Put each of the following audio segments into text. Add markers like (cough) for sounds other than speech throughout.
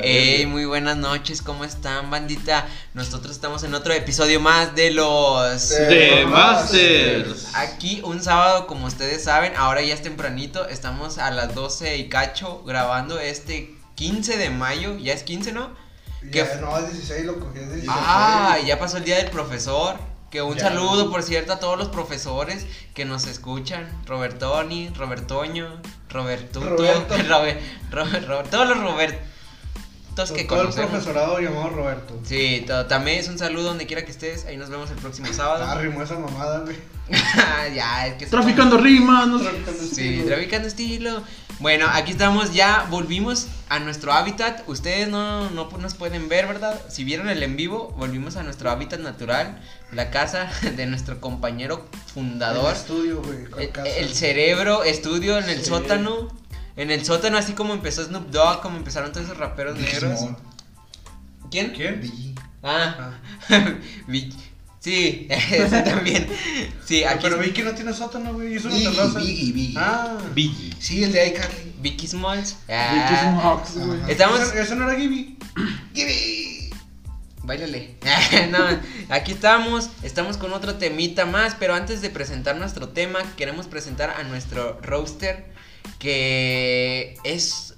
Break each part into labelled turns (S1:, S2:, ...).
S1: Hey, muy buenas noches, ¿cómo están, bandita? Nosotros estamos en otro episodio más de los.
S2: De Masters.
S1: Aquí un sábado, como ustedes saben, ahora ya es tempranito, estamos a las 12 y cacho grabando este 15 de mayo, ya es 15, ¿no? ¿Qué
S3: Ya,
S1: f-
S3: no, es 16, lo cogí es 16.
S1: Ah, ya pasó el día del profesor. Que un
S3: Ya.
S1: saludo, por cierto, a todos los profesores que nos escuchan. Robertoni, Robertoño, Robertuto,
S3: Roberto.
S1: (laughs) Robert- Robert- Robert- todos los Robertos que
S3: Todo el
S1: conocemos.
S3: profesorado llamado Roberto.
S1: Sí, to- también es un saludo donde quiera que estés. Ahí nos vemos el próximo
S3: Ah,
S1: sábado.
S3: rimó esa mamada, güey.
S1: (laughs) ya, es que
S2: Traficando rimas, no sé.
S3: Traficando
S1: Sí,
S3: estilo.
S1: traficando estilo. Bueno, aquí estamos ya, volvimos a nuestro hábitat. Ustedes no, no nos pueden ver, ¿verdad? Si vieron el en vivo, volvimos a nuestro hábitat natural, la casa (laughs) de nuestro compañero fundador.
S3: El estudio, güey, con
S1: El,
S3: casa.
S1: el cerebro, estudio en el
S3: Sí.
S1: sótano. En el sótano, así como empezó Snoop Dogg, como empezaron todos esos raperos negros.
S3: Simón.
S1: ¿Quién?
S2: ¿Quién?
S3: Billy.
S1: Ah, (laughs) Vi- sí, (laughs) ese también. Sí,
S3: Ah,
S1: aquí
S3: Pero
S1: es-
S3: vi que no tiene sótano, güey. Hizo una
S4: Biggie,
S3: terraza.
S4: Biggie, Biggie.
S3: Ah,
S2: Billy.
S4: Sí, el de iCarly.
S1: Vicky Smalls.
S2: Vicky
S1: Ah,
S2: Smox, güey.
S3: Ajá.
S1: Estamos-
S3: Eso, eso no era Gibby.
S4: Gibby.
S1: Báilale. (laughs) no, aquí estamos, estamos con otro temita más, pero antes de presentar nuestro tema, queremos presentar a nuestro roaster, que es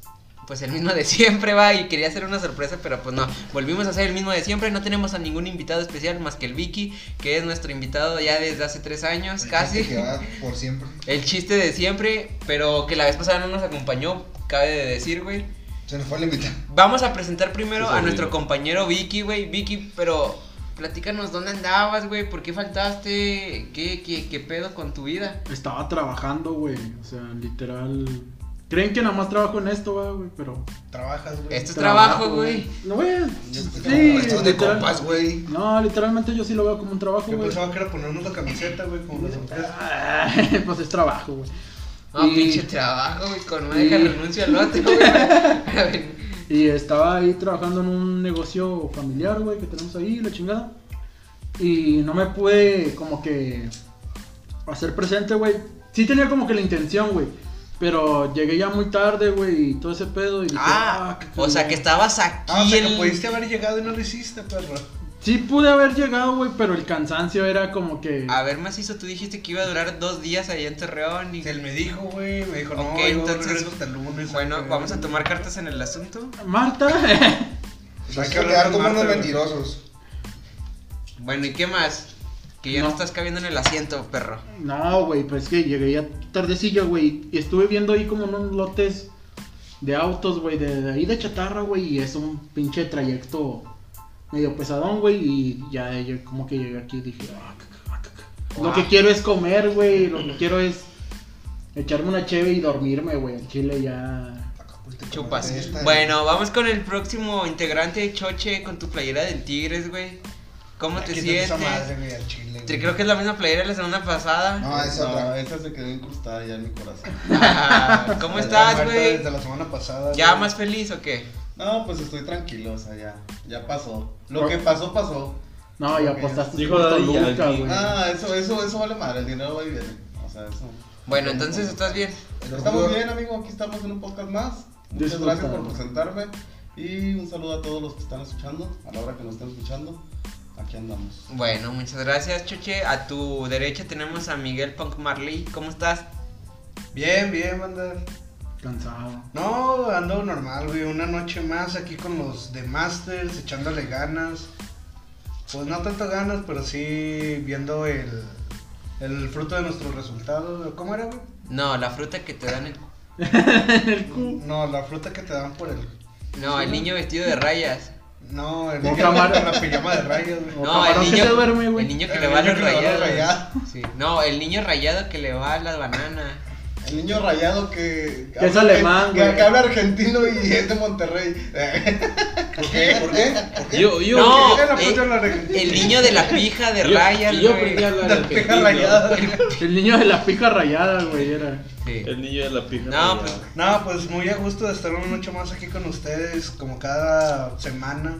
S1: pues el mismo de siempre, va, y quería hacer una sorpresa, pero pues no, volvimos a hacer el mismo de siempre, no tenemos a ningún invitado especial más que el Vicky, que es nuestro invitado ya desde hace tres años, casi.
S4: Que va por siempre.
S1: El chiste de siempre, pero que la vez pasada no nos acompañó, cabe de decir, güey.
S4: Se nos fue la invitada.
S1: Vamos a presentar primero
S2: Sí,
S1: a
S2: sí.
S1: nuestro compañero Vicky, güey. Vicky, pero platícanos dónde andabas, güey. ¿Por qué faltaste? ¿Qué, qué, qué pedo con tu vida?
S2: Estaba trabajando, güey. O sea, literal. Creen que nada más trabajo en esto, va, güey, pero.
S3: Trabajas, güey.
S1: Esto es trabajo, güey.
S2: No, güey.
S4: Como
S2: Sí,
S4: estos de compas,
S2: literal.
S4: güey.
S2: No, literalmente yo sí lo veo como un trabajo,
S3: Yo
S2: güey. (laughs)
S3: pensaba que era ponernos la camiseta, güey, como las empresas.
S2: Ah, Pues es trabajo, güey.
S1: No,
S2: Y-
S1: pinche trabajo, güey. Con una deja
S2: Y-
S1: renuncio al otro,
S3: (laughs)
S1: güey. A ver,
S2: Y estaba ahí trabajando en un negocio familiar, güey, que tenemos ahí, la chingada. Y no me pude como que hacer presente, güey. Sí tenía como que la intención, güey. Pero llegué ya muy tarde, güey, y todo ese pedo. Y dije,
S1: ah,
S2: qué
S1: o sea
S2: chingada".
S1: que estabas aquí.
S3: Ah, o sea, que
S1: el-
S3: pudiste haber llegado y no lo hiciste, perro.
S2: Sí pude haber llegado, güey, pero el cansancio era como que...
S1: A ver, macizo, tú dijiste que iba a durar dos días allá en Torreón. Y...
S3: Él me dijo, güey, me dijo, no,
S1: Ok,
S3: yo
S1: entonces-
S3: regreso hasta el lunes.
S1: Bueno,
S3: güey.
S1: vamos a tomar cartas en el asunto.
S2: Marta, (laughs)
S3: Hay
S5: Pues
S4: Hay
S3: que
S4: que
S3: hablar
S4: quedar
S3: con
S4: como
S3: Marta,
S4: unos
S3: güey.
S4: mentirosos.
S1: Bueno, ¿y qué más? Que ya no,
S2: No.
S1: estás cabiendo en el asiento, perro.
S2: No, güey, pues que llegué ya tardecillo, güey. Y estuve viendo ahí como unos lotes de autos, güey, de, de ahí de chatarra, güey. Y es un pinche trayecto medio pesadón, güey. Y ya yo como que llegué aquí y dije, "Ah, caca, ah, caca". Lo
S1: Ah.
S2: que quiero es comer, güey. Lo que quiero es echarme una cheve y dormirme, güey. El chile ya.
S4: Acapulco,
S1: Chupas.
S4: esta.
S1: Bueno, vamos con el próximo integrante, Choche, con tu playera del Tigres, güey. ¿Cómo te
S3: Quítate
S1: sientes?
S3: esa madre, güey, al chile, güey.
S1: Te creo que es la misma playera de la semana pasada.
S4: No, es
S5: No,
S4: otra.
S5: esa se quedó incrustada ya en mi corazón.
S1: Ah, (laughs) ¿Cómo
S3: Desde
S1: estás,
S3: la muerte,
S1: güey?
S3: Desde la semana pasada.
S1: ¿Ya
S3: güey.
S1: más feliz o qué?
S5: No, pues estoy tranquilo, o sea, ya, ya pasó. Lo que pasó, pasó.
S2: No, ya apostaste
S5: Dijo
S2: por
S5: Daddy
S2: Toluca,
S5: Yankee.
S2: güey.
S5: Ah, eso, eso, eso vale madre, el dinero va y viene. O sea, eso.
S1: Bueno, entonces estás bien.
S4: El
S5: Estamos
S4: orgullo-
S5: bien, amigo, aquí estamos en un podcast más. Muchas
S2: Disfruta.
S5: gracias por presentarme. Y un saludo a todos los que están escuchando, a la hora que nos estén escuchando. Aquí andamos.
S1: Bueno, muchas gracias, Choche. A tu derecha tenemos a Miguel Punk Marley. ¿Cómo estás?
S3: Bien, bien, banda.
S2: Cansado.
S3: No, ando normal, güey. Una noche más aquí con los de Masters, echándole ganas. Pues no tanto ganas, pero sí viendo el, el fruto de nuestros resultados. ¿Cómo era, güey?
S1: No, la fruta que te dan el...
S2: El cu.
S3: No, la fruta que te dan por el.
S1: No, el niño vestido de rayas.
S3: No, el
S2: Con
S3: niño
S2: cámara.
S3: con la pijama de rayas, güey.
S2: O
S1: No, el
S2: camarón que
S1: niño,
S2: se duerme, güey.
S1: el niño que
S3: El
S1: le va a
S3: niño
S1: los
S3: que le va a los
S1: rayados.
S3: rayados.
S1: Sí. No, el niño rayado que le va a las bananas.
S5: El niño rayado que.
S2: Que es alemán,
S5: que-
S2: güey.
S5: Que habla argentino y es de Monterrey. Eh,
S4: ¿Por qué? ¿Por qué? ¿Por qué?
S6: Yo, yo,
S1: No,
S3: ¿Qué era la
S1: eh,
S3: fruta de la re-
S1: El niño de la pija de
S6: (laughs) yo,
S1: rayas,
S6: yo
S1: güey.
S6: aprendí a hablar
S3: La pija
S6: argentino.
S3: rayada.
S2: El niño de la pija rayada, güey. Era.
S1: Sí.
S6: El niño de la pija.
S1: No,
S6: rayada.
S1: pues-
S3: No, pues muy a gusto de estar una noche más aquí con ustedes, como cada semana.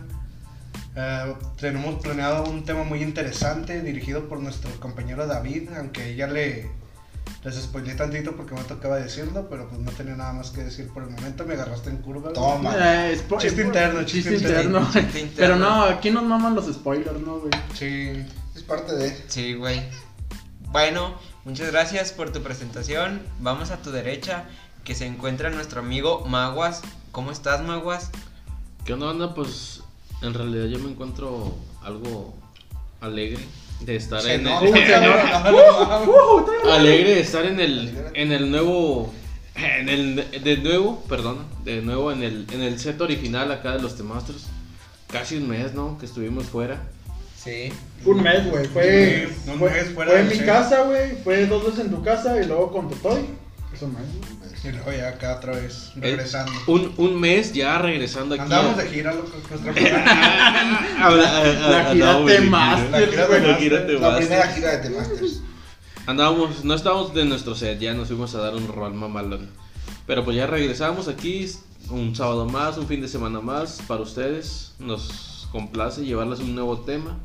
S3: Eh, tenemos planeado un tema muy interesante dirigido por nuestro compañero David, aunque ya le, Les spoilé tantito porque me tocaba decirlo, pero pues no tenía nada más que decir por el momento. Me agarraste en curva. güey.
S4: Toma.
S2: Eh, spo-
S3: Chiste
S2: spo-
S3: interno,
S2: chiste,
S3: chiste
S2: interno.
S1: interno. Chiste interno.
S2: Pero no, aquí nos maman los spoilers, ¿no, güey?
S3: Sí.
S4: Es parte de.
S1: Sí, güey. Bueno, muchas gracias por tu presentación. Vamos a tu derecha, que se encuentra nuestro amigo Maguas. ¿Cómo estás, Maguas?
S6: ¿Qué onda, banda? Pues en realidad yo me encuentro algo alegre de estar
S4: Se
S6: en
S4: nota,
S6: el,
S4: cabrón.
S2: Uh, te-
S6: alegre de estar en el en el nuevo en el de nuevo, perdona, de nuevo en el en el set original acá de los Temastros. Casi un mes, ¿no? Que estuvimos fuera.
S1: Sí.
S2: Un mes, güey. Fue,
S3: Sí, un
S2: fue,
S3: mes fuera
S2: fue
S3: del
S2: en mi
S3: set.
S2: casa, güey. Fue dos veces en tu casa y luego con Totoy. Eso un mes. güey.
S3: (laughs) Y luego ya acá otra vez,
S6: Eh,
S3: regresando.
S6: Un, un mes ya regresando aquí.
S3: Andábamos
S6: a-
S3: de gira, loco,
S6: (laughs)
S3: nuestra primera.
S6: Ah, habla- a- a-
S2: La gira
S6: andábamos de
S2: Temasters,
S6: gira.
S3: gira
S6: La
S3: Temasters.
S6: gira
S4: La
S6: Temasters.
S4: primera gira de The Masters.
S6: Andábamos, no estábamos de nuestro set, ya nos fuimos a dar un rol mamalón. Pero pues ya regresamos aquí, un sábado más, un fin de semana más para ustedes. Nos complace llevarles un nuevo tema.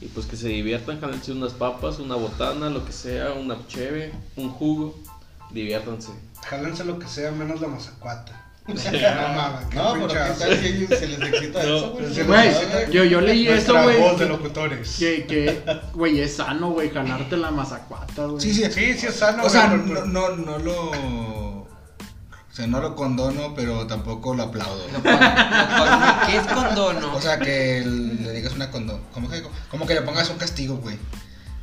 S6: Y pues que se diviertan, jalense unas papas, una botana, lo que sea, una cheve, un jugo. Diviértanse.
S3: Jálense lo que sea, menos la mazacuata.
S5: No,
S3: mames, Ah, qué
S5: no, pero
S3: pinche
S5: ¿qué tal si a ellos se les excita
S6: No,
S5: eso, güey?
S3: pero sí,
S2: Güey, yo, yo leí eso,
S3: Nuestra
S2: güey.
S3: voz de locutores.
S2: Que, que, güey, es sano, güey, jalarte la mazacuata, güey.
S4: Sí, sí.
S3: Sí, sí es
S1: Ah,
S3: sano,
S4: O sea,
S3: güey, pero-
S4: no, no, no lo. O sea, no lo condono, pero tampoco lo aplaudo.
S1: Lo cual- lo cual- ¿Qué es condono?
S4: O sea, que el- le digas una condón. Como que, como que le pongas un castigo, güey.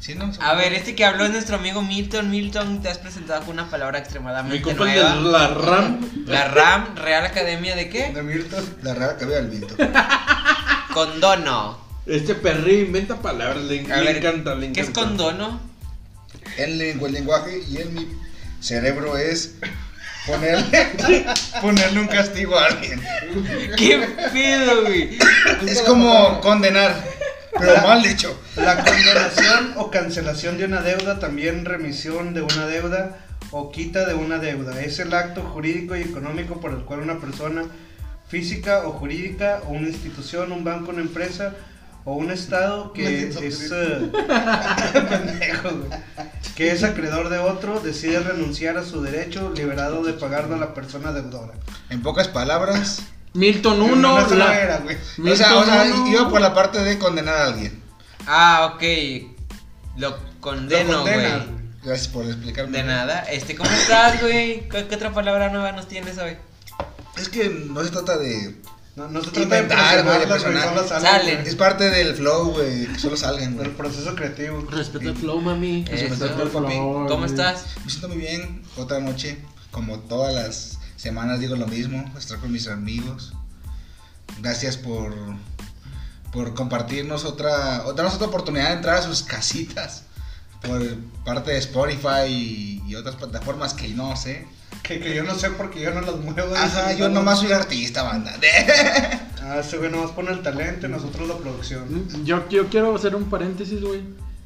S4: ¿Sí, no?
S1: A ver, este que habló es nuestro amigo Milton. Milton, te has presentado con una palabra
S6: Mi
S1: extremadamente
S6: compa el
S1: nueva.
S6: de la RAM.
S1: La RAM, Real Academia de qué?
S3: De Milton.
S4: La rara que veo al viento.
S1: Condono.
S6: Este perrillo inventa palabras, le,
S1: A
S6: le
S1: ver,
S6: encanta, le
S1: ¿Qué es
S6: encanta.
S1: condono?
S6: (laughs)
S4: En lengua- el lenguaje y en mi cerebro es ponerle, (laughs) ponerle un castigo a alguien.
S1: ¿Qué pedo, güey?
S4: Es como condenar, pero mal dicho.
S3: La condonación o cancelación de una deuda, también remisión de una deuda o quita de una deuda. Es el acto jurídico y económico por el cual una persona física o jurídica o una institución, un banco, una empresa o un estado que
S4: Maldito
S3: es eh, (laughs) pendejo, güey, que es acreedor de otro decide renunciar a su derecho liberado de pagarlo a la persona deudora.
S4: En pocas palabras,
S2: Milton
S3: No,
S2: 1,
S3: no, esa no
S2: la-
S3: era, güey.
S4: o sea, o sea,
S2: Milton uno.
S4: iba por la parte de condenar a alguien.
S1: Ah, ok. Lo
S3: Lo
S1: condeno,
S3: condenas,
S1: güey.
S4: Gracias por explicarme.
S1: De nada. Este, ¿cómo estás, güey? ¿Qué, qué otra palabra nueva nos tienes hoy?
S4: Es que no se trata de.
S3: No, no se trata de
S4: Inventar, güey, de
S3: preservarlas, güey,
S4: personajes.
S3: solo salen,
S1: Salen.
S4: Es parte del flow, güey. Que solo salgan,
S3: güey,
S4: güey.
S3: Del proceso creativo.
S6: Respeta el flow, mami.
S1: Eso.
S4: Por favor, papi.
S1: ¿Cómo estás?
S4: Me siento muy bien. Otra noche, como todas las semanas, digo lo mismo. Estar con mis amigos. Gracias por, por compartirnos otra, o darnos otra oportunidad de entrar a sus casitas. Por parte de Spotify y, y otras plataformas que no sé.
S3: Que, que yo no sé porque yo no las muevo.
S4: Ajá,
S3: dice,
S4: yo
S3: no,
S4: nomás soy artista, banda.
S3: Ah, ese güey nomás pone el talento y nosotros la
S5: Mm,
S3: producción.
S2: Yo, yo quiero hacer un paréntesis, güey.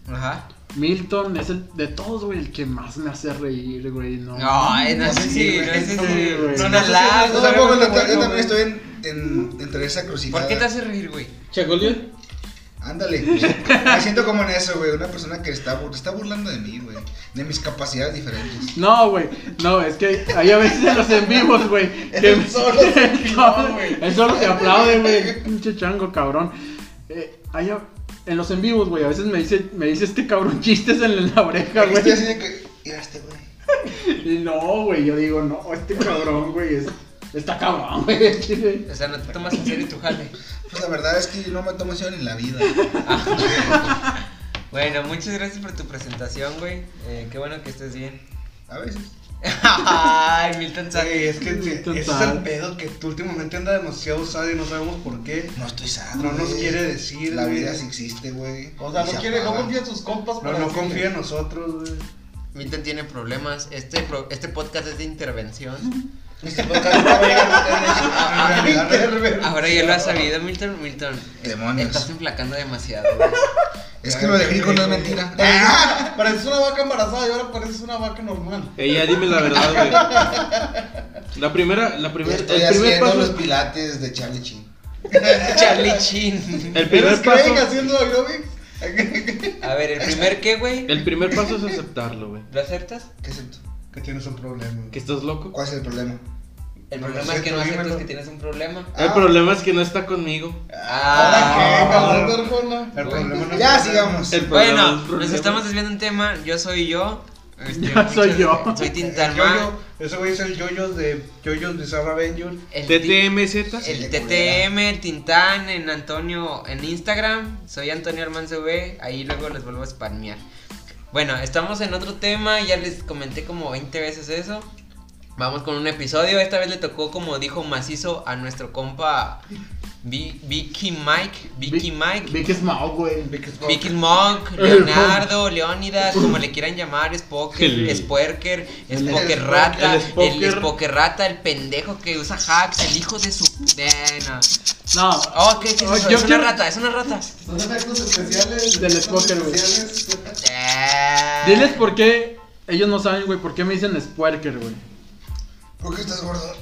S1: Ajá.
S2: Milton es el de todos, güey, el que más me hace reír, güey. No,
S3: Ah.
S1: No, eh, no
S4: no,
S1: sé
S4: sí,
S1: si,
S4: güey,
S1: no sé
S2: no,
S1: si.
S2: güey.
S1: Son
S2: No
S4: (laughs) Yo
S1: halagos.
S4: tampoco,
S1: algo
S4: yo
S1: bueno,
S4: también
S1: güey.
S4: estoy en, en- entre esa
S1: ¿Por
S4: crucijada.
S1: qué te hace reír, güey?
S6: Chacolio.
S4: Ándale, me siento como en eso, güey. Una persona que está, bur- está burlando de mí, güey. De mis capacidades diferentes.
S2: No, güey. No, es que hay a veces en los en vivos, güey. que-
S5: Él solo
S2: (laughs)
S5: se inclinó, güey.
S2: Él solo se aplaude, güey. qué Pinche chango, cabrón. Eh, hay a- en los en vivos, güey. A veces me dice, me dice este cabrón chistes en la oreja,
S4: Estoy así
S2: güey.
S4: de que. Mira este,
S2: (laughs)
S4: güey.
S2: Y No, güey. Yo digo, no, este cabrón, güey. Es, está cabrón, güey.
S1: O sea, no te tomas en serio tu jale.
S4: Pues la verdad es que yo no me tomo en serio en la vida.
S1: Bueno, muchas gracias por tu presentación, güey. Eh, qué bueno que estés bien.
S4: A veces.
S1: Ay, Milton
S3: Güey,
S1: Sánchez.
S3: es que ese
S2: Total.
S3: ese es el pedo que tú últimamente anda demasiado usado y no sabemos por qué.
S4: No estoy sano.
S3: No nos
S4: güey.
S3: quiere decir,
S4: La
S3: güey.
S4: vida sí existe, güey.
S5: O sea,
S4: Y se
S5: no quiere, no
S4: apaga.
S5: confía en sus compas
S3: No,
S5: para
S3: no
S5: decirle.
S3: confía en nosotros, güey.
S1: Milton tiene problemas. Este, pro- este podcast es de intervención. Ah,
S4: Este podcast no va a llegar a ustedes.
S1: Ahora ya lo has sabido, Milton. Milton, estás
S4: Demonios.
S1: enflacando demasiado, güey.
S4: Es que lo de Virgo no es mentira. Ah,
S5: Pareces- Pareces una vaca embarazada y ahora pareces una vaca normal.
S6: Ella, Eh, dime la verdad, güey. La primera, la primera,
S4: Estoy
S6: el primer
S4: haciendo
S6: paso.
S4: los pilates de Charlie Chin.
S1: Charlie Chin.
S6: El
S5: ¿Eres
S6: primer
S5: Craig
S6: paso.
S5: haciendo aeróbics?
S1: A ver, el primer qué, güey.
S6: El primer paso es aceptarlo, güey.
S1: ¿Lo aceptas?
S4: ¿Qué es esto?
S3: Que tienes un problema.
S6: ¿Que estás loco?
S4: ¿Cuál es el problema?
S1: El
S3: No lo
S1: problema es que
S3: acepto,
S1: no aceptas
S3: dímelo.
S1: que tienes un problema.
S6: El
S4: Ah.
S6: problema es que no está conmigo.
S1: Ah,
S3: ¿Para qué,
S5: Arjona?
S3: El problema no es
S4: Ya
S3: que-
S4: sigamos.
S6: El problema
S1: Bueno,
S6: es
S1: nos
S6: problema.
S1: estamos desviando un tema. Yo soy yo. Este,
S2: Yo soy
S1: muchas-
S2: yo.
S1: Soy
S3: El
S1: Tintalma.
S3: yo-yo, Ese güey es el yoyos de Yoyos Bizarre Avenger.
S1: El ti- Eh.
S6: TTMZ.
S1: El
S4: El de
S1: TTM, Tintán, en Antonio, en Instagram. Soy Antonio Armanzo B. Ahí luego les vuelvo a spamear. Bueno, estamos en otro tema. Ya les comenté como 20 veces eso. Vamos con un episodio. Esta vez le tocó, como dijo macizo, a nuestro compa Vi- Vicky Mike. Vicky Mike.
S2: Vicky Smaug, güey.
S3: Big Smoke.
S1: Vicky Monk, Leonardo, Leonidas, como le quieran llamar, Spoker,
S6: El-
S1: Spoerker,
S2: el-
S1: Spoker
S4: el-
S1: Rata,
S6: el
S1: el
S6: Spoker.
S1: Spoker Rata, el pendejo que usa hacks, el hijo de su. de- no.
S2: No.
S1: Oh, ¿qué, qué es
S2: Oh,
S1: eso?
S2: yo
S1: es
S2: quiero-
S1: una rata, es una rata.
S5: Son efectos especiales.
S2: Del
S5: efectos
S2: Spoker, güey.
S5: especiales.
S1: Eh,
S2: Diles por qué. Ellos no saben, güey, por qué me dicen Spuerker, güey.
S4: ¿Por qué estás gordo?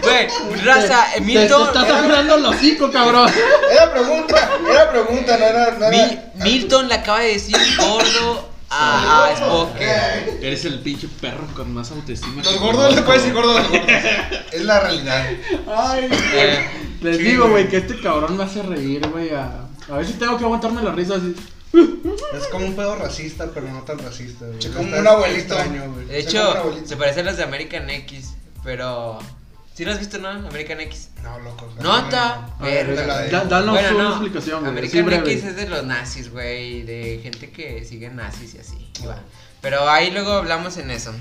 S1: Güey, raza, eh,
S2: Te, te
S1: Milton.
S2: estás sangrando el hocico, cabrón.
S4: Era pregunta, era pregunta, no era. No
S1: Mi-
S4: era
S1: Milton le acaba de decir gordo a, a Spoker.
S6: Eres el pinche perro con más autoestima.
S4: Los
S6: que
S4: gordos les
S6: conozco,
S4: puedes decir
S6: güey.
S4: gordos a los
S1: (laughs)
S4: gordos. Es la realidad.
S2: Ay,
S1: Eh,
S2: Les
S3: Sí,
S2: digo,
S3: güey.
S2: güey, que este cabrón me hace reír, güey. A, a veces tengo que aguantarme la risa así.
S3: Es como un pedo racista, pero no tan racista. güey.
S4: Che, como
S3: Está
S4: un abuelito.
S3: extraño, güey.
S1: De
S4: Soy como un
S1: hecho,
S4: abuelito.
S1: se parecen a los de American X, pero. ¿Sí lo has visto, no? American X.
S3: No, loco. está
S1: Nota.
S2: A ver,
S1: Verga.
S3: la de-
S2: da- danos
S1: Bueno,
S2: una
S1: no,
S2: explicación, güey. sí,
S1: American
S2: breve.
S1: X es de los nazis, güey, de gente que sigue nazis y así. y va. Pero ahí luego hablamos en eso.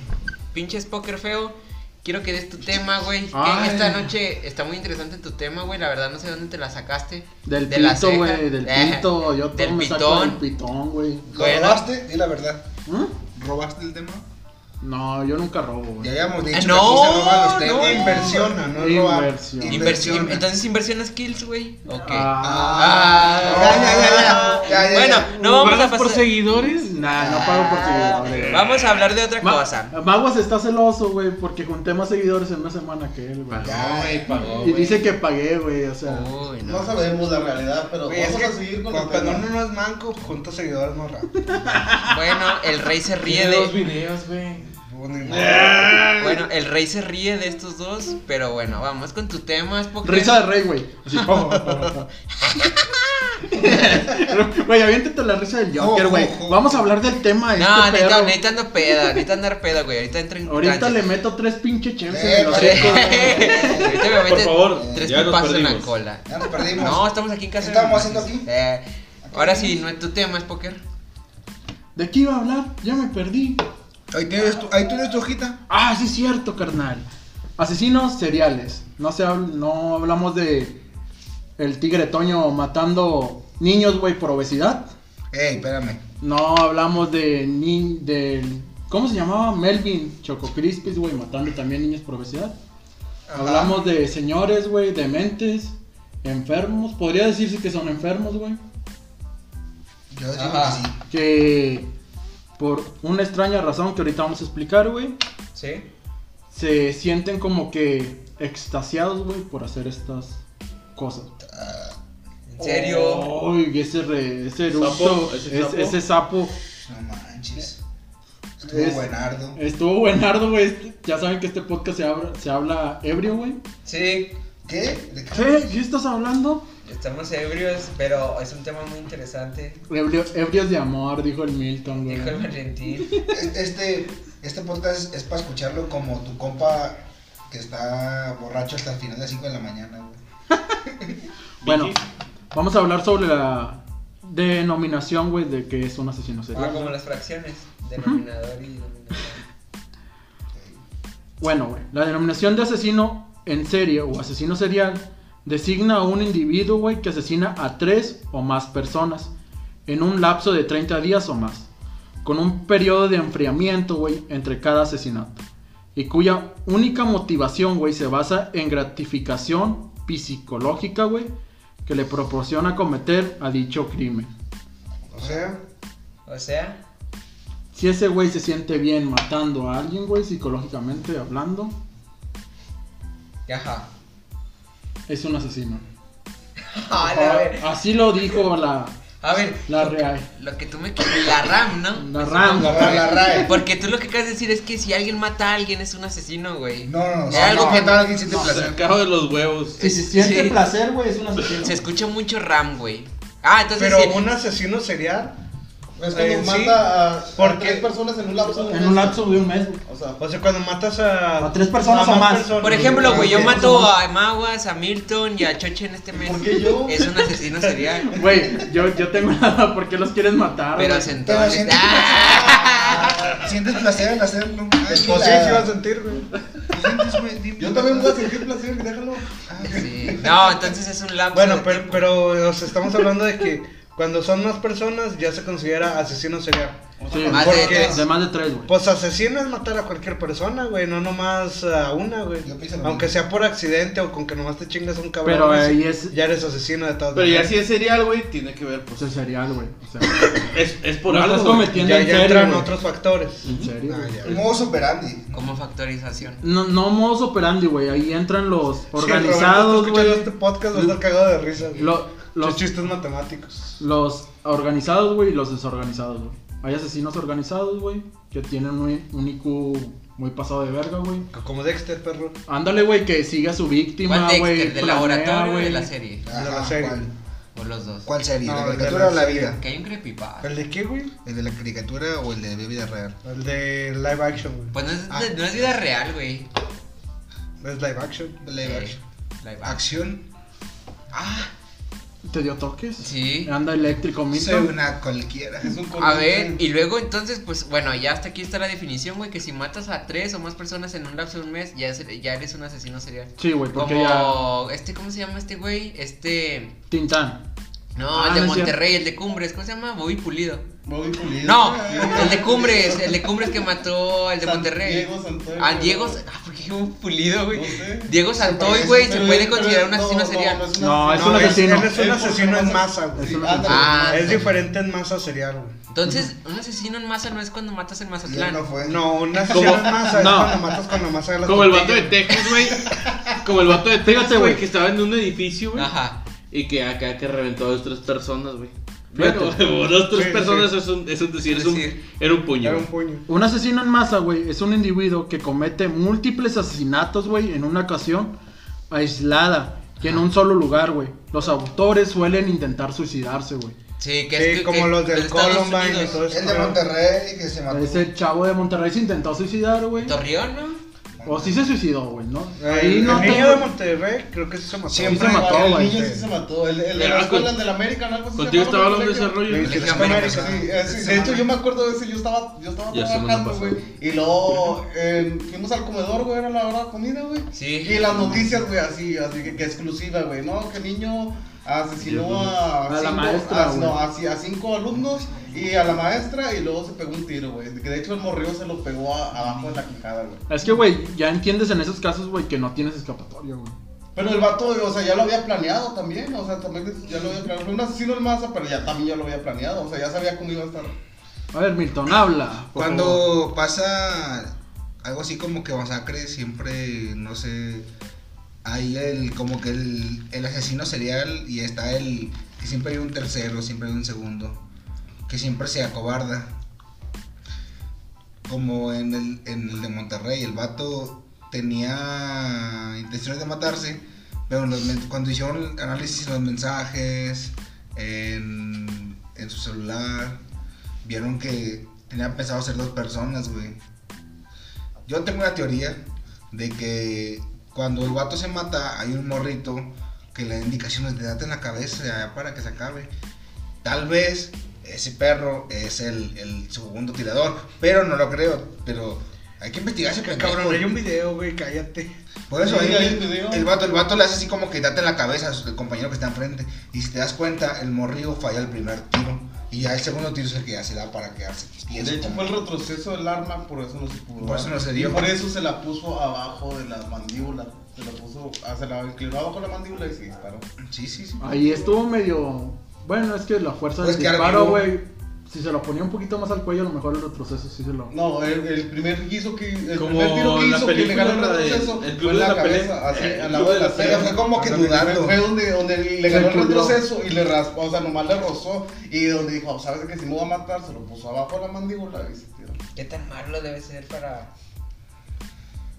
S1: Pinches póker feo. Quiero que des tu tema, güey. que
S2: Ay.
S1: Esta noche está muy interesante tu tema, güey. La verdad no sé dónde te la sacaste.
S2: Del
S1: de la
S2: pito,
S1: ceja.
S2: güey. Del
S1: Eh,
S2: pito. Yo
S1: del
S2: todo me saco del
S1: pitón.
S2: pitón, güey.
S4: ¿Lo
S1: Bueno.
S4: robaste? Di la verdad.
S2: ¿Mm?
S4: ¿Robaste el tema?
S2: No, yo nunca robo,
S4: Ya
S2: güey.
S4: habíamos dicho
S1: Ah,
S4: que
S1: no,
S4: aquí se roban los
S1: no.
S4: temas.
S3: Inversiona, no es robar.
S2: Inversión.
S1: Inversi-
S4: Inversión.
S1: Entonces inversión a skills, güey. Ok.
S2: Ah.
S1: Ah.
S4: ya, ya, ya, ya, ya, ya.
S1: Bueno, no vamos a
S6: ¿Pagas
S1: pasar.
S6: por seguidores?
S2: Nah, no pago por seguidores.
S1: Vamos a hablar de otra
S2: Ma-
S1: Ah, cosa.
S2: Maguas está celoso, güey, porque junté más seguidores en una semana que él, güey.
S6: Pagó, güey, pagó.
S2: Y
S6: güey.
S2: dice que pagué, güey, o sea.
S1: Uy,
S5: No
S1: no.
S5: sabemos la realidad, pero
S3: Güey, es
S5: vamos
S3: que
S5: a seguir con
S3: cuando,
S5: el tema.
S3: cuando uno no es manco, junta seguidores más rápido.
S5: (laughs)
S1: Bueno, el rey se ríe
S6: Tiene dos
S1: de.
S6: videos, güey.
S3: Bueno, Pues, ni modo.
S5: Eh.
S1: Bueno, el rey se ríe de estos dos, pero bueno, vamos con tu tema, Spoker.
S2: Risa de rey, güey. Así. oh, (laughs) Güey, aviéntate la risa del Joker, güey. Vamos a hablar del tema de
S1: No,
S2: este
S1: necesita,
S2: perro.
S1: necesita andar peda, necesita andar peda, güey. Ahorita entro en
S2: Ahorita
S1: trance.
S2: le meto tres pinche chemses
S4: Eh,
S2: en los hocico,
S4: parece-
S2: güey.
S1: (laughs) Ahorita me mete
S6: Por favor,
S1: tres
S6: ya nos
S1: pipazos en la
S6: perdimos.
S1: cola.
S4: Ya nos perdimos.
S1: No, estamos aquí en casa.
S4: ¿Qué estábamos
S1: de mis
S4: haciendo aquí?
S1: Eh, ahora sí, no es tu tema, Spoker.
S2: ¿De qué iba a hablar? Ya me perdí.
S4: Ahí tienes tu, ahí tienes tu hojita.
S2: Ah, sí es cierto, carnal. Asesinos seriales. No se habl- no hablamos de el tigre Toño matando niños, güey, por obesidad.
S4: Ey, espérame.
S2: No hablamos de ni del ¿cómo se llamaba? Melvin Choco Crispis, güey, matando también niños por obesidad.
S4: Ajá.
S2: Hablamos de señores, güey, dementes, enfermos, podría decirse que son enfermos, güey,
S4: Yo digo
S1: Ajá.
S4: que sí.
S2: que por una extraña razón que ahorita vamos a explicar, güey,
S1: Sí.
S2: se sienten como que extasiados, güey, por hacer estas cosas.
S1: ¿En serio?
S2: Uy, ese re- ese eructo,
S6: Sapo, ese
S2: es-
S6: sapo.
S2: ese sapo
S4: No manches. Estuvo
S2: Es-
S4: buenardo.
S2: Estuvo buenardo, güey. Este- Ya saben que este podcast se, habla- se habla ebrio, güey.
S1: Sí.
S4: ¿Qué? ¿De qué?
S2: ¿Qué? ¿Qué estás hablando?
S1: Estamos ebrios, pero es un tema muy interesante.
S2: Ebrio- ebrios de amor, dijo el Milton, güey.
S1: Dijo el Valentín.
S2: (laughs)
S4: Es- Este, este podcast es, es para escucharlo como tu compa que está borracho hasta el final de las 5 de la mañana, güey.
S2: Bueno,
S6: Vicky.
S2: vamos a hablar sobre la denominación, güey, de que es un asesino
S1: Ah,
S2: serial.
S1: como las fracciones, denominador y denominador.
S2: Bueno, güey, la denominación de asesino en serie o asesino serial designa a un individuo, güey, que asesina a tres o más personas en un lapso de 30 días o más, con un periodo de enfriamiento, güey, entre cada asesinato, y cuya única motivación, güey, se basa en gratificación psicológica, güey, que le proporciona cometer a dicho crimen.
S3: O sea,
S1: O sea,
S2: Si ese güey se siente bien matando a alguien, güey, psicológicamente hablando,
S1: ajá.
S2: es un asesino.
S1: (laughs) A Ah, la ver.
S2: Ah, Así lo dijo la,
S1: A ver,
S2: la
S1: lo,
S2: RAE.
S1: lo que tú me quieres. La RAM, ¿no?
S2: La RAM.
S4: La RAE, la
S3: eh.
S4: RAE.
S1: Porque tú lo que quieres decir es que si alguien mata a alguien es un asesino, güey.
S4: No, no, no.
S1: Es
S4: si
S1: algo
S4: no,
S1: que-
S4: no, alguien siente placer.
S6: Sacado de los huevos.
S2: Si se siente
S1: Sí.
S2: placer, güey, es un asesino.
S1: Se escucha mucho RAM, güey. Ah, entonces
S3: Pero
S1: sí.
S3: un asesino serial,
S5: Es cuando
S3: Eh, sí.
S5: mata a,
S3: ¿Por
S5: a
S3: qué?
S5: tres personas en un lapso de
S2: En un lapso de un mes, güey.
S5: O sea,
S3: o sea, cuando matas a.
S2: A tres personas o más.
S1: Por ejemplo, güey, yo
S3: Ah,
S1: mato a Maguas, a Milton y a Choche en este mes.
S5: ¿por qué yo?
S1: Es un asesino serial.
S2: Güey, yo, yo tengo (laughs) nada. ¿Por qué los quieren matar?
S1: Pero
S2: güey?
S4: Pero
S1: entonces.
S4: sientes placer. Sientes placer al hacerlo. Ay,
S3: Pues sí,
S4: la-
S3: sí va a sentir, güey.
S4: sientes, güey, dime.
S5: Yo también voy a sentir placer, déjalo.
S4: Ah,
S1: (laughs) Sí. No, entonces es un lapso.
S3: Bueno,
S1: de
S3: pero,
S1: tiempo.
S3: pero o sea, estamos hablando de que cuando son más personas ya se considera asesino serial.
S2: Sí,
S1: Más
S2: porque-
S1: de tres.
S2: de más de tres, güey.
S3: Pues asesino es matar a cualquier persona, güey, no nomás a una, güey.
S4: Yo pienso lo
S3: Aunque
S4: mismo.
S3: sea por accidente o con que nomás te chingas a un cabrón.
S2: Pero
S3: güey,
S2: ahí es.
S3: Ya eres asesino de todas
S6: Pero ya
S3: maneras.
S6: si es serial, güey, tiene que ver, pues.
S2: Es serial, güey. O sea,
S6: Es, es por
S2: no
S6: algo.
S2: estás
S6: güey.
S2: cometiendo
S3: Ya,
S2: en
S3: ya
S2: serio,
S3: entran
S2: güey.
S3: otros factores.
S2: En serio,
S3: Ah,
S2: güey.
S3: ya.
S4: Modus operandi.
S1: Como factorización.
S2: No, no modos operandi, güey. Ahí entran los
S3: Si el Roberto
S2: organizados,
S3: está
S2: güey.
S3: escuchando este podcast va a estar cagado de risa. güey.
S2: Lo-
S3: Los
S2: los,
S3: chistes matemáticos.
S2: los organizados, güey, y los desorganizados, güey. Hay asesinos organizados, güey, que tienen un, un IQ muy pasado de verga, güey.
S3: Como Dexter, perro.
S2: Ándale, güey, que sigue a su víctima,
S1: ¿Cuál
S2: güey.
S1: Dexter? ¿Del
S2: planea,
S1: laboratorio o
S2: güey.
S1: de la serie?
S4: Ajá,
S3: De la serie.
S4: ¿cuál?
S1: O los dos.
S4: ¿Cuál serie?
S3: No,
S4: ¿La
S3: el de
S4: caricatura
S3: la
S4: o la
S3: serie.
S4: vida?
S1: Que hay un creepypasta.
S3: ¿El de qué, güey?
S4: ¿El de la caricatura o el de vida real?
S3: El de live action, güey.
S1: Pues no es,
S4: Ah.
S1: no es vida real, güey.
S3: Es live action.
S4: Live
S1: Eh,
S4: action.
S1: live action.
S4: Acción.
S1: Ah,
S2: ¿Te dio toques?
S1: sí.
S2: Anda eléctrico,
S4: Soy
S2: Milton.
S4: una cualquiera.
S5: Es un
S1: A ver, y luego entonces, pues bueno, ya hasta aquí está la definición, güey, que si matas a tres o más personas en un lapso de un mes, ya, es- ya eres un asesino serial.
S2: Sí, güey, porque ya...
S1: Como este, ¿cómo se llama este güey? Este,
S2: Tintán.
S1: no,
S2: Ah,
S1: el de
S2: no es cierto.
S1: Monterrey, el de Cumbres, ¿cómo se llama? Bobby Pulido.
S5: Bobby Pulido.
S1: No,
S5: Sí.
S1: el de Cumbres, el de Cumbres que mató al de
S5: San-
S1: Monterrey.
S5: Diego Santoy.
S1: A Diego, ah, ¿por qué dije Bobby Pulido, güey?
S5: No sé.
S1: Diego Santoy,
S4: parece,
S1: güey, se
S5: Pero-
S1: puede
S5: pero-
S1: considerar un
S5: no,
S1: asesino
S5: no,
S1: serial.
S5: no es un
S2: No, es
S5: asesino.
S3: es-
S2: un asesino.
S3: Él es un
S5: Él
S3: asesino en masa,
S2: Es
S3: güey.
S2: un
S5: Ándale.
S1: Ah,
S3: Es diferente en masa serial, güey.
S1: Entonces, un asesino en masa no es cuando matas en
S4: Y él no
S1: Mazatlán.
S4: fue.
S3: No, un asesino en masa
S2: No.
S3: es cuando matas con la masa de las
S6: Como el vato de
S3: tortillas.
S6: Texas, güey. Como el vato de
S2: Fíjate,
S6: Texas, güey,
S2: güey.
S6: que estaba en un edificio, güey.
S1: Ajá.
S6: Y que acá que reventó a dos, tres personas, güey.
S2: Fíjate.
S6: Bueno, (laughs) güey, dos, tres
S3: Sí,
S6: personas
S3: sí.
S6: es un, es un decir,
S1: Es
S6: es un,
S1: decir,
S6: era un puño.
S3: Era
S6: güey.
S3: un puño.
S2: Un asesino en masa, güey, es un individuo que comete múltiples asesinatos, güey, en una ocasión aislada y en un solo lugar, güey. Los autores suelen intentar suicidarse, güey.
S1: Sí, que es
S3: Sí,
S1: que-
S3: como
S1: que-
S3: los del
S1: Estados
S3: Columbine y
S1: Unidos.
S3: todo eso.
S4: El de Monterrey que se mató.
S2: Ese chavo de Monterrey se intentó suicidar, güey.
S1: Torreón, ¿no?
S2: O sí se suicidó, güey, ¿no?
S3: El,
S4: Eh,
S2: Ahí no
S3: el niño de
S2: tengo...
S3: Monterrey creo que sí se mató.
S4: Siempre
S2: Sí se mató,
S5: el
S2: güey.
S5: niño sí se mató. El, el de
S6: Ah,
S5: la escuela
S6: con-
S5: del América, ¿no? Algo así se
S6: Contigo
S5: llamaba,
S6: estaba
S5: ¿no?
S6: hablando de ese rollo.
S5: Colegio.
S3: Sí,
S6: güey.
S3: sí.
S4: América.
S3: América,
S5: Sí, eh, sí, de hecho yo me acuerdo de ese, yo estaba, yo estaba
S6: Ya semana
S5: trabajando,
S6: pasada.
S5: güey. Y luego eh, fuimos al comedor, güey, era la hora de comida, güey.
S1: Sí.
S5: Y las noticias, güey, así, así que, que exclusiva, güey, ¿no? Que
S6: Dios,
S5: niño asesinó
S6: güey.
S5: a,
S2: A la
S5: cinco,
S2: maestra,
S5: a-
S2: güey.
S5: no, a, ci- a cinco alumnos y a la maestra y luego se pegó un tiro, güey. Que de hecho el morrillo se lo pegó a- abajo de la quijada, güey.
S2: Es que, güey, ya entiendes en esos casos, güey, que no tienes escapatoria, güey.
S5: Pero el vato, o sea, ya lo había planeado también, o sea, también ya lo había planeado. Fue un asesino en masa, pero ya también ya lo había planeado, o sea, ya sabía cómo iba a estar.
S2: A ver, Milton, habla. por favor.
S4: Cuando pasa algo así como que masacre, siempre, no sé, hay el, como que el, el asesino serial y está el, que siempre hay un tercero, siempre hay un segundo, que siempre se acobarda. Como en el, en el de Monterrey, el vato tenía intenciones de matarse, pero en los men- cuando hicieron el análisis en los mensajes, en, en su celular, vieron que tenían pensado ser dos personas, güey. Yo tengo una teoría de que cuando el vato se mata, hay un morrito que le da indicaciones de date en la cabeza ya para que se acabe. Tal vez ese perro es el, el segundo tirador, pero no lo creo. Pero hay que investigar ese pendejo.
S3: Cabrón, hay un video, güey, cállate.
S4: Por eso
S5: Sí,
S4: ahí
S5: hay
S4: el-
S5: un video.
S4: el vato, el vato le hace así como que date en la cabeza al compañero que está enfrente. Y si te das cuenta, el morrillo falla el primer tiro. Y ya el segundo tiro es el que ya se da para quedarse. Y eso
S5: De hecho
S4: como-
S5: fue el retroceso del arma, por eso no se pudo.
S4: Por eso no se dio.
S5: Y por eso se la puso abajo de la mandíbula. Se la puso, ah, se la inclinó abajo de la mandíbula y se disparó.
S4: Sí, sí, sí.
S2: Ahí estuvo medio... Bueno, es que la fuerza
S4: Pues
S2: del
S4: que
S2: disparo,
S4: arriba-
S2: güey, Si se lo ponía un poquito más al cuello, a lo mejor el retroceso sí se lo.
S5: No, el, el primer guiso que. El
S6: Como
S5: primer tiro que
S6: la
S5: hizo que le
S6: película
S5: ganó el
S6: de-
S5: retroceso.
S6: el club
S5: fue
S6: de
S5: en la
S6: la pelea,
S5: cabeza, así,
S6: eh,
S5: al
S6: el
S5: lado
S6: club
S5: de
S6: de
S5: la
S6: la
S5: ceja.
S4: Pero fue como que
S5: Ándale,
S4: dudando.
S5: Fue donde, donde le ganó el
S2: Recurrió.
S5: retroceso y le raspó, o sea, nomás le rozó. Y donde dijo, "Oh, ¿sabes que Si me voy a matar, se lo puso abajo a la mandíbula y se tiró.
S1: ¿Qué tan malo debe ser para.?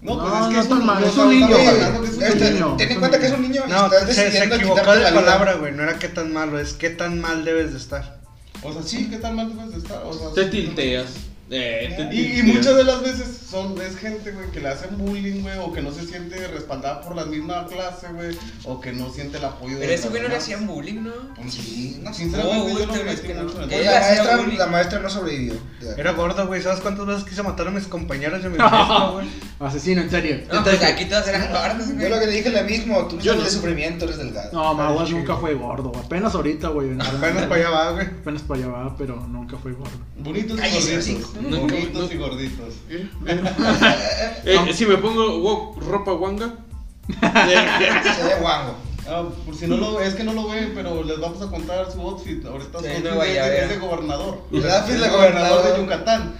S5: No, pues es
S2: No,
S5: que
S2: no
S5: es
S2: tan
S5: un
S2: mal,
S5: niño.
S2: es un niño,
S5: estamos
S2: güey.
S5: hablando que es este, un
S2: Es
S5: niño.
S2: un niño.
S4: Ten en cuenta que es un niño y
S3: No,
S4: estás
S3: se, se
S4: decidiendo
S3: equivocó
S4: quitarte
S3: de
S4: la vida.
S3: palabra, güey. No era qué tan malo, es qué tan mal debes de estar.
S5: O sea, sí, ¿qué tan mal debes de estar? O sea,
S6: Te
S5: sí.
S6: tilteas. Eh, te
S5: Y, y
S6: tilteas.
S5: muchas de las veces son, es gente, güey, que le hacen bullying, güey, o que no se siente respaldada por la misma clase, güey, o que no siente el apoyo
S1: Pero ese
S5: los
S1: güey no le
S5: demás.
S1: hacían bullying, ¿no?
S4: Sí, no sé.
S1: Oh,
S5: Sinceramente, yo no
S1: güey,
S5: me
S1: es
S5: metí
S1: que no-
S5: mucho en
S1: Eh,
S5: el-
S4: la,
S1: hacía
S4: maestra,
S1: bullying.
S4: la maestra no sobrevivió. Ya.
S3: Era gordo, güey. ¿Sabes cuántas veces quise matar a mis compañeros y a (laughs) mi maestra, güey?
S2: Asesino, en serio.
S4: Ah,
S1: No, pues aquí todos eran gordos,
S4: Yo lo que
S1: güey.
S4: le dije le mismo, tú no
S6: Yo
S4: sabes de
S6: no.
S4: sufrimiento, eres delgado.
S2: No, Maguas
S3: chido.
S2: nunca fue gordo. Apenas ahorita, güey.
S3: Apenas para allá va, güey.
S2: Apenas para allá va, pero nunca fue gordo.
S5: Bonitos y
S4: Cállese,
S5: gorditos.
S4: hocico.
S6: No,
S5: (laughs) Bonitos
S6: no.
S5: y gorditos.
S6: Eh, si me pongo wo- ropa
S5: (laughs)
S6: guanga. eh,
S4: Se ve guango.
S5: Ah, por si no lo, es que no lo ven, pero les vamos a contar su outfit. Ahorita su
S1: Sí,
S5: outfit
S1: Nueva
S5: es,
S1: Llavera.
S5: es de gobernador.
S4: El outfit
S5: Es
S4: de
S5: de
S4: gobernador.
S5: Yucatán.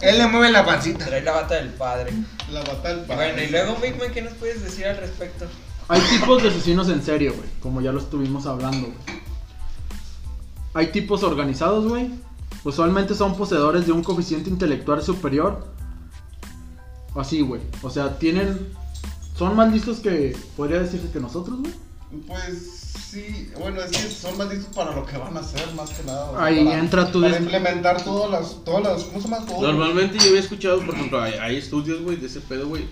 S4: Él le mueve la pancita.
S1: Trae la bata del padre.
S5: La batalpa.
S1: Bueno, y luego, Big Man, ¿qué nos puedes decir al respecto?
S2: Hay tipos de asesinos en serio, güey. Como ya lo estuvimos hablando, güey. Hay tipos organizados, güey. Usualmente son poseedores de un coeficiente intelectual superior. Así, güey. O sea, tienen. Son más listos que. Podría decirse que nosotros, güey.
S5: Pues sí, bueno, es que son más listos para lo que van a hacer, más que nada. o sea,
S2: Ahí
S5: para-
S2: entra tu
S5: Para
S2: des-
S5: implementar todas las, todas las, ¿cómo se llama? Todo.
S6: Normalmente yo había escuchado, por ejemplo, hay, hay estudios, güey, de ese pedo, güey.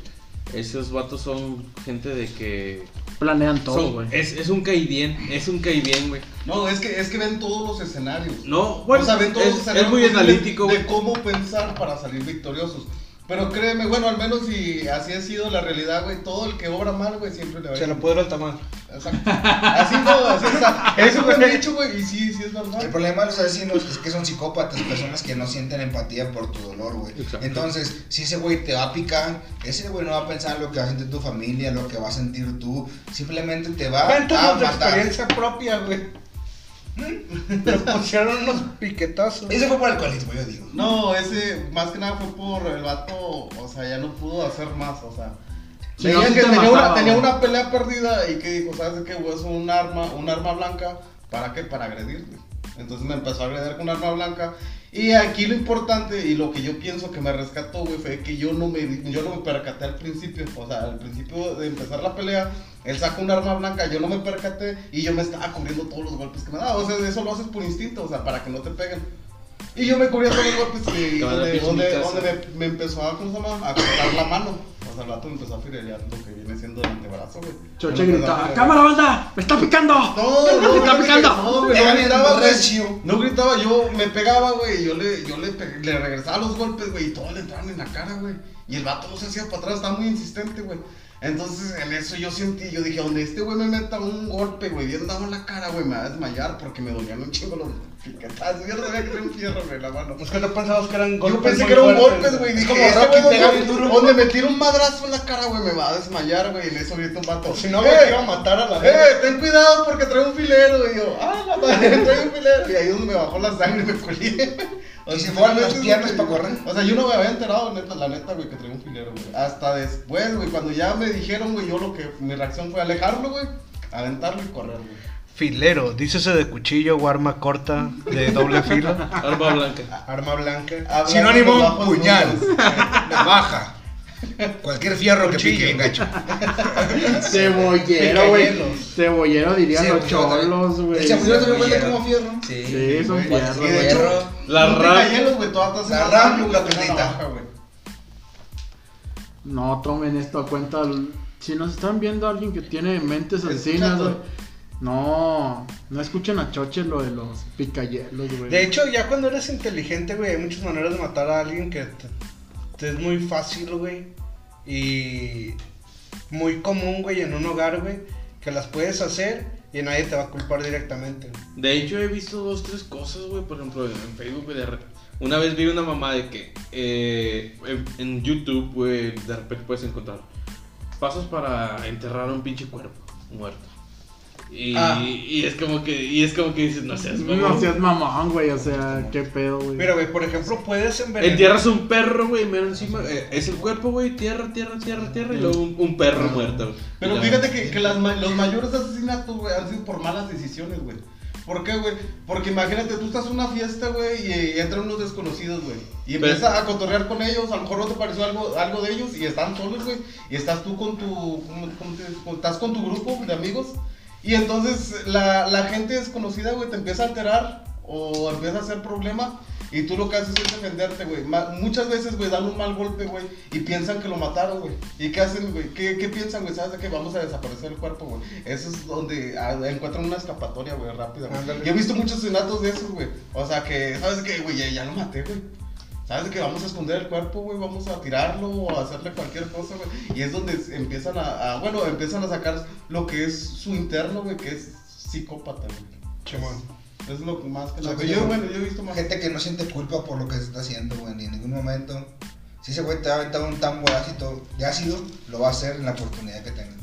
S6: Esos vatos son gente de que.
S2: Planean todo,
S6: Son,
S2: güey.
S6: es, es un caidien, es un caidien, güey.
S5: No, es que, es que ven todos los escenarios.
S6: No, bueno,
S5: o sea, ven todos los
S6: es,
S5: escenarios
S6: es muy
S5: posibles
S6: analítico,
S5: de
S6: güey.
S5: cómo pensar para salir victoriosos. Pero créeme, bueno, al menos si así ha sido la realidad, güey, todo el que obra mal, güey, siempre le va a
S3: Se
S5: ir
S3: lo pudieron al tamal.
S5: Exacto. Así no, así
S3: (laughs)
S5: está. Eso me han dicho, güey, y sí, sí es
S4: El
S5: normal.
S4: problema de los asesinos es que son psicópatas, personas que no sienten empatía por tu dolor, güey.
S6: Exacto.
S4: Entonces, si ese güey te va a picar, ese güey no va a pensar lo que va a sentir tu familia, lo que va a sentir tú. Simplemente te va a
S3: Cuéntanos tu
S4: Ah, matar.
S3: experiencia propia, güey. (laughs) Nos pusieron unos piquetazos.
S4: Ese fue por alcoholismo, yo digo.
S5: No, ese más que nada fue por el vato, o sea, ya no pudo hacer más, o sea.
S2: Si no,
S5: Veía
S2: sí
S5: que
S2: te
S5: tenía
S2: mataba,
S5: una, tenía
S2: güey.
S5: una pelea perdida y que dijo, ¿sabes qué? Voy a usar un arma, un arma blanca, ¿para qué? Para agredirme. Entonces me empezó a agredir con un arma blanca. Y aquí lo importante y lo que yo pienso que me rescató, güey, fue que yo no me, di- yo no me percaté al principio. O sea, al principio de empezar la pelea, él sacó un arma blanca, yo no me percaté y yo me estaba cubriendo todos los golpes que me daba. O sea, eso lo haces por instinto, o sea, para que no te peguen. Y yo me cubría todos los golpes y
S6: Te van a ¿eh?
S5: donde,
S6: pinche
S5: donde-
S6: mi casa.
S5: donde me, me empezó a, ¿cómo se llama? a cortar la mano. O sea, el vato me empezó a filerear lo que viene siendo el antebrazo, güey.
S2: Choche
S5: Me empezó a
S2: gritaba:
S5: filerear.
S2: ¡Cámara, banda! ¡Me está picando!
S5: No, no,
S2: ¡Me
S5: no,
S2: está
S5: no,
S2: picando!
S5: No, güey, no
S4: Era
S5: gritaba, güey.
S4: recio.
S5: No gritaba, yo me pegaba, güey. y Yo le, yo le, pe- le regresaba los golpes, güey. Y todos le entraban en la cara, güey. Y el vato no se hacía para atrás, estaba muy insistente, güey. Entonces, en eso yo sentí, yo dije, donde este güey me meta un golpe, güey, bien dado en la cara, güey, me va a desmayar porque me dolían un chingo los piquetazos. Yo no sabía que era un fierro, güey, la mano.
S3: Es que no pensabas que eran golpes.
S5: Yo pensé
S3: muy
S5: que eran
S3: fuertes,
S5: golpes, güey. Dije,
S4: Como
S5: este
S4: Rocky
S5: güey donde-
S4: pega bien duro.
S5: Donde me tira un madrazo en la cara, güey, me va a desmayar, güey. En eso grita un vato.
S3: Si no,
S5: "Eh,
S3: güey, te iba a matar a la verga.
S5: eh, ten cuidado porque trae un filero. Y yo, ah, la madre, (laughs) trae un filero. Y ahí es donde me bajó la sangre (laughs) y me colí.
S4: Y se
S5: sea,
S4: fueron las
S5: realmente es
S4: piernas
S5: un-
S4: para correr.
S5: O sea, yo no me había enterado, neta, la neta, güey, que traía un filero, güey. Hasta después, güey, cuando ya me dijeron, güey, yo lo que, mi reacción fue alejarlo, güey, aventarlo y correr, güey.
S3: Filero, dícese de cuchillo o arma corta de doble filo.
S6: Arma blanca.
S4: Arma blanca.
S5: Hablando de
S4: Sinónimo,
S5: bajos
S4: puñal.
S5: números.
S4: Navaja. Cualquier fierro que
S3: Cuchillo.
S4: pique bien gacho.
S2: Cebollero, güey. Cebollero dirían los
S4: Cebollero también.
S2: cholos,
S4: El
S2: güey.
S4: chapullero también cuenta
S1: Cebollero.
S4: como fierro.
S1: Sí,
S2: Sí, son
S1: güey.
S2: fierros,
S1: Y de
S2: güey.
S1: hecho,
S6: La
S5: No te
S6: rap.
S5: cayeras, güey, todas las-
S4: La rap,
S5: güey,
S4: la
S5: una
S4: perlita.
S5: navaja, güey.
S2: No tomen esto a cuenta. Si nos están viendo alguien que tiene mentes asesinas,
S5: Escucha,
S2: güey. No, no escuchen a Choche lo de los picayelos, güey.
S3: De hecho, ya cuando eres inteligente, güey, hay muchas maneras de matar a alguien que te, te es muy fácil, güey. Y muy común, güey, en un hogar, güey, que las puedes hacer y nadie te va a culpar directamente. güey.
S6: De hecho, he visto dos, tres cosas, güey. Por ejemplo, en Facebook, güey. de re- Una vez vi una mamá de que eh, en- en YouTube, güey, de repente puedes encontrar pasos para enterrar un pinche cuerpo muerto. Y,
S3: Ah.
S6: y es como que, y es como que dices, no seas mamón.
S2: No seas mamón, güey, o sea, qué pedo, güey.
S3: Mira, güey, por ejemplo, puedes envenenar.
S6: Entierras un perro, güey, mero encima. eh, es el cuerpo, güey, tierra, tierra, tierra, tierra. Y luego un, un perro muerto. güey.
S5: Pero
S6: Ya.
S5: fíjate que, que las ma- los mayores asesinatos, güey, han sido por malas decisiones, güey. ¿Por qué, güey? Porque imagínate, tú estás en una fiesta, güey, y, eh, entran unos desconocidos, güey. Y
S6: Pero-
S5: empiezas a cotorrear con ellos, a lo mejor no te pareció algo, algo de ellos, y están solos, güey. Y estás tú con tu, ¿cómo- cómo te- cómo- estás con tu grupo de amigos. Y entonces la, la gente desconocida, güey, te empieza a alterar o empieza a hacer problema. Y tú lo que haces es defenderte, güey. Ma- Muchas veces, güey, dan un mal golpe, güey. Y piensan que lo mataron, güey. ¿Y qué hacen, güey? ¿Qué, qué piensan, güey? ¿Sabes de que vamos a desaparecer el cuerpo, güey? Eso es donde ah, encuentran una escapatoria, güey, rápida. güey.
S3: Ándale.
S5: Yo he visto muchos asesinatos de esos, güey. O sea que, ¿sabes qué, güey? Ya, ya lo maté, güey. ¿Sabes de que vamos a esconder el cuerpo, güey? Vamos a tirarlo o a hacerle cualquier cosa, güey. Y es donde s- empiezan a, a- bueno, empiezan a sacar lo que es su interno, güey, que es psicópata, güey.
S3: Chimón.
S5: Es lo que más que
S4: O sea,
S5: la...
S4: que
S5: Yo,
S4: yo-
S5: bueno, yo he visto más...
S4: Gente que no siente culpa por lo que se está haciendo, güey, ni en ningún momento. Si ese güey te va a aventar un tamborazo y todo de ácido, lo va a hacer en la oportunidad que tenga.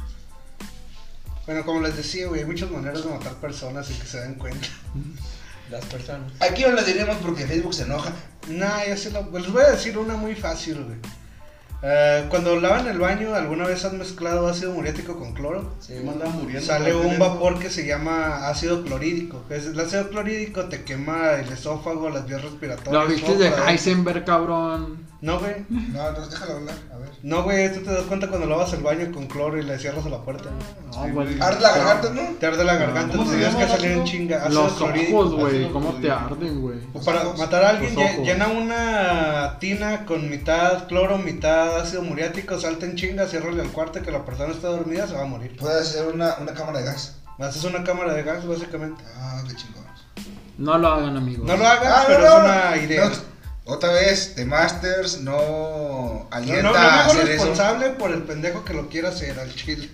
S3: Bueno, como les decía, güey, hay muchas maneras de matar personas y que se den cuenta.
S1: Las personas.
S4: Aquí no lo diremos porque Facebook se enoja.
S3: Nah, ya se la... pues, Les voy a decir una muy fácil, güey. Eh, cuando lavan el baño, ¿alguna vez han mezclado ácido muriático con cloro?
S5: Sí, me andaba muriendo.
S3: Sale
S5: güey,
S3: un
S5: tenés-
S3: vapor que se llama ácido clorhídrico. Es- El ácido clorhídrico te quema el esófago, las vías respiratorias.
S2: Lo viste de
S3: todo,
S2: Heisenberg, cabrón.
S3: No, güey.
S4: No, entonces déjalo hablar, a ver.
S3: No, güey, esto te das cuenta cuando lavas el baño con cloro y le cierras a la puerta.
S2: No, güey.
S4: Arde la garganta, ¿no?
S3: Te arde la garganta,
S5: Ah, ¿Cómo se
S3: tendrías
S5: llama
S3: que
S5: el
S3: salir en
S5: ácido?
S3: chinga. Ácido
S2: Los
S3: clorhídrico.
S2: ojos, güey,
S5: ácido
S2: cómo te
S5: clorhídrico.
S2: arden, güey.
S3: Pues Para
S4: Los
S3: matar a alguien,
S2: ojos.
S3: lle- llena una tina con mitad cloro, mitad ácido muriático, salta en chinga, ciérrale al cuarto que la persona está dormida, se va a morir.
S4: Puedes hacer una, una cámara de gas.
S3: Haces una cámara de gas, básicamente.
S4: Ah, qué chingón.
S2: No lo hagan, amigos.
S3: No lo hagas,
S4: Ah, no,
S3: pero
S4: no,
S3: es
S4: no.
S3: una idea.
S4: No, otra vez, The Masters no
S3: No,
S4: alienta
S3: no, no
S4: a
S3: me hago
S4: hacer eso.
S3: responsable por el pendejo que lo quiera hacer al chile.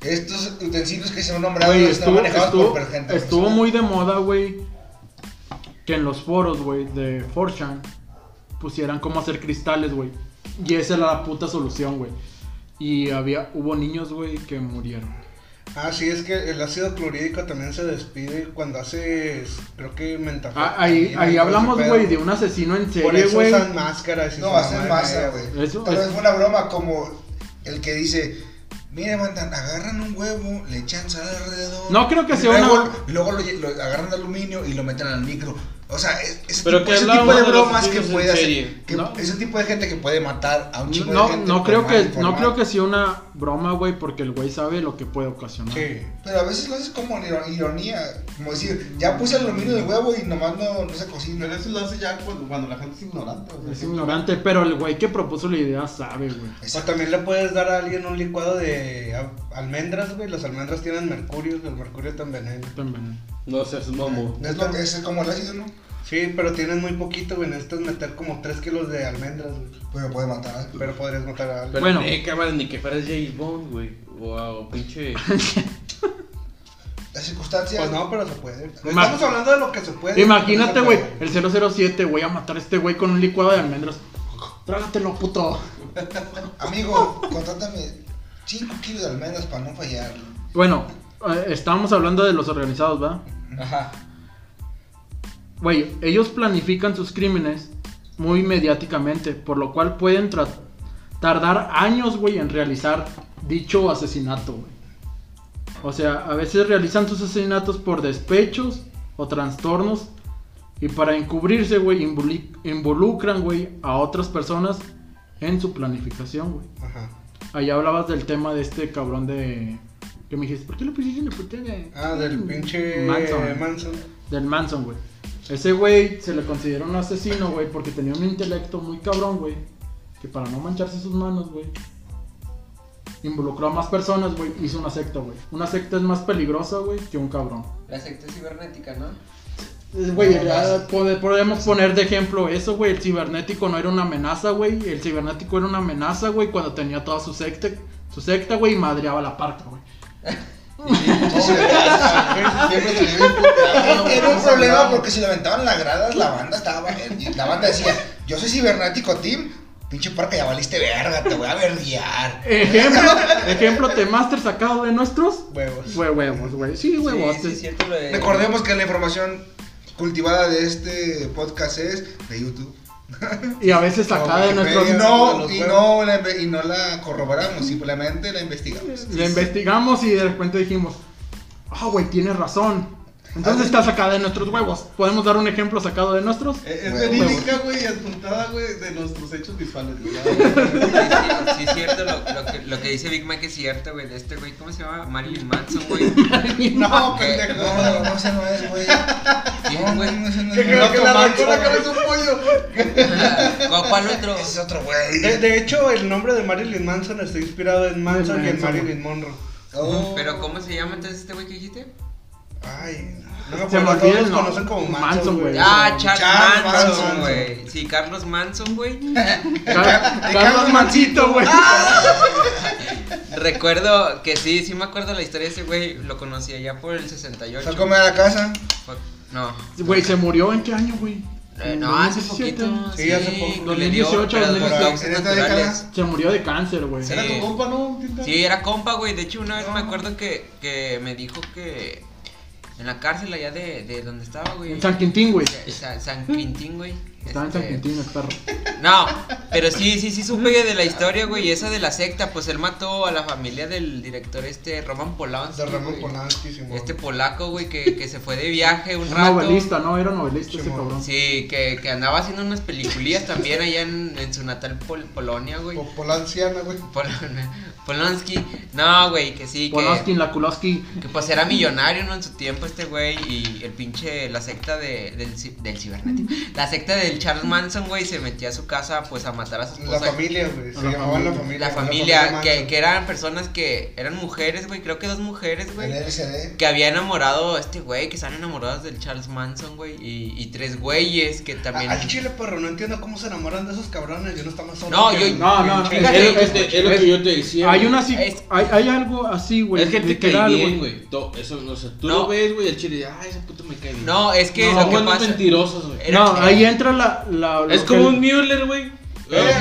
S4: Estos utensilios que se han nombrado
S2: Güey,
S4: están
S2: estuvo,
S4: manejados
S2: estuvo,
S4: por gente.
S2: estuvo muy de moda, güey, que en los foros, güey, de 4chan pusieran cómo hacer cristales, güey. Y esa era la puta solución, güey. Y había, hubo niños, güey, que murieron.
S3: Ah, sí, es que el ácido clorhídrico también se despide cuando haces, creo que
S2: Ah,
S3: mentafetamina.
S2: ahí, ahí
S3: todo
S2: hablamos,
S3: ese pedo.
S2: güey, de un asesino en
S3: Por
S2: serie,
S3: eso
S2: güey.
S3: usan máscaras. y
S4: No,
S3: su
S4: hacen
S3: mamá,
S4: masa, eh, güey.
S2: Eso
S4: Tal vez
S2: es-
S4: fue una broma como el que dice: Mira, mandan, agarran un huevo, le echan sal alrededor.
S2: No creo que
S4: y
S2: sea
S4: luego,
S2: una-
S4: Y luego lo, lle- lo agarran de aluminio y lo meten al micro. O sea, es- ese,
S6: Pero
S4: tipo,
S6: que
S4: ese
S6: hablamos
S4: tipo de
S6: de los
S4: bromas que
S6: asesinos en
S4: puede
S6: serie.
S4: hacer. que-
S2: No.
S4: Ese tipo de gente que puede matar a un chico de
S2: No,
S4: gente.
S2: no
S4: por
S2: creo
S4: mal
S2: que, no
S4: informado.
S2: creo que sea una broma, güey, porque el güey sabe lo que puede ocasionar.
S3: Sí.
S4: Pero a veces lo haces como en iro- ironía. Como decir, ya puse el aluminio del huevo y nomás no, no se cocina.
S5: Pero eso lo hace ya cuando, cuando la gente es ignorante. o sea,
S2: Es
S5: que-
S2: ignorante, pero el güey que propuso la idea sabe, güey.
S4: Exacto.
S3: O también le puedes dar a alguien un licuado de a- almendras, güey. Las almendras tienen mercurio, el mercurio tan veneno.
S2: También.
S6: No seas mamón.
S4: Es, lo que, es como el ácido, ¿no?
S3: Sí, pero tienen muy poquito, güey. Necesitas meter como 3 kilos de almendras, güey.
S4: Pero puede matar a alguien.
S3: Pero podrías matar a alguien.
S6: Pero
S2: Bueno.
S6: bueno. cámara, ni que fueras James Bond, güey. Wow, (laughs) pinche.
S4: Las circunstancias.
S3: Pues no, pero se puede.
S2: Ma-
S3: Estamos hablando de lo que se puede.
S2: Imagínate,
S3: No se
S2: güey,
S3: puede.
S2: el 007, güey, a matar a este güey con un licuado de almendras. Trágatelo, puto.
S4: Amigo, contrátame 5 kilos de almendras para no fallar.
S2: Bueno, eh, estábamos hablando de los organizados, ¿verdad?
S4: Ajá.
S2: Güey, ellos planifican sus crímenes muy mediáticamente, por lo cual pueden tra- tardar años, güey, en realizar dicho asesinato, güey. O sea, a veces realizan sus asesinatos por despechos o trastornos y para encubrirse, güey, involu- involucran, güey, a otras personas en su planificación, güey.
S3: Ajá.
S2: Allá hablabas del tema de este cabrón de... Que me dijiste, ¿por qué lo pusiste en la portada?
S3: Ah,
S2: Mm.
S3: del pinche
S2: Manson.
S3: Manson. Manson.
S2: Del Manson, güey. Ese güey se le considera un asesino, güey, porque tenía un intelecto muy cabrón, güey. Que para no mancharse sus manos, güey. Involucró a más personas, güey. Hizo una secta, güey. Una secta es más peligrosa, güey, que un cabrón.
S1: La secta cibernética, ¿no?
S2: Eh, Güey,
S4: No,
S2: ya
S4: no.
S2: pode- podemos poner de ejemplo eso, güey. El cibernético no era una amenaza, güey. El cibernético era una amenaza, güey, cuando tenía toda su secta, su secta, güey, y madreaba la parca, güey.
S5: Siempre tenía un puteado,
S4: Era un
S5: güey,
S4: problema
S5: sangrado.
S4: porque si lo aventaban en las gradas, la banda estaba. La banda decía: Yo soy cibernético, Tim. Pinche parque, ya valiste verga, te voy a verdear.
S2: Ejemplo, ejemplo Temaster sacado de nuestros
S4: Huevos.
S2: hue- huevos, güey. Sí,
S1: Sí,
S2: huevotes.
S1: sí, es cierto lo de-
S4: Recordemos que la información cultivada de este podcast es de YouTube.
S2: Y a veces sacada de
S4: No,
S2: nuestros.
S4: y
S3: de
S4: no,
S3: los
S4: y no, la, inve- y no la corroboramos, simplemente la investigamos.
S2: La investigamos y de repente dijimos, ah, güey, tienes razón. Entonces está sacada de nuestros huevos. ¿Podemos dar un ejemplo sacado de nuestros?
S5: E, Es es
S4: Huevos.
S5: verídica, güey, y apuntada, güey, de nuestros hechos visuales, güey. Ya,
S1: Sí,
S5: güey.
S1: sí, sí es cierto lo, lo que, lo que dice Big Mac es cierto, güey. De este güey, ¿cómo se llama? Marilyn Manson, güey.
S3: (laughs)
S4: No, pendejo. No, no, ese no es, güey. No,
S1: ¿Quién,
S4: güey,
S1: güey?
S4: no, ese no
S5: Que
S4: es.
S5: creo que le arrancó la
S4: Manson,
S5: cabeza un pollo.
S1: ¿Cuál cuál otro?
S4: Ese es otro, güey.
S3: De, de hecho, el nombre de Marilyn Manson está inspirado en Manson y en
S2: Manson.
S3: Marilyn Monroe.
S4: Oh.
S1: Pero ¿cómo se llama entonces este güey que dijiste?
S3: Ay, no me
S2: Se
S3: acuerdo,
S2: me olvida
S3: todos
S2: el nombre.
S3: conocen como
S2: Manson,
S3: Manson,
S2: güey.
S3: güey.
S1: Ah, Charles,
S4: Charles Manson.
S1: Manson, güey. Sí, Carlos Manson,
S4: (laughs)
S1: güey.
S2: Car- Carlos
S4: Carlos
S2: Mancito, güey.
S1: Ah. Recuerdo que sí, sí me acuerdo la historia de ese güey. Lo conocí allá por el 68.
S4: Fue a comer a la casa.
S1: Fuck, No.
S2: Güey, ¿se murió en qué año, güey?
S1: Eh,
S2: En
S1: no, hace
S2: 2017.
S1: poquito.
S3: Sí, hace poco.
S1: que le dio
S2: 2018,
S1: pero
S4: por
S1: por
S4: ahí.
S1: causas
S4: En esta
S1: naturales.
S4: década.
S2: Se murió de cáncer, güey.
S1: Sí.
S5: Era tu compa, ¿no? Tinta?
S1: Sí, era compa, güey. De hecho, una vez me acuerdo que, que me dijo que en la cárcel allá de, de donde estaba, güey.
S2: En San Quintín, güey.
S1: Sa- San Quintín, güey.
S2: Estaba en San
S1: Este,
S2: Quintín el perro.
S1: No, pero sí, sí, sí supe de la historia, güey. Esa de la secta, pues él mató a la familia del director este, Roman Polanski.
S3: De Ramón
S1: güey.
S3: Polanski, Simón.
S1: Este polaco, güey, que, que se fue de viaje un
S2: Un
S1: rato.
S2: novelista, ¿no? Era novelista ese
S3: Simón.
S2: cabrón.
S1: Sí, que, que andaba haciendo unas peliculillas también allá en, en su natal Pol- Polonia, güey.
S3: Po- Polanciana, güey.
S1: Pol- (laughs) Polanski. No, güey, que sí, que...
S2: Polaski, Lakulowski.
S1: Que pues era millonario, ¿no? En su tiempo este güey y el pinche, la secta de, del, ci- del cibernético. La secta del Charles Manson, güey, se metía a su casa pues a matar a su esposa.
S3: La familia, güey. Se
S2: La
S3: llamaban la familia.
S2: familia.
S1: La familia, que,
S3: Manson.
S1: que eran personas que eran mujeres, güey, creo que dos mujeres,
S4: El
S1: güey.
S4: LCD.
S1: Que había enamorado a este güey, que están enamoradas del Charles Manson, güey. Y, y tres güeyes que también...
S4: Ah,
S3: A- Al chile, perro, no entiendo cómo se enamoran de esos cabrones. Yo no está más solo.
S1: No,
S3: que
S1: yo-
S3: el
S2: No, no,
S3: pinche-
S6: Es, lo que te- es lo que yo te decía.
S2: Hay
S6: güey.
S2: una así,
S1: Es-
S2: hay, hay algo así, güey.
S6: es gente que cae
S2: Pues, literal,
S6: bien, güey. To- Eso, no sé, tú
S1: No.
S6: lo ves, güey, el chile, ay, ese puto me cae bien.
S1: No, es que
S6: Son
S1: lo que
S6: buenos
S1: pasa...
S6: mentirosos, güey.
S1: Era-
S2: No,
S1: era-
S2: ahí entra la. la lo
S6: Es
S2: que-
S6: como un Müller, güey.
S5: eh,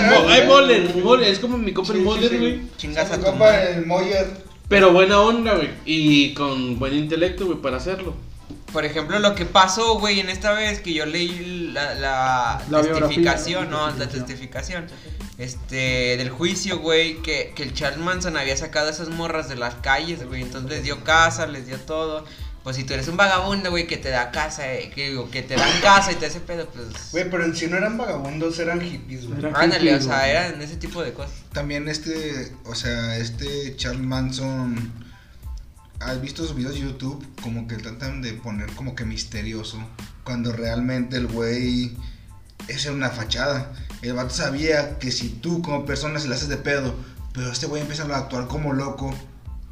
S6: Mo- Ay,
S5: eh.
S6: Moller, Moller, es como mi compa el
S3: Sí, sí,
S6: Moller,
S3: sí.
S6: güey.
S1: Chingas a
S4: Mi
S1: tu
S4: compa,
S1: madre.
S4: el Moyer.
S6: Pero buena onda, güey. Y con buen intelecto, güey, para hacerlo.
S1: Por ejemplo, lo que pasó, güey, en esta vez que yo leí la, la,
S2: La biografía.
S1: testificación, no,
S2: La
S1: la testificación, este, del juicio, güey, que, que el Charles Manson había sacado a esas morras de las calles, güey, entonces les dio casa, les dio todo. Pues si tú eres un vagabundo, güey, que te da casa, eh, que, digo, que te dan casa y te hace pedo, pues...
S3: Güey, pero en sí no eran vagabundos, eran hippies, güey.
S2: Era-
S1: Ándale, o sea,
S2: güey.
S1: eran ese tipo de cosas.
S4: También este, o sea, este Charles Manson, ¿has visto sus videos de YouTube? Como que tratan de poner como que misterioso, cuando realmente el güey es una fachada. El vato sabía que si tú como persona se le haces de pedo, pero este güey empieza a actuar como loco,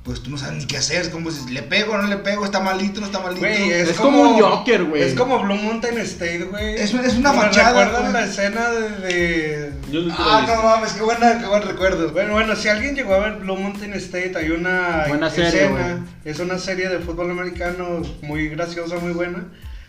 S4: pues tú no sabes ni qué hacer, es como si le pego o no le pego, está malito, no está malito.
S3: Güey, es,
S2: Es como un Joker, güey.
S3: Es como Blue Mountain State, güey.
S4: Es un- es una
S3: Me
S4: fachada,
S3: recuerdan
S4: güey.
S3: la escena de. de-
S6: Yo nunca
S4: Ah,
S6: lo he
S4: no
S6: visto.
S4: mames, qué, buena, qué buen recuerdo.
S3: Bueno, bueno, si alguien llegó a ver Blue Mountain State, hay una
S2: Buena serie, güey.
S3: escena. Es una serie de fútbol americano muy graciosa, muy buena.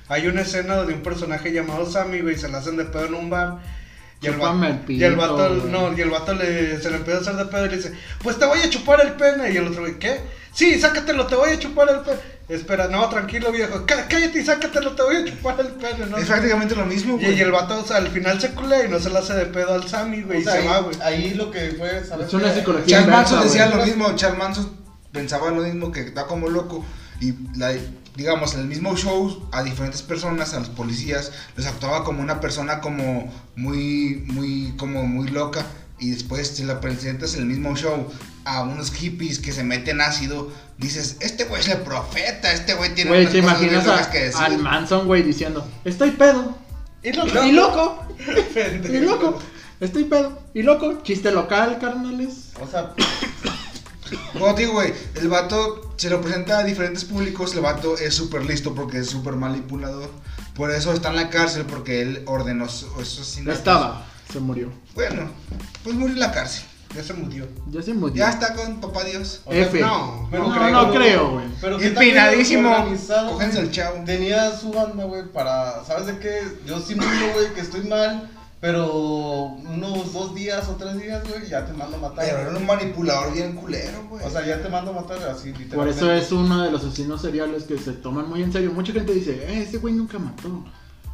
S3: Hay una escena donde un personaje llamado Sammy, güey, se la hacen de pedo en un bar. Y el, vato,
S2: Chúpame el pito,
S3: y el vato,
S2: güey.
S3: no, y el vato le, se le empieza a hacer de pedo y le dice, pues te voy a chupar el pene. Y el otro, güey, ¿qué? Sí, sácatelo, te voy a chupar el pene. Espera, no, tranquilo, viejo, cá- cállate y sácatelo, te voy a chupar el pene, ¿no?
S4: Es prácticamente lo mismo,
S3: Y,
S4: güey.
S3: y el vato, o sea, al final se culea y no se la hace de pedo al Sammy, güey,
S5: O sea,
S3: y se va,
S5: ahí,
S3: güey.
S5: ahí lo que fue, ¿sabes?
S2: Es una
S5: qué?
S2: psicología.
S4: Charles Manson
S2: Inversa,
S4: decía
S2: güey.
S4: lo mismo, Charles Manson pensaba lo mismo, que está como loco. Y, la- digamos, en el mismo show, a diferentes personas, a los policías, los actuaba como una persona como muy, muy, como muy loca. Y después, si la presentas en el mismo show a unos hippies que se meten ácido, dices, este güey es el profeta, este güey tiene
S2: Güey,
S4: unas
S2: te
S4: cosas bien
S2: imaginas
S4: locas
S2: a,
S4: que decir.
S2: al Manson, güey, diciendo: Estoy pedo.
S3: Y loco.
S2: Y loco.
S3: Pendejo.
S2: Y loco. Estoy pedo. Y loco. Chiste local, carnales.
S5: O sea,
S4: No, digo, güey, el vato se lo presenta a diferentes públicos, el vato es súper listo porque es súper manipulador. Por eso está en la cárcel, porque él ordenó su- esos
S2: No
S4: asesinatos.
S2: estaba. Se murió.
S4: Bueno, pues murió en la cárcel.
S3: Ya se murió.
S2: Ya se murió.
S4: Ya está con papá Dios.
S5: o sea,
S2: F.
S3: no,
S5: pero
S2: No, no creo, güey.
S5: Pero
S4: Y
S5: que también
S4: empinadísimo.
S5: organizado,
S4: Cógense
S5: güey.
S4: al chavo.
S5: Tenía su banda, güey, para. ¿Sabes de qué? Yo simulo, güey, que estoy mal. Pero unos dos días o tres días, güey, ya te mando a matar.
S4: Pero era
S5: güey.
S4: un manipulador bien culero, güey.
S5: O sea, ya te mando a matar así, literalmente.
S2: Por eso es uno de los asesinos seriales que se toman muy en serio. Mucha gente dice, eh, ese güey nunca mató.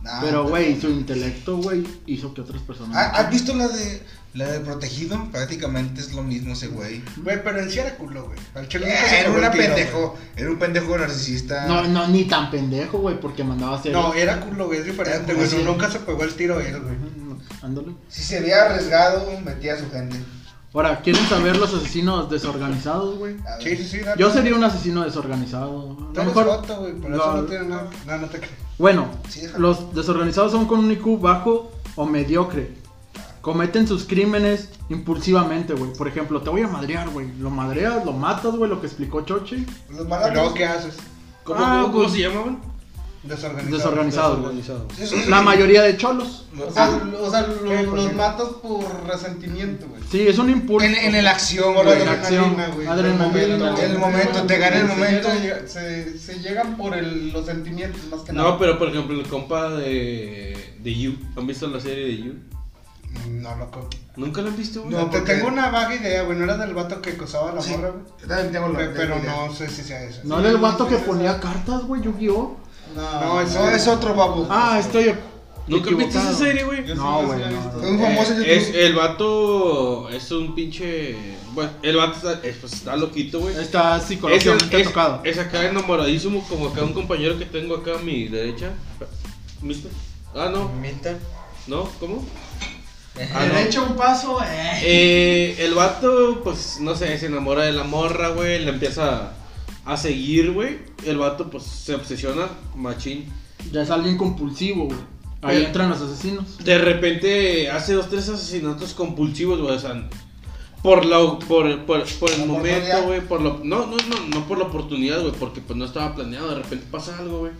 S4: Nah,
S2: Pero, güey, su intelecto, güey, hizo que otras personas.
S4: pues, ¿Ha- ¿Has visto la de la del protegido? Prácticamente es lo mismo ese güey. Eh,
S3: Güey, pero en sí era culo, güey. Al chile nunca se
S4: Era
S3: pegó el
S4: un
S3: tiro,
S4: pendejo, era un pendejo narcisista.
S2: No, no, ni tan pendejo, güey, porque mandaba a hacer.
S3: güey. No, era culo, güey. Es diferente,
S4: Era
S3: güey.
S4: culo, sí.
S3: Nunca se pegó el tiro él, güey.
S2: Ándale.
S4: Si se veía arriesgado, metía a su gente.
S2: Ahora, ¿quieren saber los asesinos desorganizados, güey?
S4: A
S3: Sí,
S4: ver.
S3: sí, sí. dale.
S2: Yo sería un asesino desorganizado. A
S3: Tú
S2: lo
S3: eres
S2: mejor.
S3: joto, güey, pero eso no
S2: No.
S3: tiene nada. No, no te crees.
S2: Bueno,
S4: Sí, déjalo.
S2: los desorganizados son con un IQ bajo o mediocre. Cometen sus crímenes impulsivamente, güey. Por ejemplo, te voy a madrear, güey. Lo madreas, lo matas, güey, lo que explicó Chochi.
S4: Los
S3: ¿Y luego
S4: malandros.
S3: qué haces?
S6: ¿Cómo,
S2: Ah,
S6: cómo- cómo
S2: pues-
S6: se llamaban?
S3: Desorganizado.
S2: Desorganizados, güey.
S7: Organizado.
S4: Sí, sí, sí.
S2: La mayoría de cholos.
S5: O sea,
S4: Ah,
S5: o sea, lo-
S3: ¿Qué, por
S5: los
S3: qué?
S5: matas por resentimiento, güey.
S2: Sí, es un impulso.
S4: en, en el acción,
S3: Por
S4: güey.
S2: la
S3: adrenalina,
S2: acción,
S3: güey.
S2: adrenalina.
S4: En el momento, te gana el
S5: Se
S4: momento.
S5: llega- Se, se llegan por el- los sentimientos más que nada.
S6: No, pero por ejemplo, el compa de, de You. ¿Han visto la serie de You?
S3: No, loco.
S6: ¿Nunca la han visto, güey?
S4: No,
S3: No, te
S4: porque-
S3: tengo una vaga idea, güey. No era del vato que acosaba a la
S4: Sí.
S3: morra, güey.
S4: Yo también tengo la
S3: Pe- Pero
S4: idea.
S3: no sé si sea eso.
S2: No era el vato que ponía cartas, güey, Yu-Gi-Oh.
S5: No,
S3: No, eso
S4: No, es
S3: es
S4: otro babo.
S2: Ah, estoy.
S6: ¿Nunca han visto esa
S2: equivocado.
S6: serie, güey?
S5: Yo sí
S2: No,
S5: las
S2: güey,
S5: había
S2: no,
S5: visto.
S4: Fue un famoso
S6: Eh,
S4: YouTube.
S6: es, el vato es un pinche. Bueno, el vato está, es- pues, está loquito, güey.
S2: Está psicológicamente
S6: es,
S2: tocado.
S6: es acá enamoradísimo, como acá un compañero que tengo acá a mi derecha. ¿Viste? Ah, no,
S1: Mita.
S6: no, ¿cómo? Ah, no.
S7: Derecha un paso, eh.
S6: Eh, el vato, pues, no sé, se enamora de la morra, güey, le empieza a, a seguir, güey. El vato, pues, se obsesiona, machín.
S2: Ya es alguien compulsivo, güey. Ahí
S6: Pero-
S2: entran los asesinos.
S6: De repente hace dos, tres asesinatos compulsivos, güey, o sea, por, la, por, por, por el
S4: La
S6: momento,
S4: oportunidad.
S6: güey, por lo, no, no, no, no por la oportunidad, güey, porque pues no estaba planeado, de repente pasa algo, güey.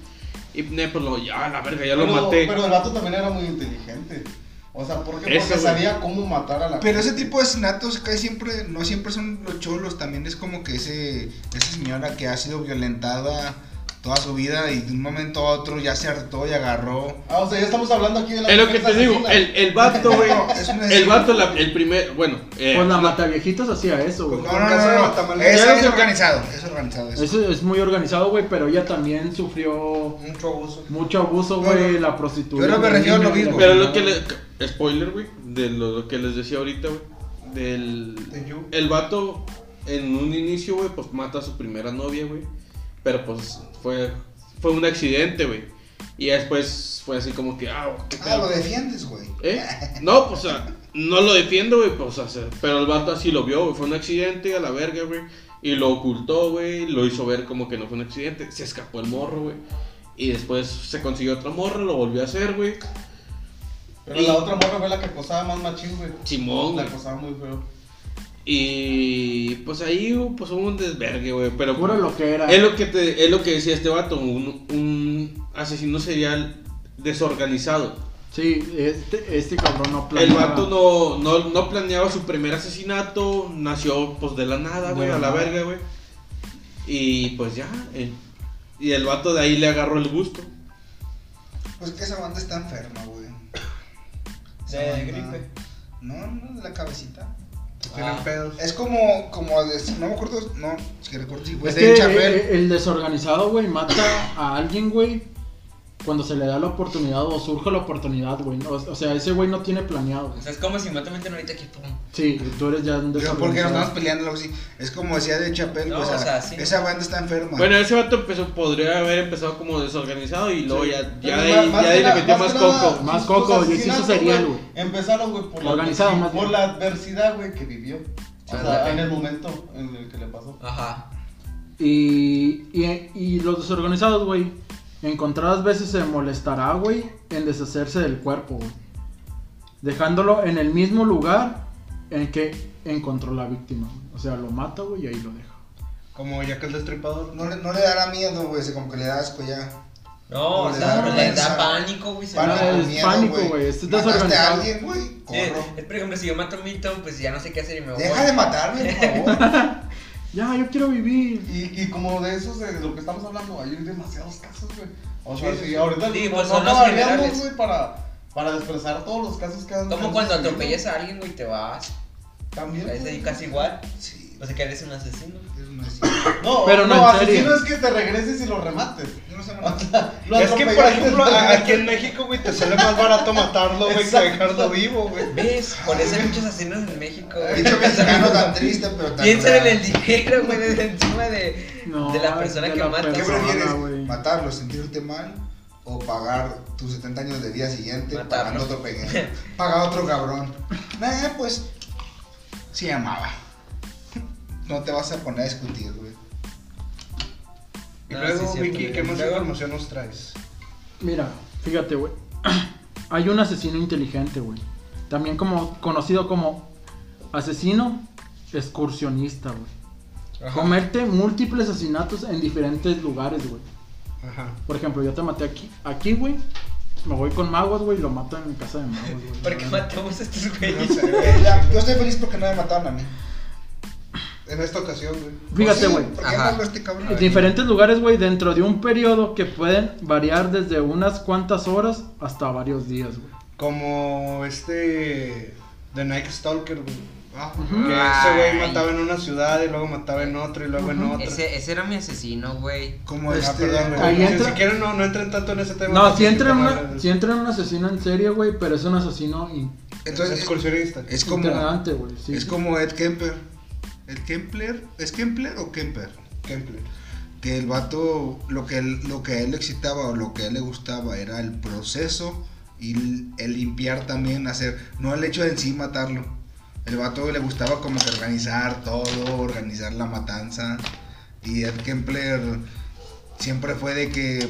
S6: Y ne, pues lo, ya, la verga, ya lo
S5: Pero-
S6: maté.
S5: Pero el vato también era muy inteligente. O sea, ¿por qué?
S6: Ese,
S5: Porque
S6: güey.
S5: sabía cómo matar a la
S4: Pero ese
S5: gente.
S4: tipo de asesinatos casi siempre, no siempre son los cholos, también es como que ese, esa señora que ha sido violentada toda su vida y de un momento a otro ya se hartó y agarró.
S5: Ah, o sea, ya estamos hablando aquí de la
S6: es lo que
S5: defensa
S6: te digo,
S5: asesina.
S6: el, el vato, güey,
S4: No, (laughs) es un
S6: el vato, la- el primer, bueno, eh,
S2: Pues la mataviejitas hacía eso, güey.
S4: (laughs) No,
S3: Como
S4: no,
S3: el
S4: no,
S3: caso de
S4: no,
S3: Guatemala.
S4: Es,
S2: Ya
S4: es
S2: lo-
S4: organizado, es organizado. eso.
S2: Eso es muy organizado, güey, pero ella también sufrió
S4: Mucho abuso.
S2: mucho abuso, güey,
S4: Bueno,
S2: la prostitución.
S4: pero me refiero a lo mismo.
S6: Pero lo que le. Spoiler, güey. De lo, lo que les decía ahorita, güey. Del.
S3: De you.
S6: El vato, en un inicio, güey, pues mata a su primera novia, güey. Pero pues fue. Fue un accidente, güey. Y ya después fue así como que. Ah, qué
S4: Ah, lo
S6: pedo.
S4: defiendes, güey.
S6: ¿Eh? No, pues, o sea, no lo defiendo, güey. Pues, o sea, pero el vato así lo vio, güey. Fue un accidente a la verga, güey. Y lo ocultó, güey. Lo hizo ver como que no fue un accidente. Se escapó el morro, güey. Y después se consiguió otra morra, lo volvió a hacer, güey.
S5: Pero la otra morra fue la que acosaba más machín, güey.
S6: Simón,
S5: La
S6: güey.
S5: acosaba muy feo.
S6: Y pues ahí güey, pues hubo un desvergue, güey. Pero
S2: Puro lo que era.
S6: es lo que te, es lo que decía este vato, un, un asesino serial desorganizado.
S2: Sí, este, este cabrón no
S6: El
S2: planeaba.
S6: vato no, no, no planeaba su primer asesinato, nació pues de la nada,
S2: De
S6: güey,
S2: la
S6: a la
S2: nada.
S6: verga, güey. Y pues ya, eh, y el vato de ahí le agarró el gusto.
S4: Pues que esa banda está enferma, güey. Esa
S7: De
S4: banda-
S7: gripe.
S4: No, no, de la cabecita.
S3: Que Tienen
S7: Ah.
S3: pedos.
S4: Es como, como, de- no me acuerdo, no, es que recuerdo si fue
S2: Es
S4: Pues de
S2: que eh,
S4: Chapel.
S2: el, el desorganizado, güey, mata a alguien, güey, cuando se le da la oportunidad o surge la oportunidad, güey. O, o sea, ese güey no tiene planeado.
S7: O sea, es como si me meten ahorita aquí, pum.
S2: Sí, tú eres ya un
S4: Pero
S2: desorganizado.
S4: porque nos estamos peleando, algo así. Es como decía de Chapel,
S7: No,
S4: pues,
S7: o
S4: a-
S7: sea, sí.
S4: esa banda está enferma.
S6: Bueno, ese vato empezó, podría haber empezado como desorganizado y luego ya, ya,
S5: Pero
S6: de
S5: ma-
S6: ahí- ya
S5: más que
S6: de ahí le
S5: nada-
S6: metió
S5: más
S6: más
S5: que nada,
S6: coco.
S5: sus
S2: Más coco, y eso
S5: asesinatos,
S2: serial,
S5: güey, Empezaron, güey, por, la
S2: Organizado,
S5: adversi-
S2: más bien.
S5: por la adversidad, güey, que vivió. O
S7: Ah,
S5: sea,
S7: ok.
S5: en el momento en el que le pasó.
S7: Ajá.
S2: Y, y, y los desorganizados, güey, encontradas veces se molestará, güey, en deshacerse del cuerpo, güey. Dejándolo en el mismo lugar en que encontró la víctima. güey. O sea, lo mata, güey, y ahí lo deja.
S3: Como ya que el destripador.
S4: No le, no le dará miedo, güey, se- como que le da asco ya.
S7: No,
S4: Como
S7: o
S4: le
S7: sea,
S4: da
S7: pero le
S4: vergüenza.
S7: da pánico, güey. se
S2: Pánico,
S7: va.
S2: es pánico, güey, este es
S4: Mataste
S2: desorganizado.
S4: a alguien, güey,
S7: Sí,
S4: corro.
S7: es, por ejemplo, si yo mato a Milton, pues ya no sé qué hacer y me voy.
S4: Deja de matarme, por favor.
S2: Ya, yo quiero vivir.
S5: Y, y como de esos, de lo que estamos hablando, hay demasiados casos, güey. O sea,
S3: Sí, sí,
S5: si
S3: sí.
S5: ahorita
S7: Sí,
S5: no-
S7: pues
S5: no
S7: son los
S5: acabaríamos,
S7: generales.
S5: güey, para, Para desprezar todos los casos que han
S7: Como
S5: han
S7: cuando
S5: sucedido.
S7: atropellas a alguien, güey, te vas.
S5: También.
S7: Es ahí
S5: güey.
S7: casi igual.
S4: Sí,
S7: O sea que eres un asesino.
S4: es una-
S5: No,
S2: Pero
S5: pero
S2: no,
S5: no,
S2: en serio.
S5: asesino es que te regreses y lo remates. (laughs)
S4: Yo no sé,
S7: (laughs)
S5: O
S4: hermano.
S5: sea, lo
S3: Es que, por
S5: atropellaste. (laughs)
S3: ejemplo, a- aquí en México, güey, te sale más barato matarlo, güey, que
S5: Exacto.
S3: dejarlo vivo,
S4: Pues,
S3: güey.
S4: (laughs)
S7: ¿Ves? Por eso hay muchos asesinos en México. güey.
S4: Pinche mexicano tan triste, pero
S7: (laughs)
S4: tan.
S7: Piensa en
S4: real.
S7: el dinero, güey, desde encima de,
S2: No,
S7: de la persona
S2: de
S7: que
S2: la
S7: mata.
S4: ¿Qué
S2: persona.
S4: prefieres?
S2: güey.
S4: ¿Matarlo, sentirte mal o pagar tus 70 años de día siguiente
S7: Matarlo.
S4: pagando otro pequeño? Paga otro cabrón. Eh, pues. Sí, amaba. No te vas a poner a discutir, güey.
S3: Y
S7: Ah,
S3: luego,
S7: sí,
S3: Vicky,
S7: cierto,
S3: ¿qué
S7: güey.
S3: más
S7: Luego-
S3: información nos traes?
S2: Mira, fíjate, güey. (clears throat) Hay un asesino inteligente, güey. También como conocido como asesino excursionista, güey. Comerte múltiples asesinatos en diferentes lugares, güey.
S3: Ajá.
S2: Por ejemplo, yo te maté aquí, aquí, güey. Me voy con magos, güey, y lo mato en mi casa de magos,
S4: (laughs)
S2: güey.
S7: ¿Por qué matamos a estos
S4: No
S7: güeyes?
S4: sé, güey, ya, yo estoy feliz porque no me mataron a mí.
S3: En esta ocasión, güey.
S2: Fíjate,
S4: Pues sí,
S2: güey.
S4: ¿Por qué
S1: Ajá.
S4: no este cabrón?
S2: En diferentes lugares, güey, dentro de un periodo que pueden variar desde unas cuantas horas hasta varios días, güey.
S3: Como este. The Night Stalker, güey.
S5: Ah,
S2: Ujú.
S3: Que ese güey
S1: Ay.
S3: mataba en una ciudad y luego mataba en otra y luego en
S2: Ujú.
S3: otra.
S1: Ese, ese era mi asesino, güey.
S4: Como
S3: Ah,
S4: este.
S3: perdón, güey.
S2: ahí
S3: Si-
S2: entra-
S3: Si quieren, no, no entren tanto en ese tema.
S2: No,
S3: porque
S2: si entra, en
S3: van
S2: una-
S3: a-
S2: sí entra en un asesino en serie, güey, pero es un asesino in-
S4: Entonces, eh, es,
S3: excursionista.
S4: es como.
S2: interesante, güey. sí.
S4: Es como Ed Kemper. ¿Ed Kempler? ¿Es Kempler o Kemper?
S3: Kempler.
S4: que el vato lo que, él- lo que a él le excitaba o lo que a él le gustaba era el proceso y el, el limpiar también, hacer, no el hecho de en sí matarlo. El vato le gustaba como que organizar todo, organizar la matanza. Y Ed Kempler siempre fue de que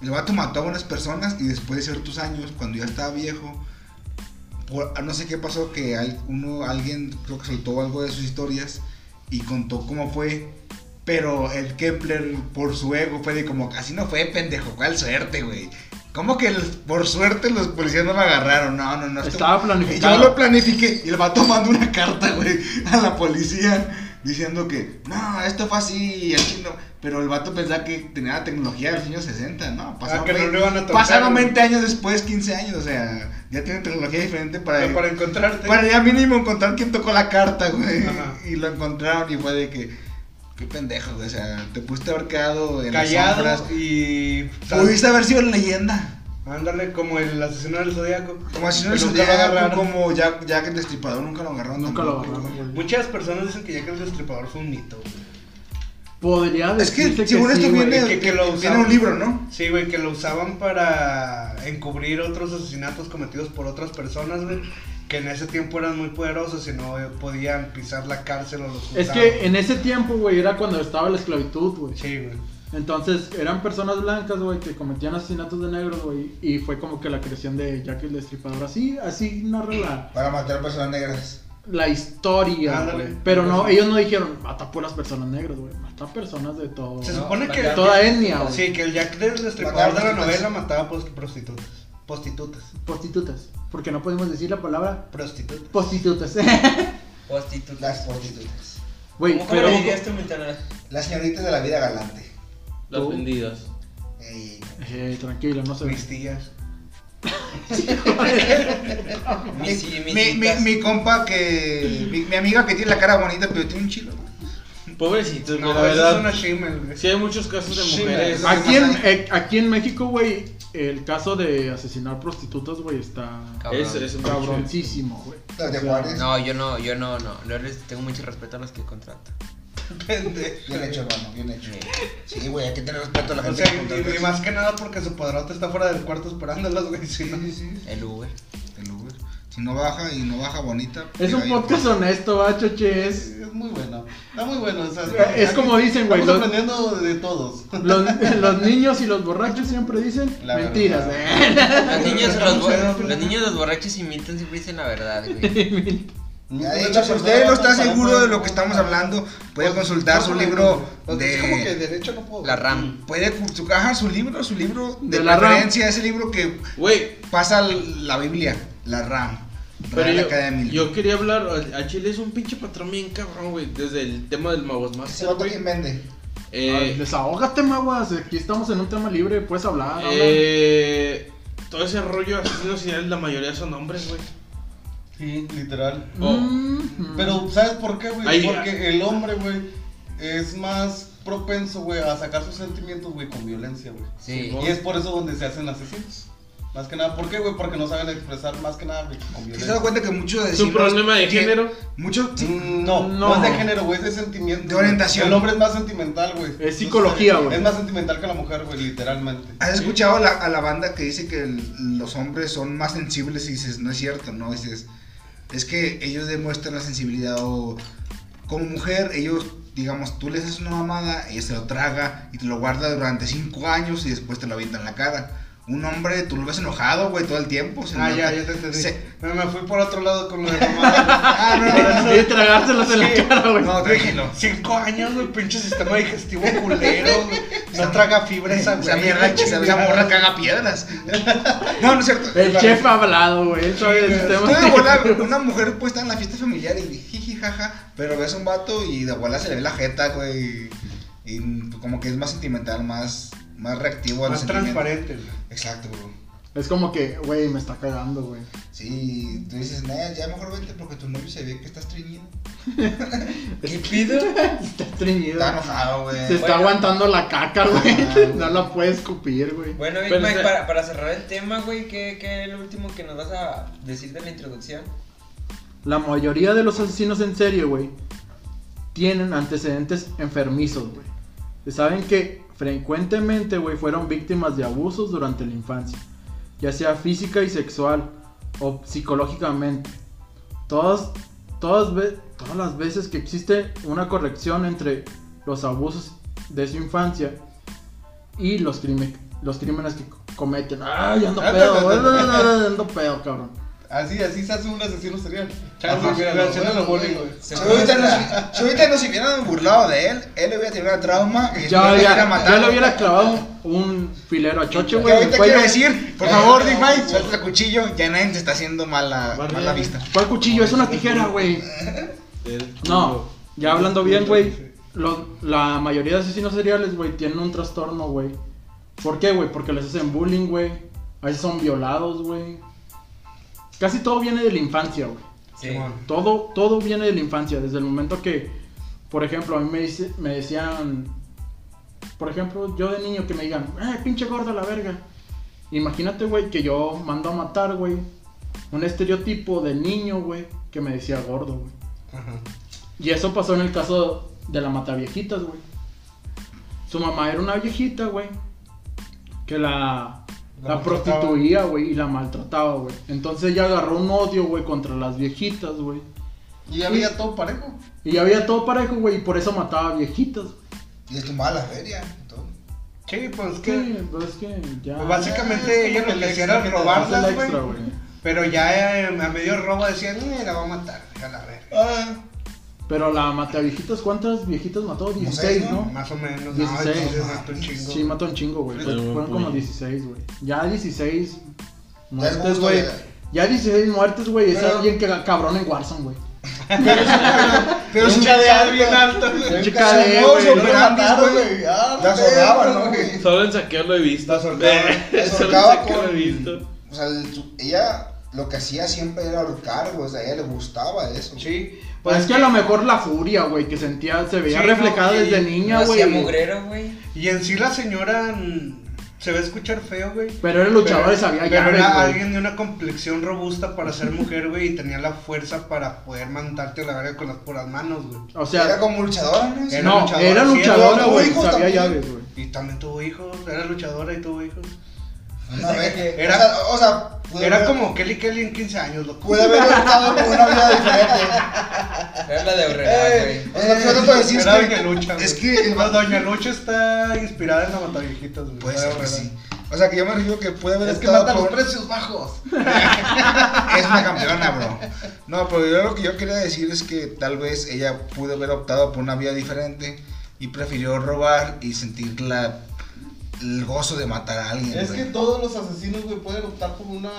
S4: el vato mató a unas personas y después de ciertos años, cuando ya estaba viejo, por- ah, no sé qué pasó, que al- uno, alguien creo que soltó algo de sus historias y contó cómo fue. Pero el Kepler, por su ego, fue de como, así no fue, pendejo, cuál suerte, güey. ¿Cómo que el- por suerte los policías no me agarraron? No, no, no. esto-
S2: Estaba planificado.
S4: Yo lo planifiqué y el vato mandó una carta, güey, a la policía diciendo que, no, esto fue así, el chino. Pero el vato pensaba que tenía la tecnología de los años 60, ¿no? Pasaron,
S3: Ah, que no
S4: veinte-
S3: lo iban a tocar,
S4: pasaron
S3: güey.
S4: 20 años después, 15 años, o sea, ya tienen tecnología diferente para...
S3: Pero Para encontrarte.
S4: Para ya mínimo encontrar quién tocó la carta, güey.
S3: Ajá.
S4: Y lo encontraron y fue de que. Qué pendejo, güey. O sea, te pudiste haber quedado en las
S3: callado
S4: sombras.
S3: y.
S4: Pudiste haber sido leyenda.
S3: Ándale, como el asesino del zodiaco.
S4: Como así no
S3: Que
S4: el
S3: nunca lo
S4: Zodiaco,
S3: agarraron.
S4: como Jack, Jack el Destripador, nunca lo agarraron.
S2: Nunca lo
S4: tampoco,
S2: agarraron,
S4: güey.
S2: güey.
S3: Muchas personas dicen que Jack el Destripador fue un mito, güey.
S2: Podría
S4: Es que,
S2: decirse
S4: según
S2: sí,
S4: esto,
S2: güey.
S4: viene,
S3: que- que lo
S4: viene
S3: usaban.
S4: un libro, ¿no?
S3: Sí, güey, que lo usaban para encubrir otros asesinatos cometidos por otras personas, güey. Que en ese tiempo eran muy poderosos y no eh, podían pisar la cárcel o los
S2: Es
S3: juzgaban.
S2: que eh, en ese tiempo, güey, era cuando estaba la esclavitud, güey.
S3: Sí, güey.
S2: Entonces, eran personas blancas, güey, que cometían asesinatos de negros, güey. Y fue como que la creación de Jack el Destripador. Así, así narra la,
S4: Para matar personas negras.
S2: la historia,
S3: Ándale.
S2: güey. Pero no, ellos no dijeron, mata puras personas negras, güey. Mata personas de todo.
S3: Se
S2: ¿no?
S3: supone que.
S2: De toda etnia, güey.
S3: Sí, que el Jack del
S4: Mataba
S3: Destripador de la
S4: prostitutas.
S3: novela mataba pos- prostitutas. Prostitutas.
S2: Prostitutas. Porque no podemos decir la palabra
S3: Prostitutas.
S2: prostitutas. (laughs)
S4: Las
S7: Prostitutas.
S4: prostitutas.
S2: Güey,
S7: ¿Cómo, cómo
S2: pero.
S7: le dirías tú, Milton?
S4: Las señoritas de la vida galante.
S6: Las
S2: Tú.
S6: vendidas.
S4: Ey,
S2: Eh, tranquilo, no se ve.
S3: Mis tías.
S7: Mis- sí, mis
S4: mi, mi,
S7: citas.
S4: mi compa que. Mi, mi amiga que tiene la cara bonita, pero tiene un chilo.
S6: Pobrecitos,
S3: No,
S6: la
S3: eso es
S6: verdad.
S3: una shimel, güey.
S6: Sí hay muchos casos de
S4: Sí,
S6: mujeres.
S4: la-
S2: Aquí en, eh, aquí en México, güey, el caso de asesinar prostitutas, güey, está
S1: Cabrón.
S6: Es, es un
S2: cabroncísimo, güey.
S4: Las de
S2: O sea,
S4: Juárez.
S1: No, yo no, yo no, no. Yo les tengo mucho respeto a los que contrato.
S4: Bien hecho, hermano, bien hecho. Sí, güey, hay que tener respeto a la
S3: O
S4: gente
S3: sea,
S4: que
S3: y, y
S4: contratas.
S3: más que nada porque su padrote está fuera del cuarto esperándolos, güey. Si no,
S1: El Uber.
S4: El Uber. Si no baja y no baja bonita.
S2: Es un
S4: pega yo.
S2: podcast honesto, va, choche. Es,
S5: Es muy bueno. Está muy bueno. o sea,
S2: Es como dicen, güey,
S5: Estamos
S2: los-
S5: aprendiendo de todos.
S2: los, los (laughs) niños y los borrachos siempre dicen
S5: La
S2: mentiras. eh.
S1: Los niños, los,
S3: no,
S1: bo-
S3: no.
S1: los niños, los borrachos imitan siempre dicen la verdad, güey.
S4: Ya, De hecho, si usted no está seguro de lo que estamos hablando, puede consultar su libro
S5: Es como que
S4: de.
S5: derecho no puedo.
S1: La RAM.
S4: Puede cu- su caja, su libro, su libro de,
S2: De la RAM.
S4: referencia, ese libro que
S6: Güey,
S4: pasa la Biblia, la RAM.
S6: pero
S4: Real
S6: yo,
S4: Academy.
S6: yo quería hablar. a- A Chile es un pinche patrón bien cabrón, güey. Desde el tema del Eh, Magos Más.
S4: Ese vato bien vende.
S2: Ay, Desahógate, maguas. Aquí estamos en un tema libre, puedes hablar. habla.
S6: Eh, todo ese rollo de asesinos seriales, la mayoría son hombres, güey.
S5: Sí, literal.
S6: Oh.
S2: Mm, mm. (laughs)
S5: Pero, ¿sabes por qué,
S6: Ahí-
S5: güey? Porque el hombre, güey, es más propenso, güey, a sacar sus sentimientos, güey, con violencia, güey.
S1: Sí.
S5: Y es por eso donde se hacen asesinos. Más que nada, ¿por qué, güey? Porque no saben expresar más que nada, güey, con
S4: ¿Sí se da
S5: violencia.
S4: cuenta que muchos
S6: Es
S4: decimos...
S6: un problema de
S4: que-
S6: género.
S4: Muchos... sí,
S5: Mm, No,
S2: No.
S5: no, es de género, güey, es de sentimiento.
S4: De
S5: güey.
S4: orientación.
S5: El hombre es más sentimental, güey.
S2: Es psicología, güey.
S5: Es más sentimental que la mujer, güey, literalmente.
S4: ¿Has escuchado la- a la banda que dice que el- los hombres son más sensibles y dices, no es cierto, no? Dices, es que ellos demuestran la sensibilidad o como mujer, ellos, digamos, tú les haces una mamada, ella se lo traga y te lo guarda durante cinco años y después te lo avienta en la cara. Un hombre, tú lo ves enojado, güey, todo el tiempo. se
S3: Ah,
S4: nota-
S3: ya, ya te entendí.
S4: se-
S3: Me, me fui por otro lado con lo de mamá.
S4: Ah, no, no, no,
S2: Y tragárselos en la cara, güey.
S4: no, tranquilo.
S3: Cinco años, güey, pinche sistema digestivo culero. güey. No traga fibra
S4: (laughs)
S3: esa, güey.
S4: Esa mierda, esa morra caga piedras. (laughs) No, no es cierto.
S2: El
S4: La-
S2: chef ha hablado, güey. Él sabe del tema.
S4: Estoy de (laughs) bola, una mujer puede estar en la fiesta familiar y jiji jaja, pero ves a un vato y de bola se le ve la jeta, güey. Y como que es más sentimental, más, más reactivo al
S3: Más
S4: sentimiento.
S3: transparente, güey.
S4: Exacto, bro.
S2: (laughs) Es como que, güey, me está cagando, güey.
S4: Sí, tú dices, nah, ya mejor vete porque tu novio se ve que estás treñido.
S7: ¿Qué pido?
S2: Está estreñido.
S4: Está enojado, güey.
S2: Se está
S7: Bueno.
S2: aguantando la caca,
S4: Ah, güey.
S2: güey. (laughs) No la puede escupir, güey.
S7: Bueno, Big
S6: Pero,
S7: Mac,
S6: o sea-
S7: para, para cerrar el tema, güey, ¿qué, ¿qué es lo último que nos vas a decir de la introducción?
S2: La mayoría de los asesinos en serie, güey, tienen antecedentes enfermizos, güey. Se Saben que frecuentemente, güey, fueron víctimas de abusos durante la infancia, ya sea física y sexual o psicológicamente. Todas, todas, ve- todas las veces que existe una corrección entre los abusos de su infancia y los, crimen- los crímenes que co- cometen. ¡Ay, ando pedo! güey, ¡Ando pedo, cabrón!
S5: Así, así se hace un asesino serial.
S4: Ajá.
S5: Chance, mira, lo bueno, lo bueno, güey.
S4: Si ahorita nos- si ahorita nos hubieran burlado de él, él le hubiera tenido un trauma y después lo hubiera matado.
S2: ya le hubiera clavado un, un filero a Choche,
S4: Que
S2: güey. en el
S4: ahorita
S2: cuello.
S4: quiero decir, por favor, Big Mike, suelta el cuchillo, ya nadie te está haciendo mala,
S6: Barbie.
S4: mala vista.
S2: ¿Cuál cuchillo? Es una tijera, güey. No, ya hablando bien, güey. lo- La mayoría de asesinos seriales, güey, tienen un trastorno, güey. ¿Por qué, güey? Porque les hacen bullying, güey. A veces son violados, güey. Casi todo viene de la infancia, güey.
S7: Sí.
S2: Todo, todo viene de la infancia, desde el momento que, por ejemplo, a mí me, dice- me decían, por ejemplo, yo de niño que me digan, eh, pinche gordo a la verga. Imagínate, güey, que yo mando a matar, güey, un estereotipo de niño, güey, que me decía gordo, güey.
S3: Ajá.
S2: Y eso pasó en el caso de la mataviejitas, güey. Su mamá era una viejita, güey, que la,
S3: La
S2: la,
S3: maltrataba.
S2: prostituía, güey, y la maltrataba, güey. Entonces ella agarró un odio, güey, contra las viejitas, güey.
S5: Y ya había todo parejo.
S2: Y había todo parejo, güey, y por eso mataba viejitas.
S4: Y es tu mala feria. todo.
S3: Sí, pues que.
S2: Sí, pues es que ya.
S3: Pues
S2: Básicamente
S3: básicamente ellos lo que hacían era
S2: la
S3: robarlas,
S2: extra,
S3: güey.
S2: güey.
S3: Pero ya eh, a medio robo decían, eh, la va a matar, a la verga.
S4: Ah,
S2: Pero la mata viejitas, ¿cuántas viejitas mató? 16,
S4: seis,
S2: ¿no?
S3: Más o menos, no,
S2: 16.
S3: entonces mató un chingo.
S2: Sí, mató un chingo, güey.
S6: Pero
S2: Fueron
S6: güey.
S2: como 16, güey. Ya 16
S4: Ya es
S2: muertes,
S4: gusto
S2: güey.
S4: de-
S2: Ya 16 muertes, güey. Es
S4: Pero-
S2: alguien que cabrón en Warzone, güey.
S4: Pero
S5: Un
S4: su
S5: chadear
S4: su-
S5: bien alto, güey.
S4: su-
S2: Chica
S4: su
S2: de,
S4: modo
S2: güey,
S5: Lo
S4: operandi,
S5: mataron,
S4: güey.
S5: güey. Ah,
S4: La sobraba,
S5: perro,
S4: ¿no, güey?
S6: Solo en saqueo lo he visto.
S4: La ahorcaba,
S6: (laughs)
S4: la
S6: Solo en
S4: ahorcaba
S6: saqueo lo he
S4: con-
S6: visto.
S4: O sea, el- su- ella lo que hacía siempre era ahorcar, güey. O sea, a ella le gustaba eso.
S3: Sí,
S2: Pues es que a lo mejor la furia, güey, que sentía, se veía
S3: Sí, no,
S2: reflejada
S3: y
S2: desde
S7: No
S2: niña,
S7: hacía
S2: güey.
S7: mugrero, güey.
S3: Y en sí la señora mm, se va a escuchar feo, güey.
S2: Pero era luchador y sabía
S3: Pero
S2: llaves,
S3: era
S2: güey.
S3: alguien de una complexión robusta para ser mujer, güey, y tenía la fuerza para poder mandarte a la verga con las puras manos, güey.
S2: O
S4: era
S2: sea,
S4: como luchadora, ¿no?
S3: Era (laughs)
S2: no,
S3: luchadora,
S2: era
S3: sí,
S2: luchadora,
S4: era
S2: güey.
S4: hijo
S2: Sabía
S4: también.
S2: llaves, güey.
S3: Y también tuvo hijos, era luchadora y tuvo hijos.
S4: Una vez.
S3: Era-
S4: o sea, o sea, pues, pudo
S3: Era
S4: haber- (laughs)
S3: como Kelly Kelly en 15 años, loco.
S4: Pudo haber optado por una
S3: (laughs)
S4: vida diferente.
S7: Era la de Aurrera,
S4: (laughs) Eh,
S7: güey.
S4: o sea, lo que yo trato de decir es
S3: Era Doña
S4: que.
S3: Lucha,
S4: Es
S3: güey.
S4: que el
S3: No, Doña Lucha está inspirada en la Mataviejitas, güey.
S4: Puede
S3: Era
S4: ser que
S3: verdad.
S4: pues, sí. O sea, que yo me refiero que puede haber
S5: Es que
S4: optado
S5: mata los
S4: por-
S5: precios bajos.
S4: (laughs) Es una campeona, bro. No, pero yo lo que yo quería decir es que tal vez ella pudo haber optado por una vía diferente y prefirió robar y sentir la, el gozo de matar a alguien.
S5: Es
S4: güey.
S5: que todos los asesinos, güey, pueden optar por una,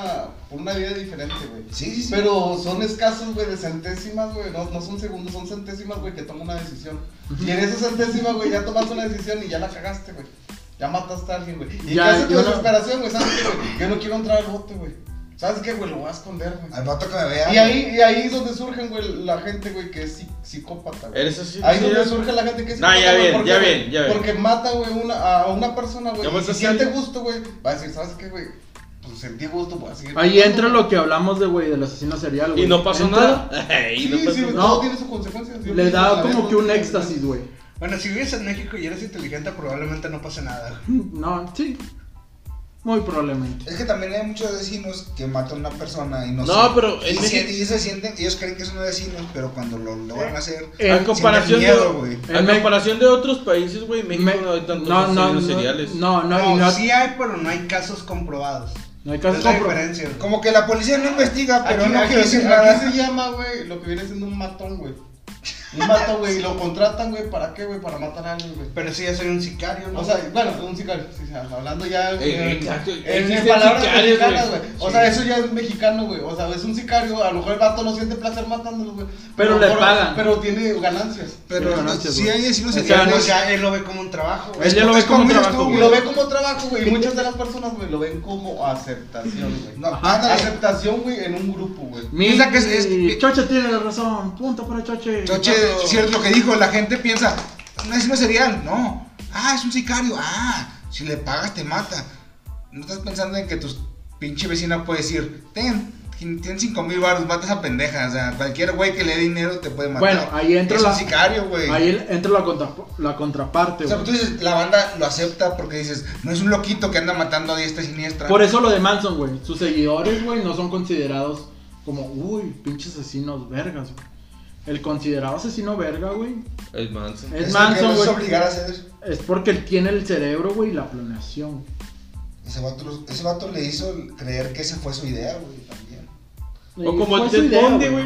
S5: por una vida diferente, güey.
S4: Sí, sí, sí.
S5: Pero son escasos, güey, de centésimas, güey. No, no son segundos, son centésimas, güey, que toman una decisión. Y en esas centésimas, güey, ya tomaste una decisión y ya la cagaste, güey. Ya mataste a alguien, güey. Y
S2: Ya,
S5: ya, casi tu
S2: yo no-
S5: desesperación, güey. ¿Sabes qué, güey? Yo no quiero entrar al bote, güey. ¿Sabes qué, güey? Lo voy a esconder, güey.
S4: Al vato que me vea.
S5: Y ahí, y ahí es donde surgen, güey, la gente, güey, que es psi- psicópata, güey.
S6: Eres así.
S5: Ahí es
S6: sí,
S5: donde
S6: ya.
S5: surge la gente que es
S6: Nah,
S5: psicópata,
S6: ya
S5: güey,
S6: bien,
S5: porque,
S6: ya
S5: güey,
S6: bien, ya bien.
S5: Porque mata, güey, una, a una persona,
S6: Ya
S5: güey.
S6: vas
S5: Y si
S6: a
S5: siente
S6: hacer-
S5: gusto, güey, va a decir, ¿sabes qué, güey? Pues sentí gusto, voy a seguir.
S2: Ahí entra lo que hablamos de, güey, del asesino serial, güey.
S6: Y no pasó
S2: Entra-
S6: (laughs) nada. Y
S5: Sí,
S6: no pasó
S5: sí,
S6: nada.
S5: todo
S2: No.
S5: tiene sus consecuencias. yo
S2: Le
S5: pienso
S2: da
S5: la
S2: como
S5: vez,
S2: que un
S5: güey.
S2: éxtasis, güey.
S3: Bueno, si vives en México y eres inteligente, probablemente no pase nada. güey.
S2: No, sí. Muy probablemente.
S4: Es que también hay muchos vecinos que matan a una persona y no
S6: No,
S4: se-
S6: pero en
S4: y,
S6: México-
S4: se, y se sienten, ellos creen que son vecinos, pero cuando lo, lo van a hacer,
S2: Eh,
S6: A comparación,
S4: sienten miedo,
S6: de,
S4: güey.
S6: a
S2: En Me-
S6: comparación de otros países, güey, en México
S2: Me-
S6: no hay tantos
S2: no, no,
S6: asesinos
S2: no,
S6: seriales.
S2: No, no,
S3: No,
S2: y no,
S3: sí hay, pero no hay casos comprobados.
S2: no hay
S3: Esa
S2: caso
S3: es la
S2: compro-
S3: diferencia. güey.
S4: Como que la policía no investiga, pero
S5: Aquí-
S4: no
S5: aquí
S4: quiero
S5: se-
S4: decir
S5: aquí
S4: nada.
S5: se llama, güey, lo que viene siendo un matón, güey. Un matón, güey, y lo contratan, güey, ¿para qué, güey? Para matar a alguien, güey.
S3: Pero sí, ya soy un sicario, ¿no?
S5: O sea, bueno, un sicario, sí, sí, hablando ya en,
S6: Eh, exacto,
S5: en- en
S6: existen
S5: palabras
S6: sicarios,
S5: mexicanas, güey. O sea,
S4: Sí.
S5: eso ya es mexicano, güey. O sea, es un sicario, a lo mejor el vato no siente placer matándolo, güey.
S2: Pero le
S5: por-
S2: pagan.
S5: Pero tiene ganancias.
S4: Pero
S2: Pero no,
S4: si
S2: güey.
S4: hay vecinos
S2: O sea,
S4: seriales.
S3: o sea, él lo ve como un trabajo. güey.
S2: Él ya lo ve
S4: es
S2: como un
S4: como
S2: trabajo,
S4: tú,
S5: Y
S2: güey.
S5: lo ve como trabajo, güey. Y muchas de las personas, güey, lo ven como aceptación, güey.
S4: No,
S2: Ajá.
S4: ándale.
S5: Aceptación, güey, en un grupo, güey.
S2: Mi-
S4: Piensa que es- es-
S2: Choche tiene la razón. Punto para Choche.
S4: Choche,
S5: Exacto.
S4: cierto lo que dijo, la gente piensa, un asesino serial, no. Ah, es un sicario, ah, si le pagas te mata. No estás pensando en que tu pinche vecina puede decir, ten, ten 5 mil baros, matas a pendeja. O sea, cualquier güey que le dé dinero te puede matar.
S2: Bueno, ahí entra
S4: es
S2: la-
S4: un sicario, güey.
S2: Ahí entra la, contra- la contraparte,
S4: O sea,
S2: güey.
S4: tú dices, la banda lo acepta porque dices, no es un loquito que anda matando a diestra y siniestra.
S2: Por eso lo de Manson, güey. Sus seguidores, güey, no son considerados como, uy, pinches asesinos vergas, güey. El considerado asesino verga, güey,
S6: El manso.
S2: es
S4: lo que
S2: Manson,
S4: los
S2: güey.
S4: obligar a hacer.
S2: Es porque él tiene el cerebro, güey, y la planeación.
S4: Ese vato, los- ese vato le hizo creer que esa fue su idea, güey, también.
S6: O
S2: Y
S6: como
S2: fue
S6: el
S2: su
S6: Ted
S2: idea,
S6: Bundy, güey.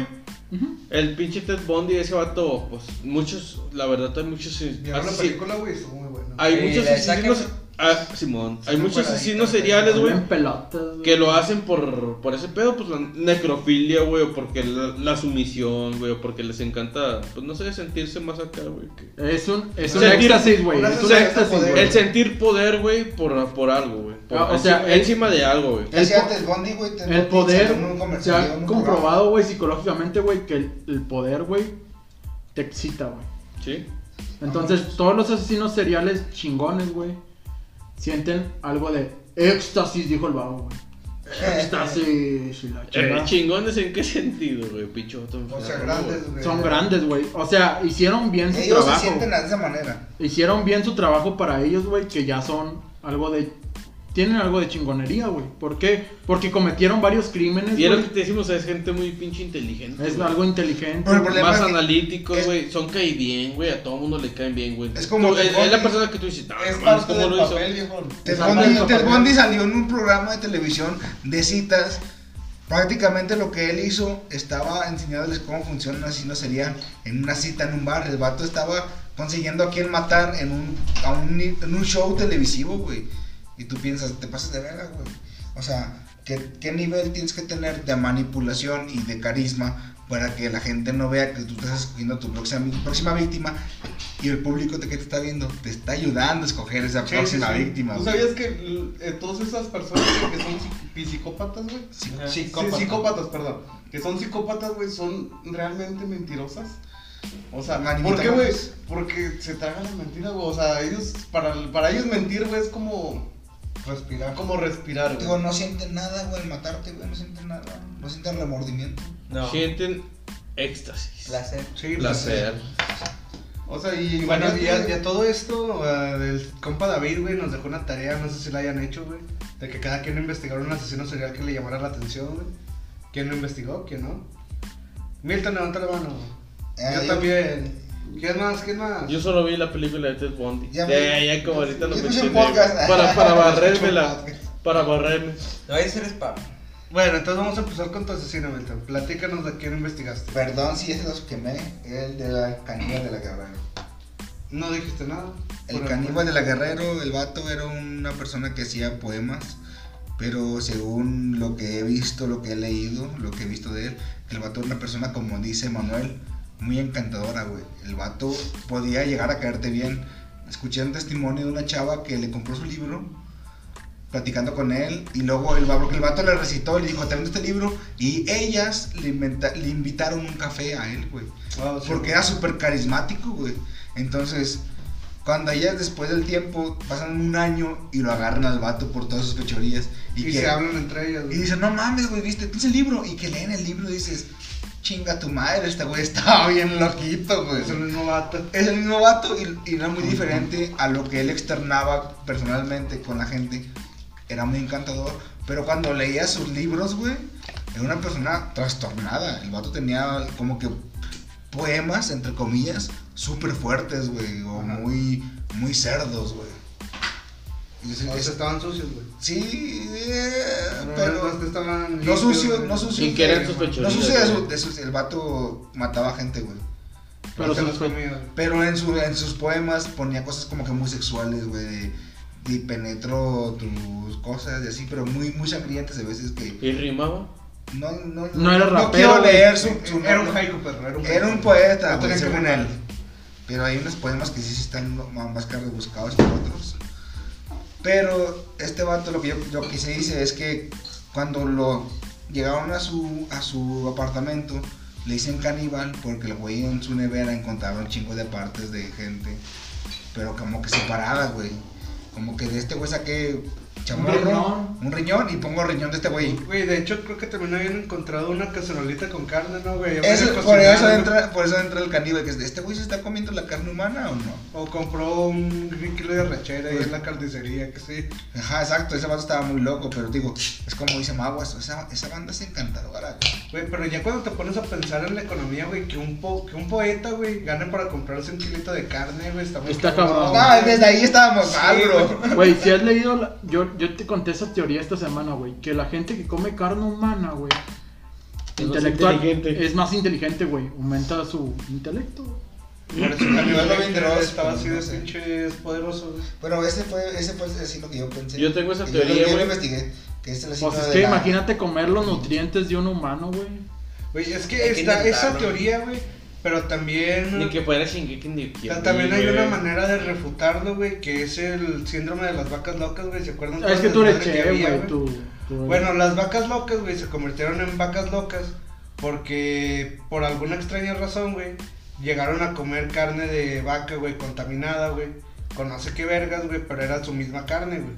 S2: Ujú.
S6: El pinche Ted Bundy, ese vato, pues muchos, la verdad, hay muchos.
S3: Vieron la
S6: asesin-
S3: película, güey, estuvo muy buena.
S6: Hay
S7: Sí,
S6: muchos
S7: le
S6: asesinos.
S7: sacan-
S6: Ah, Simón. Hay
S3: Sacan
S6: muchos
S3: por ahí,
S6: asesinos
S3: sacan
S6: seriales, güey.
S2: Andan pelotas, güey.
S6: Que lo hacen por, por ese pedo, pues la necrofilia, güey, o porque la, la sumisión, güey, o porque les encanta, pues no sé, sentirse más acá, güey. que-
S2: Es un, es
S6: O
S2: un
S6: sea,
S2: éxtasis, güey.
S3: una
S2: Es un
S3: sensación de
S2: éxtasis,
S3: poder.
S2: güey.
S6: El sentir poder, güey, por, por algo, güey. Por-
S2: Ah, o
S6: enci-
S2: sea,
S6: encima,
S2: el-
S6: de algo, güey.
S4: Ya
S2: El
S4: sea
S2: po-
S4: Ted Bundy, güey, Ted
S2: El
S4: Bundy
S2: poder
S4: salió en un
S2: se
S4: comercial,
S2: ha
S4: en un programa.
S2: comprobado, güey, psicológicamente, güey, que el, el poder, güey, te excita, güey.
S6: Sí.
S2: Entonces, todos los asesinos seriales chingones, güey, sienten algo de éxtasis, dijo el babo, güey. (laughs)
S4: (laughs)
S2: Éxtasis, y la
S6: Eh,
S2: chingada.
S6: chingones en qué sentido, güey, pichoto.
S3: O sea,
S2: (laughs)
S3: grandes, güey.
S2: Son grandes, güey. O sea, hicieron bien su
S4: Ellos se
S2: trabajo.
S4: sienten de esa manera.
S2: Hicieron bien su trabajo para ellos, güey, que ya son algo de... Tienen algo de chingonería, güey. ¿Por qué? Porque cometieron varios crímenes,
S6: Y era lo que
S2: güey.
S6: te decimos, es gente muy pinche inteligente.
S2: Es
S6: güey.
S2: algo inteligente.
S4: Pero el problema
S6: más
S4: es que-
S6: analíticos,
S4: es-
S6: güey. Son cae bien, güey. A todo mundo le caen bien, güey.
S4: Es como
S6: Tú-
S4: Ted
S6: es, es la
S4: Bundy.
S6: persona que tú dices, no,
S5: Es
S6: no mames,
S5: parte
S6: ¿cómo
S5: del
S6: lo hizo?
S5: papel, viejo.
S4: Ted
S2: Exacto.
S4: Bundy,
S2: Exacto.
S4: Ted Bundy salió en un programa de televisión de citas. Prácticamente lo que él hizo estaba enseñándoles cómo funciona un asesino serial en una cita en un bar. El vato estaba consiguiendo a quién matar en un, a un, en un show televisivo, güey. Y tú piensas, te pasas de verga, güey. O sea, ¿qué, ¿qué nivel tienes que tener de manipulación y de carisma para que la gente no vea que tú estás escogiendo a tu próxima, próxima víctima y el público te- que te está viendo te está ayudando a escoger esa
S3: Sí, sí,
S4: próxima
S3: sí.
S4: víctima?
S5: ¿Tú
S4: güey?
S5: sabías que l- eh, todas esas personas güey, que son psic- psicópatas, güey?
S4: Sí,
S7: Ajá.
S5: Sí,
S4: psicópata.
S5: psicópatas, perdón. Que son psicópatas, güey, son realmente mentirosas. O sea,
S4: Manita
S5: ¿por qué, güey?
S4: más.
S5: Porque se tragan las mentiras, güey. O sea, ellos, para, para ellos mentir, güey, es como,
S3: Respirar.
S5: como respirar,
S4: Digo,
S5: güey.
S4: no sienten nada, güey, al matarte, güey, no sienten nada. No sienten remordimiento.
S7: No.
S6: Sienten éxtasis.
S7: Placer.
S3: Sí,
S6: Placer.
S5: pues, O sea, y
S3: pues, Bueno, y a,
S5: imagínate,
S3: y a todo esto, ah, el compa David, güey, nos dejó una tarea, no sé si la hayan hecho, güey, de que cada quien investigara un asesino serial que le llamara la atención, güey. ¿Quién lo investigó? ¿Quién no? Milton, levanta la mano, güey.
S5: Ah,
S4: Eh,
S3: Yo
S4: yo-
S3: también. ¿Quién más? ¿Quién más?
S6: Yo solo vi la película de Ted Bundy.
S4: Ya
S6: Ya,
S4: vi.
S6: ya, como ahorita lo
S4: Yo escucho
S6: mencioné.
S4: un podcast.
S6: Para,
S4: (laughs)
S6: para barrerme
S4: Escucho
S6: la.
S4: un podcast.
S6: Para barrerme.
S7: No, ese eres Pablo.
S3: Bueno, entonces vamos a empezar con tu asesino, Milton. Platícanos de quién investigaste.
S4: Perdón si es los quemé, el de la caníbal de la Guerrero.
S3: No dijiste nada.
S4: El
S3: Por-
S4: caníbal de la Guerrero, el vato era una persona que hacía poemas, pero según lo que he visto, lo que he leído, lo que he visto de él, el vato era una persona, como dice Manuel, muy encantadora, güey. El vato podía llegar a caerte bien. escuché un testimonio de una chava que le compró su libro platicando con él y luego el, va- el vato le recitó, le dijo, te vendo este libro y ellas le, inventa- le invitaron un café a él, güey.
S3: Ah, sí,
S4: Porque
S3: güey.
S4: era súper carismático, güey. Entonces, cuando ellas después del tiempo pasan un año y lo agarran al vato por todas sus fechorías
S3: Y,
S4: y, que,
S3: se hablan entre ellos.
S4: y
S3: güey.
S4: dicen, no mames, güey, viste, tienes el libro. Y que leen el libro y dices, chinga tu madre, este güey estaba (laughs) bien loquito, güey.
S3: Es el mismo vato.
S4: Es el mismo vato y, y era muy diferente a lo que él externaba personalmente con la gente. Era muy encantador. Pero cuando leía sus libros, güey, era una persona trastornada. El vato tenía como que poemas, entre comillas, súper fuertes, güey. O
S3: Ajá.
S4: muy, muy cerdos, güey. Y ese-
S3: O sea,
S4: ese-
S3: estaban sucios, güey.
S4: Sí, eh,
S3: Los
S4: pero...
S3: que estaban
S4: No
S3: limpios,
S4: sucio,
S3: güey.
S4: no sucio.
S6: Sin querer
S4: de-
S6: sus
S4: No
S6: fechorías,
S4: sucio de su,
S6: güey.
S4: de sus- El vato mataba gente, güey.
S2: Pero
S3: se
S2: sus-
S3: los comía.
S4: Pero en, su- en sus poemas ponía cosas como que muy sexuales, güey. de- Y penetro tus cosas y así, pero muy, muy sangrientas a veces que...
S6: ¿Y rimaba?
S4: No, no,
S2: No era rapero,
S4: quiero
S2: güey.
S4: leer su... su-
S3: Era un haiku, perro. Era un,
S4: Era un
S3: haiku.
S4: poeta,
S3: No
S4: güey,
S3: tenían que
S4: según
S3: matar.
S4: él. Pero hay unos poemas que sí sí están lo- más que rebuscados que otros. Pero este vato lo que, yo, lo que se dice es que cuando lo llegaron a su, a su apartamento, le dicen caníbal porque el güey en su nevera encontraron un chingo de partes de gente, pero como que separadas, güey. Como que de este güey saqué chamorro, un riñón,
S2: riñón.
S4: y pongo riñón de este güey.
S3: Güey, de hecho creo que también habían encontrado una cacerolita con carne, ¿no, güey?
S4: Eso-
S3: Habían
S4: por, eso
S3: cocinado,
S4: entra, por eso entra el caníbal, que es de este güey se está comiendo la carne humana o no.
S3: O compró un un kilo de rachera ahí
S4: Pues-
S3: en la carnicería, que sí.
S4: Ajá, exacto, ese vato estaba muy loco, pero digo, es como dice Maguas, esa, esa banda es encantadora. güey.
S3: Güey, pero ya cuando te pones a pensar en la economía, güey, que un, po- que un poeta, güey, gane para comprarse un kilito de carne, güey, está muy
S2: Está cabrón.
S4: No,
S5: Ah,
S4: desde ahí estábamos
S3: Sí,
S4: mal, bro.
S2: Güey, si has leído, la- yo, yo te conté esa teoría esta semana, güey, que la gente que come carne humana, güey,
S6: Es más
S2: intelectual,
S6: inteligente.
S2: es más inteligente, güey, aumenta su intelecto.
S3: Pero su
S5: (laughs)
S4: Yo lo
S3: caníbal
S4: vi grosso,
S3: estaba así de
S4: no sé.
S3: pinche, es poderoso, güey.
S4: Pero ese fue, ese fue así lo que yo pensé.
S6: Yo tengo esa
S4: Que
S6: teoría,
S4: Yo, lo- yo lo
S6: güey.
S4: investigué, que es el
S2: Pues
S4: signo
S2: es
S4: de
S2: que
S4: la-
S2: imagínate comer los nutrientes de un humano, güey.
S3: Güey, es
S7: Hay
S3: que
S7: que
S3: está esa
S7: intentarlo.
S3: teoría, güey, pero también...
S6: Ni que fuera Shingeki ni Kyojin,
S3: También hay
S6: güey.
S3: una manera de refutarlo, güey, que es el síndrome de las vacas locas, güey, ¿se acuerdan?
S2: Ah, Es
S3: todo
S2: que
S3: el
S2: tú eres
S3: desmadre que
S2: chef,
S3: había,
S2: güey, tú, tú-
S3: Bueno, las vacas locas, güey, se convirtieron en vacas locas porque por alguna extraña razón, güey, llegaron a comer carne de vaca, güey, contaminada, güey, con no sé qué vergas, güey, pero era su misma carne, güey.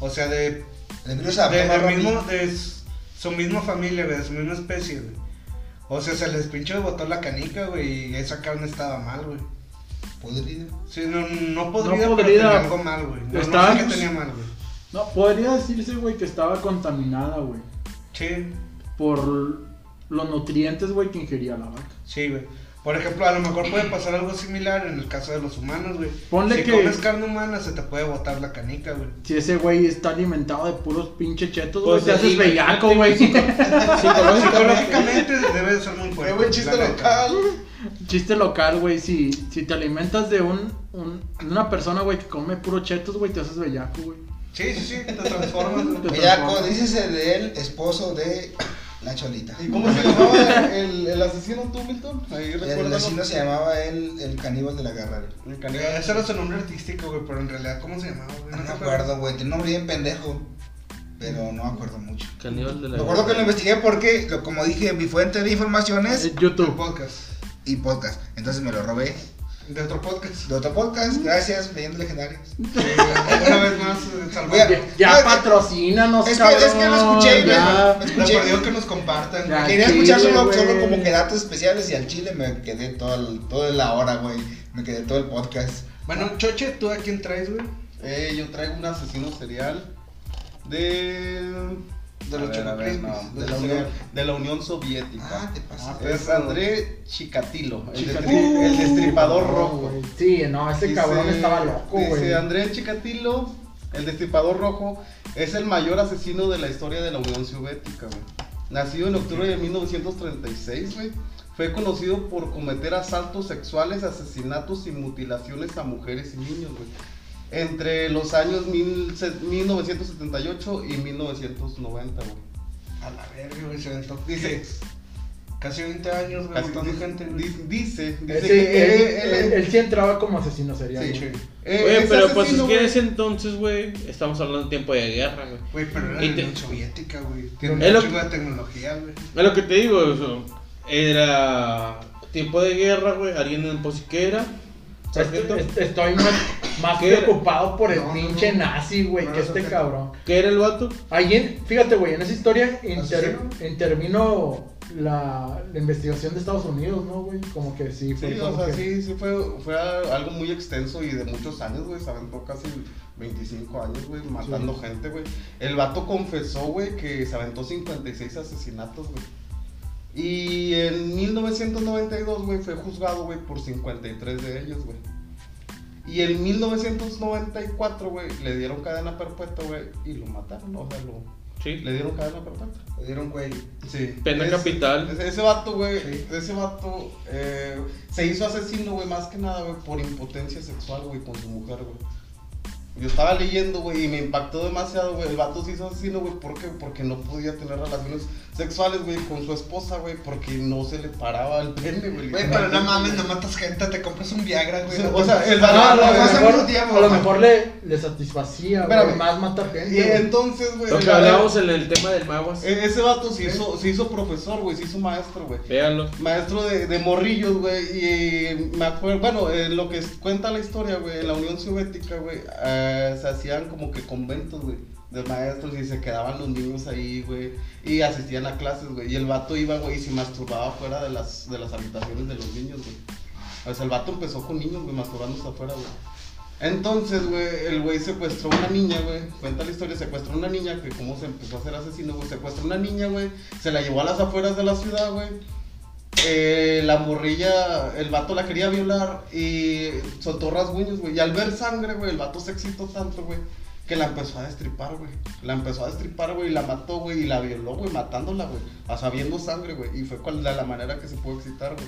S3: O sea, de,
S4: El virus se adaptó
S3: de-
S4: más
S3: del
S4: rápido.
S3: mismo, de s- su misma familia, güey, de su misma especie, güey. O sea, se les pinche botó la canica, güey, y esa carne estaba mal, güey.
S4: Podrido.
S3: Sí, no, no podrida, pero
S2: podrida.
S3: tenía algo mal, güey. No, no
S2: Estaba-
S3: sé qué tenía mal, güey.
S2: No, podría decirse, güey, que estaba contaminada, güey,
S3: Sí.
S2: por los nutrientes, güey, que ingería la vaca.
S3: Sí, güey. Por ejemplo, a lo mejor puede pasar algo similar en el caso de los humanos, güey.
S2: Ponle
S3: si
S2: que-
S3: comes carne humana, se te puede botar la canica, güey.
S2: Si ese güey está alimentado de puros pinches chetos, güey,
S6: Pues
S2: te haces
S6: sí,
S2: bellaco, güey.
S3: Psicológicamente debe de ser muy fuerte.
S5: Qué buen chiste
S3: la neta.
S5: local.
S2: Chiste local, güey, si, si te alimentas de un, un- de una persona, güey, que come puro chetos, güey, te haces bellaco, güey.
S3: Sí, sí, sí, te transformas. güey.
S4: Bellaco, dícese de él, esposo de la cholita.
S5: ¿Y cómo se llamaba el, el asesino tú, Milton? Ahí
S4: El
S5: recuerdas.
S4: vecino se llamaba él el caníbal de la garra.
S5: El
S3: Eh,
S5: caníbal.
S3: Ese era su nombre artístico, güey, pero en realidad, ¿cómo se llamaba, güey?
S4: Ah, No
S3: te
S4: me acuerdo, güey, tenía un nombre bien pendejo, pero no me acuerdo mucho.
S6: Caníbal de la
S4: Me acuerdo que lo investigué porque, lo- como dije, mi fuente de información es
S6: Eh,
S2: Es YouTube.
S3: Tu podcast.
S4: y podcast. Entonces me lo robé
S3: De otro podcast.
S4: de otro
S3: Mm.
S4: podcast. Gracias, leyendo legendarias.
S3: Una vez más, eh, salvó.
S4: Voy a-
S2: Ya, ya
S4: No, es-
S2: patrocínanos,
S4: es que-
S2: cabrón.
S4: es que lo escuché, güey.
S2: ya.
S4: Es-
S3: Lo perdido que nos compartan.
S2: Ya. Al
S4: Quería escuchar
S2: chile,
S4: solo,
S2: güey.
S4: solo como que datos especiales y al chile me quedé todo el- toda la hora, güey. Me quedé todo el podcast.
S3: Bueno, Choche, ¿tú a quién traes, güey?
S5: Eh, yo traigo un asesino serial de.
S3: De
S5: A
S3: los
S5: ver, a ver,
S3: Chococrispies,
S5: no,
S3: de
S5: de, la
S3: los
S5: Unión,
S3: cereales.
S5: de la Unión Soviética.
S4: Ah, te pasas.
S5: es André Chikatilo, el,
S2: Chicatilo.
S5: destri- el "Uh, destripador
S2: No,
S5: rojo.
S2: güey. Sí, no, ese
S5: Dice-
S2: cabrón estaba loco, güey.
S5: Dice André Chikatilo, el destripador rojo, es el mayor asesino de la historia de la Unión Soviética, güey. Nacido en octubre de 1936, güey. Fue conocido por cometer asaltos sexuales, asesinatos y mutilaciones a mujeres y niños, güey. Entre los años mil se- 1978 y 1990, güey.
S3: A la verga, güey, se aventó. Dice, Casi 20 años, güey,
S5: Así
S3: matando
S5: dice-
S3: gente, güey.
S5: dice, dice,
S2: Él, sí,
S5: que
S2: él- él- él sí entraba como asesino serial.
S5: Sí.
S2: güey.
S5: eh,
S6: Güey,
S5: ese
S6: pero pues es
S5: asesino,
S6: que en
S5: güey,
S6: ese entonces, güey, estamos hablando de tiempo de guerra, güey.
S3: Güey, pero era la
S6: Y te-
S3: Unión Soviética, güey.
S6: Es
S3: Tiene
S6: lo
S3: un chingo de tecnología, güey.
S6: Es lo que te digo, eso. Era tiempo de guerra, güey. Alguien en posiquera.
S2: Est-
S6: Sargento.
S2: est- Estoy más, más
S6: ¿Qué?
S2: preocupado por el
S3: No, no,
S2: pinche
S3: no.
S2: nazi, güey,
S3: No,
S2: que
S3: no,
S2: este
S3: no.
S2: cabrón.
S6: ¿Qué era el vato?
S2: Ahí, en- fíjate, güey, en esa historia inter,
S3: ¿Asesino?
S2: intervino la, la investigación de Estados Unidos, ¿no, güey? Como que sí, fue
S5: Sí, o
S2: como
S5: sea,
S2: que-
S5: sí, sí fue, fue algo muy extenso y de muchos años, güey. Se aventó casi 25 años, güey, matando
S2: Sí.
S5: gente, güey. El vato confesó, güey, que se aventó 56 asesinatos, güey. Y en 1992, güey, fue juzgado, güey, por 53 de ellos, güey. Y en 1994, güey, le dieron cadena perpetua, güey, y lo mataron, o sea, lo,
S6: Sí.
S5: le dieron cadena perpetua.
S3: Le dieron, güey.
S5: Sí.
S6: Pena capital.
S5: Ese, ese vato, güey,
S3: Sí.
S5: ese vato eh, se hizo asesino, güey, más que nada, güey, por impotencia sexual, güey, con su mujer, güey. Yo estaba leyendo, güey, y me impactó demasiado, güey. El vato se hizo asesino, güey, ¿por qué? Porque no podía tener relaciones sexuales, güey, con su esposa, güey, porque no se le paraba el pene, güey.
S3: Güey, pero no mames, no matas gente, te compras un Viagra, güey.
S5: Sí,
S3: no
S5: o
S3: te-
S5: sea,
S3: (laughs)
S5: el
S3: No,
S2: Ah,
S5: valor,
S2: a lo
S5: Ah,
S3: no,
S5: hace
S2: mejor,
S3: no, no,
S2: a lo
S3: no,
S2: mejor le, le satisfacía, güey,
S5: Espérame.
S2: más matar
S5: Y
S2: gente. güey.
S5: entonces, güey,
S6: Lo que
S5: la-
S6: hablábamos en el tema del maguas.
S5: e- ese vato se hizo, se hizo profesor, güey, se hizo maestro, güey.
S6: Véanlo.
S5: maestro de, de morrillos, güey, y me acuerdo, bueno, eh, lo que es- cuenta la historia, güey, en la Unión Soviética, güey, eh, se hacían como que conventos, güey, de maestros y se quedaban los niños ahí, güey, y asistían a clases, güey, y el vato iba, güey, y se masturbaba fuera de las, de las habitaciones de los niños, güey. O sea, el vato empezó con niños, güey, masturbándose afuera, güey. Entonces, güey, el güey secuestró a una niña, güey. Cuenta la historia, secuestró a una niña, que cómo se empezó a hacer asesino, güey. Secuestró a una niña, güey. Se la llevó a las afueras de la ciudad, güey. Eh, la morrilla, el vato la quería violar y soltó rasguños, güey. Y al ver sangre, güey, el vato se excitó tanto, güey, que la empezó a destripar, güey. La empezó a destripar, güey, y la mató, güey, y la violó, güey, matándola, güey. A sabiendo sangre, güey. Y fue con la, la manera que se pudo excitar, güey.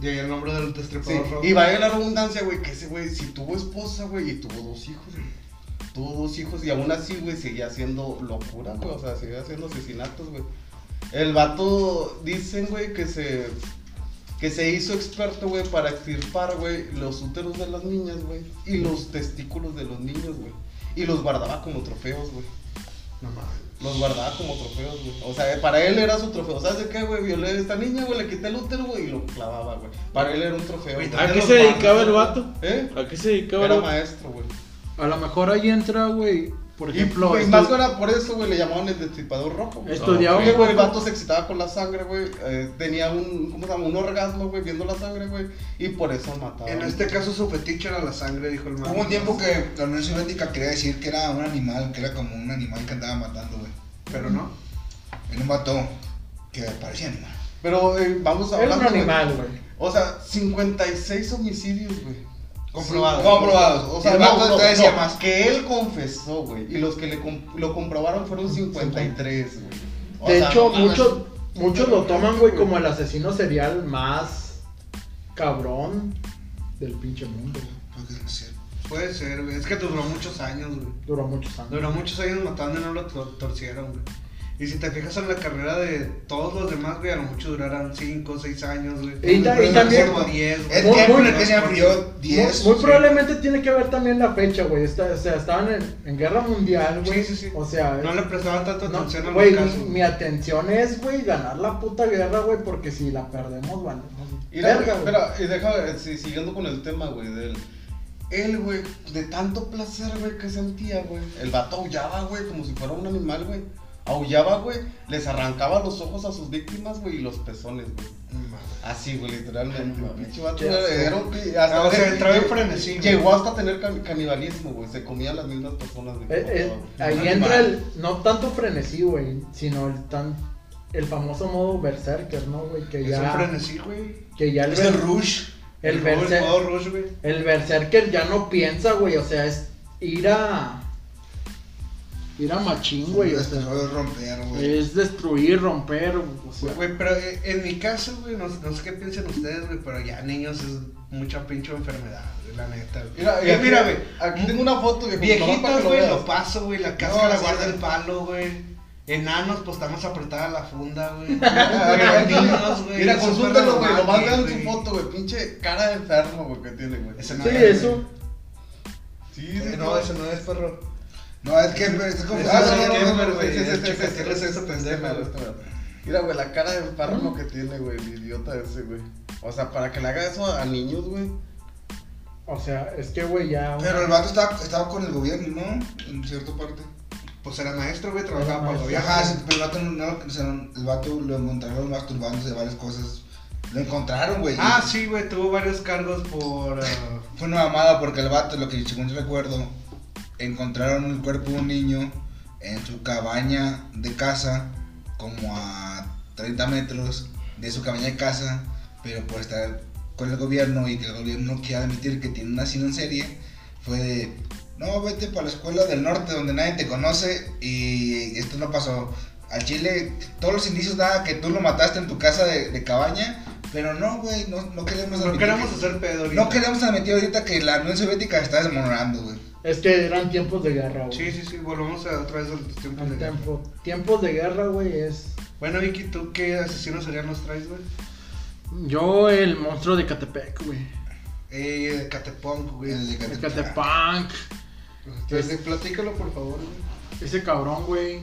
S3: Y ahí el nombre del
S5: Sí,
S3: destripador rojo.
S5: y vaya la redundancia, güey, que ese güey, si tuvo esposa, güey, y tuvo dos hijos, güey. Tuvo dos hijos y aún así, güey, seguía haciendo locura, güey. O sea, seguía haciendo asesinatos, güey. El vato, dicen, güey, que se, que se hizo experto, güey, para extirpar, güey, los úteros de las niñas, güey. Y los testículos de los niños, güey. Y los guardaba como trofeos, güey.
S3: No mames.
S5: Los guardaba como trofeos, güey. O sea, para él era su trofeo. ¿Sabes de qué, güey? Violé a esta niña, güey, le quité el útero, güey, y lo clavaba, güey. Para él era un trofeo.
S3: Güey,
S5: güey.
S6: ¿A qué se dedicaba el vato?
S5: ¿Eh?
S6: ¿A qué se dedicaba el
S5: Era
S6: vato?
S5: maestro, güey.
S2: A lo mejor ahí entra, güey, por ejemplo...
S5: y, güey,
S2: estu-
S5: más que era por eso, güey, le llamaban el destripador rojo. güey.
S2: estudiaba
S5: Porque,
S2: un
S5: güey, el
S2: poco-
S5: vato se excitaba con la sangre, güey. eh, tenía un, ¿cómo se llama? Un orgasmo, güey, viendo la sangre, güey. Y por eso mataba.
S3: En este caso su fetiche era la sangre, dijo el man.
S4: Hubo un tiempo que la Unión Soviética quería decir que era un animal, que era como un animal que andaba matando, güey.
S3: Pero no.
S4: Era un vato que parecía animal.
S5: Pero eh, vamos
S2: Era
S5: hablando.
S2: un
S5: güey.
S2: animal, güey.
S5: O sea, 56 homicidios, güey. Sí,
S4: Comprobados.
S5: güey.
S4: Comprobados. O sea,
S5: Y
S4: el vato te decía más.
S5: Que él confesó, güey. Y los que le com- lo comprobaron fueron 53, güey. O
S2: De
S5: sea,
S2: hecho,
S5: no mames.
S2: muchos, muchos lo toman, güey, como el asesino serial más cabrón del pinche mundo. güey.
S4: Porque, sí,
S3: Puede ser, güey. Es que duró muchos años, güey.
S2: Duró muchos años.
S3: Duró muchos años matando y no lo tor- torcieron, güey. Y si te fijas en la carrera de todos los demás, güey, a lo mucho durarán 5 o 6 años, güey.
S2: Y ta- y
S3: Pero
S2: también-
S3: como 10,
S4: El
S3: güey.
S4: tiempo en el
S3: Muy-
S4: que se enfrió
S2: Muy-
S4: 10.
S2: Muy,
S4: sí.
S2: probablemente tiene que ver también la fecha, güey. Está- o sea, estaban en, en guerra mundial, güey.
S3: Sí, sí, sí.
S2: O sea,
S3: No le prestaban tanta
S2: no,
S3: atención a
S2: güey,
S3: los
S2: mi,
S3: casos.
S2: mi atención es, güey, ganar la puta guerra, güey, porque si la perdemos, vale.
S5: Y la-
S2: Verga, güey.
S5: espera, y deja, eh, sí, siguiendo con el tema, güey, del... Él, güey, de tanto placer, güey, que sentía, güey. El vato aullaba, güey, como si fuera un animal, güey. Aullaba, güey, les arrancaba los ojos a sus víctimas, güey, y los pezones, güey. Así, güey, literalmente. güey. Pinche vato
S2: qué
S5: era,
S2: asco.
S5: era un pi- hasta-
S3: Ah, o sea,
S5: lle-
S3: entraba en
S5: lle-
S3: frenesí, güey.
S5: Llegó hasta tener can- canibalismo, güey. Se comía a las mismas personas, güey.
S2: Eh, eh,
S5: como
S3: ah,
S5: todo,
S2: ahí
S5: güey.
S2: entra el, no tanto frenesí, güey, sino el tan, el famoso modo berserker, ¿no, güey? Que
S3: Es un
S2: ya,
S3: frenesí, güey.
S2: que ya el,
S4: Es el
S2: ber-
S4: Rush.
S2: el
S3: Rush,
S2: berser-
S5: oh.
S3: modo Rush, güey.
S2: el berserker ya no piensa, güey, o sea, es ir a, ir a machín, güey, o
S4: Es
S2: sea,
S4: romper, güey.
S2: es destruir, romper, o sea,
S3: Güey, pero eh, en mi caso, güey, no, no sé qué piensen ustedes, güey, pero ya niños es mucha pinche enfermedad, güey, la neta, güey.
S5: Mira,
S3: Y Eh, mira,
S5: güey. Aquí tengo una foto, güey.
S3: Viejitos,
S5: nomás para que lo
S3: güey,
S5: veas.
S3: lo paso, güey, la
S4: No,
S3: cáscara
S4: sí,
S3: guarda
S4: sí.
S3: el palo, güey. Enanos, pues está más apretada la funda, güey. Niños, güey,
S5: Mira,
S3: es
S5: consúltalo,
S3: súper
S5: güey. Lo más
S3: normal,
S5: vean su foto, güey. Pinche cara de enfermo, güey, que tiene, güey.
S3: Ese no
S2: Sí,
S3: es,
S2: eso.
S5: Sí,
S3: güey.
S5: sí,
S3: Eh, No, ese no es, perro.
S4: No, es que es como.
S5: Ese
S4: Ah,
S5: es
S4: no,
S5: el
S4: no, no,
S5: gamer,
S4: no,
S5: güey.
S4: sí, sí,
S5: Ese
S4: sí,
S5: es
S4: sí, sí,
S5: el
S4: sí,
S5: ese
S4: sí,
S5: pendejo,
S4: sí,
S5: güey, este, güey. Mira, güey, la cara de enfermo que tiene, güey, el idiota ese, güey. O sea, para que le haga eso a niños, güey.
S2: O sea, es que, güey, ya.
S4: Pero el vato estaba, estaba con el gobierno, ¿no? En cierta parte.
S3: Pues era maestro, güey, trabajaba para el
S2: maestro.
S3: gobierno.
S4: Ajá, sí, pero el vato, no, no, o sea, el vato lo encontraron masturbándose de varias cosas. Lo encontraron, güey.
S3: Ah, sí, güey, tuvo varios cargos por. eh,
S4: Fue una mamada porque el vato, lo que según yo recuerdo, encontraron el cuerpo de un niño en su cabaña de casa, como a 30 metros de su cabaña de casa, pero por estar con el gobierno y que el gobierno no quiera admitir que tiene un asesino en serie, fue de, no, vete para la escuela del norte donde nadie te conoce y esto no pasó. Al Chile, todos los indicios daban que tú lo mataste en tu casa de, de cabaña, pero no, güey, no, no queremos
S3: no
S4: admitir
S3: queremos
S4: que-
S3: hacer pedo ahorita.
S4: no queremos admitir ahorita que la Unión Soviética está desmoronando, güey.
S2: Es que eran tiempos de guerra, güey.
S3: Sí, sí, sí, volvemos a otra vez a los tiempos de
S2: Al
S3: guerra.
S2: tiempo. Tiempos de guerra, güey, es.
S3: Bueno, Vicky, ¿tú qué asesinos serían los traes, güey?
S2: Yo, el monstruo de Catepec, güey.
S3: Eh, de Eh, Catepunk, güey.
S4: Desde que
S2: De
S4: te-
S2: Catepunk.
S3: Entonces, platícalo, por favor, güey.
S2: Ese cabrón, güey.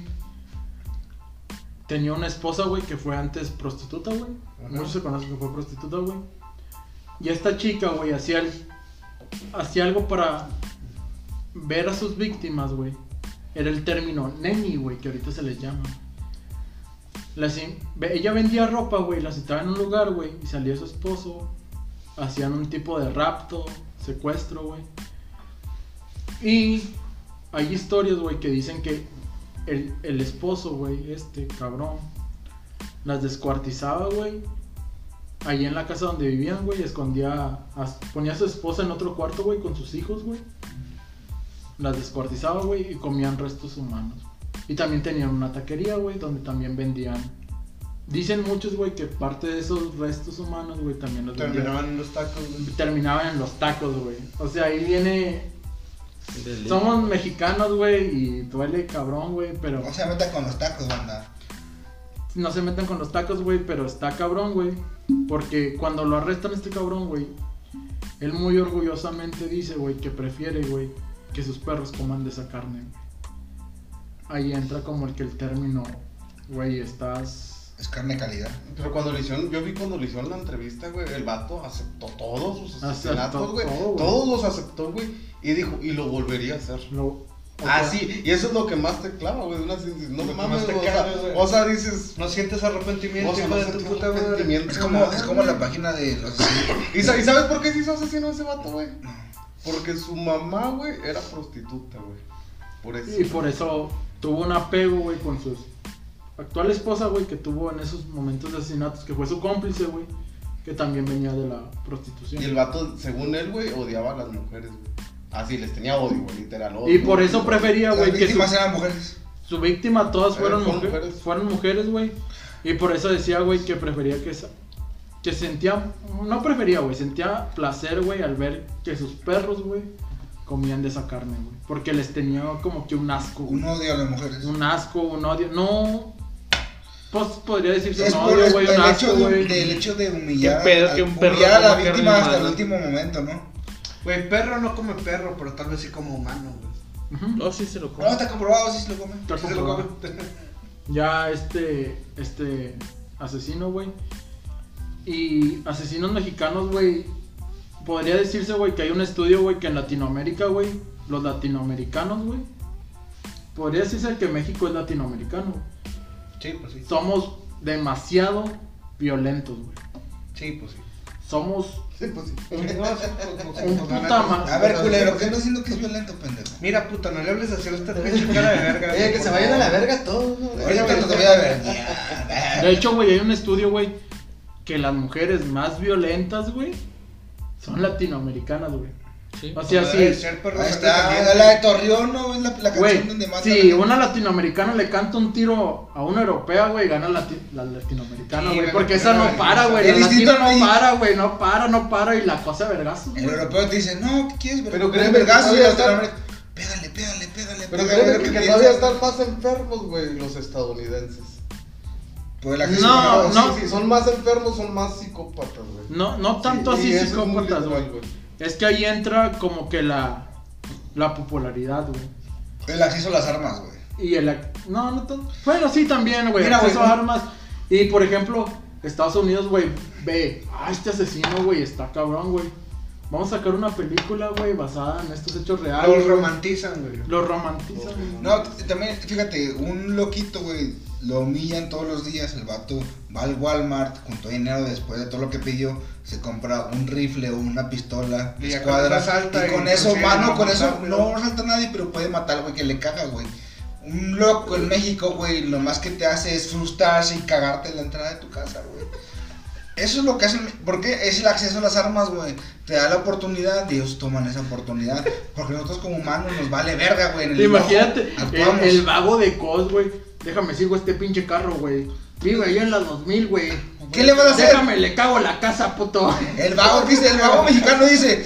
S2: Tenía una esposa, güey, que fue antes prostituta, güey.
S3: Ajá.
S2: Muchos se conocen que fue prostituta, güey. Y esta chica, güey, hacía, el- hacía algo para ver a sus víctimas, güey. Era el término neni, güey, que ahorita se les llama. Las in- ve- ella vendía ropa, güey, la citaba en un lugar, güey, y salía su esposo. Hacían un tipo de rapto, secuestro, güey. Y hay historias, güey, que dicen que el, el esposo, güey, este cabrón, las descuartizaba, güey. Allí en la casa donde vivían, güey, escondía, a- ponía a su esposa en otro cuarto, güey, con sus hijos, güey. Las descuartizaba, güey, y comían restos humanos. Y también tenían una taquería, güey, donde también vendían. Dicen muchos, güey, que parte de esos restos humanos, güey, también los vendían-
S3: Terminaban en los tacos, güey.
S2: terminaban en los tacos, güey. O sea, ahí viene
S6: Del-
S2: somos mexicanos, güey, y duele cabrón, güey, pero
S4: No se meta con los tacos, banda.
S2: no se metan con los tacos, güey, pero está cabrón, güey. Porque cuando lo arrestan a este cabrón, güey, él muy orgullosamente dice, güey, que prefiere, güey, que sus perros coman de esa carne, güey. Ahí entra como el que el término, güey, estás...
S4: Es carne de calidad.
S5: Pero cuando le hicieron, yo vi cuando le hicieron la entrevista, güey, el vato aceptó todos sus
S2: Aceptó
S5: asesinatos, güey.
S2: todo, güey.
S5: Todos los aceptó, güey. Y dijo, y lo volvería a hacer.
S2: Lo, o
S5: Ah,
S2: sea,
S5: sí, y eso es lo que más te clava, güey. Una, síntesis, no
S3: Lo que
S5: mames,
S3: más te
S5: o,
S3: caga,
S5: sea,
S3: güey.
S5: o sea, dices.
S3: No sientes arrepentimiento,
S5: O sea,
S3: hijo
S5: no
S3: de tu
S5: sientes
S3: puta madre.
S5: arrepentimiento.
S4: Es como, es como la página de los asesinos.
S5: ¿Y, sa- y sabes por qué se hizo asesino ese vato, güey? Porque su mamá, güey, era prostituta, güey. Por eso.
S2: Y por eso tuvo un apego, güey, con su actual esposa, güey, que tuvo en esos momentos de asesinatos, que fue su cómplice, güey, que también venía de la prostitución.
S5: Y el vato, según él, güey, odiaba a las mujeres, güey. Así, les tenía odio, güey, literal. Odio,
S2: Y por eso
S5: güey.
S2: prefería,
S4: Las
S2: güey, que su,
S4: víctimas eran mujeres.
S2: su víctima todas
S5: Eh,
S2: fueron,
S5: fueron
S2: mujer-
S5: mujeres.
S2: fueron mujeres, güey. Y por eso decía, güey, que prefería que esa- que sentía no prefería, güey, sentía placer, güey, al ver que sus perros, güey, comían de esa carne, güey, porque les tenía como que un asco, güey.
S4: Un odio a las mujeres.
S2: un asco, un odio. No. Pues podría decirse
S4: Es
S2: un
S4: por
S2: odio,
S4: es-
S2: güey, un
S4: el hecho
S2: asco,
S4: de,
S2: güey.
S4: del hecho de humillar,
S6: Qué pedo
S4: al-
S6: que un perro
S4: humillar a la
S6: coma carne
S4: víctima hasta el
S6: humana.
S4: último momento, ¿no?
S3: Güey, perro no come perro, pero tal vez sí como humano, güey.
S2: Ujú.
S6: No, sí se lo
S4: No,
S6: como.
S4: está comprobado si se lo come.
S2: Está
S3: Sí se lo
S2: comprobado.
S3: come.
S2: Ya este, este asesino, güey. Y asesinos mexicanos, güey. Podría decirse, güey, que hay un estudio, güey, que en Latinoamérica, güey, los latinoamericanos, güey. Podría decirse que México es latinoamericano.
S3: Sí, pues sí.
S2: Somos demasiado violentos, güey.
S3: Sí, pues sí.
S2: Somos
S5: Sí, pues sí.
S2: un puta ma-
S4: A ver, culero, ¿qué estás haciendo que es violento, pendejo?
S3: Mira, puta, no le hables así a esta pinche cara de verga. (laughs)
S5: Oye, que
S3: por
S5: se vayan a la
S3: favor.
S5: verga todos, güey.
S4: Ahorita te voy a ver.
S2: De hecho, güey, hay un estudio, güey, que las mujeres más violentas, güey, son latinoamericanas, güey.
S6: Sí.
S2: O sea,
S3: Debe de
S2: sí.
S3: ser perro
S4: Ahí
S3: también,
S4: está, la de Torreón, ¿no? Es la, la canción
S2: Güey,
S4: donde mata.
S2: si una latinoamericana le canta un tiro a una europea, güey, gana lati- la latinoamericana,
S3: Sí,
S2: güey.
S3: gana
S2: Porque esa no
S3: la
S2: para, güey. La
S4: El
S2: latina
S4: instinto
S2: no
S4: ahí.
S2: para, güey. No para, no para. Y la cosa vergazo,
S4: El
S2: güey.
S4: europeo te dice, no, ¿qué quieres?
S5: Pero
S4: ¿Quieres
S5: créeme,
S4: vergazo?
S5: no
S4: Y
S5: voy a
S4: hasta
S5: estar-
S4: la- Pégale, pégale, pégale,
S5: Pero
S4: Pero
S5: que,
S4: lo que
S5: que
S4: piensa-
S5: todavía están más enfermos, güey, los estadounidenses.
S4: Pues la
S2: No,
S4: gente
S2: no,
S5: "Ah, Sí, sí, son más enfermos, son más psicópatas, güey.
S2: No, no tanto
S5: Sí, y
S2: así
S5: eso es muy
S2: psicópatas,
S5: literal,
S2: güey. Es que ahí entra como que la, la popularidad, güey.
S4: El acceso a las armas, güey.
S2: Y el. ac- No, no tanto. Bueno, sí, también, güey.
S4: Mira,
S2: Acceso
S4: güey,
S2: a armas. Y por ejemplo, Estados Unidos, güey, ve. Ah, este asesino, güey, está cabrón, güey. Vamos a sacar una película, güey, basada en estos hechos reales.
S3: Ah, Los
S2: güey.
S3: romantizan, güey.
S2: Los romantizan. güey.
S4: No, t- también, fíjate, un loquito, güey, lo humillan todos los días. El vato va al Walmart, juntó dinero después de todo lo que pidió, se compra un rifle o una pistola,
S3: Y ya
S4: escuadra,
S3: con eso asalta
S4: y
S3: y
S4: con eso,
S3: consigue
S4: mano,
S3: no
S4: con eso
S3: matar,
S4: no
S3: güey.
S4: asalta a nadie, pero puede matar, güey, que le caga, güey. Un loco en México, güey, lo más que te hace es frustrarse y cagarte en la entrada de tu casa, güey. Eso es lo que hacen, porque es el acceso a las armas, güey. Te da la oportunidad, ellos toman esa oportunidad. Porque nosotros como humanos nos vale verga, güey. en el
S2: Imagínate,
S4: enojo,
S2: el,
S4: actuamos.
S2: el vago de Cos, güey. Déjame sigo este pinche carro, güey. Vive ahí en las 2000, güey.
S4: ¿Qué le van a hacer?
S2: Déjame, le cago la casa, puto. (laughs)
S4: El vago dice, el vago mexicano dice,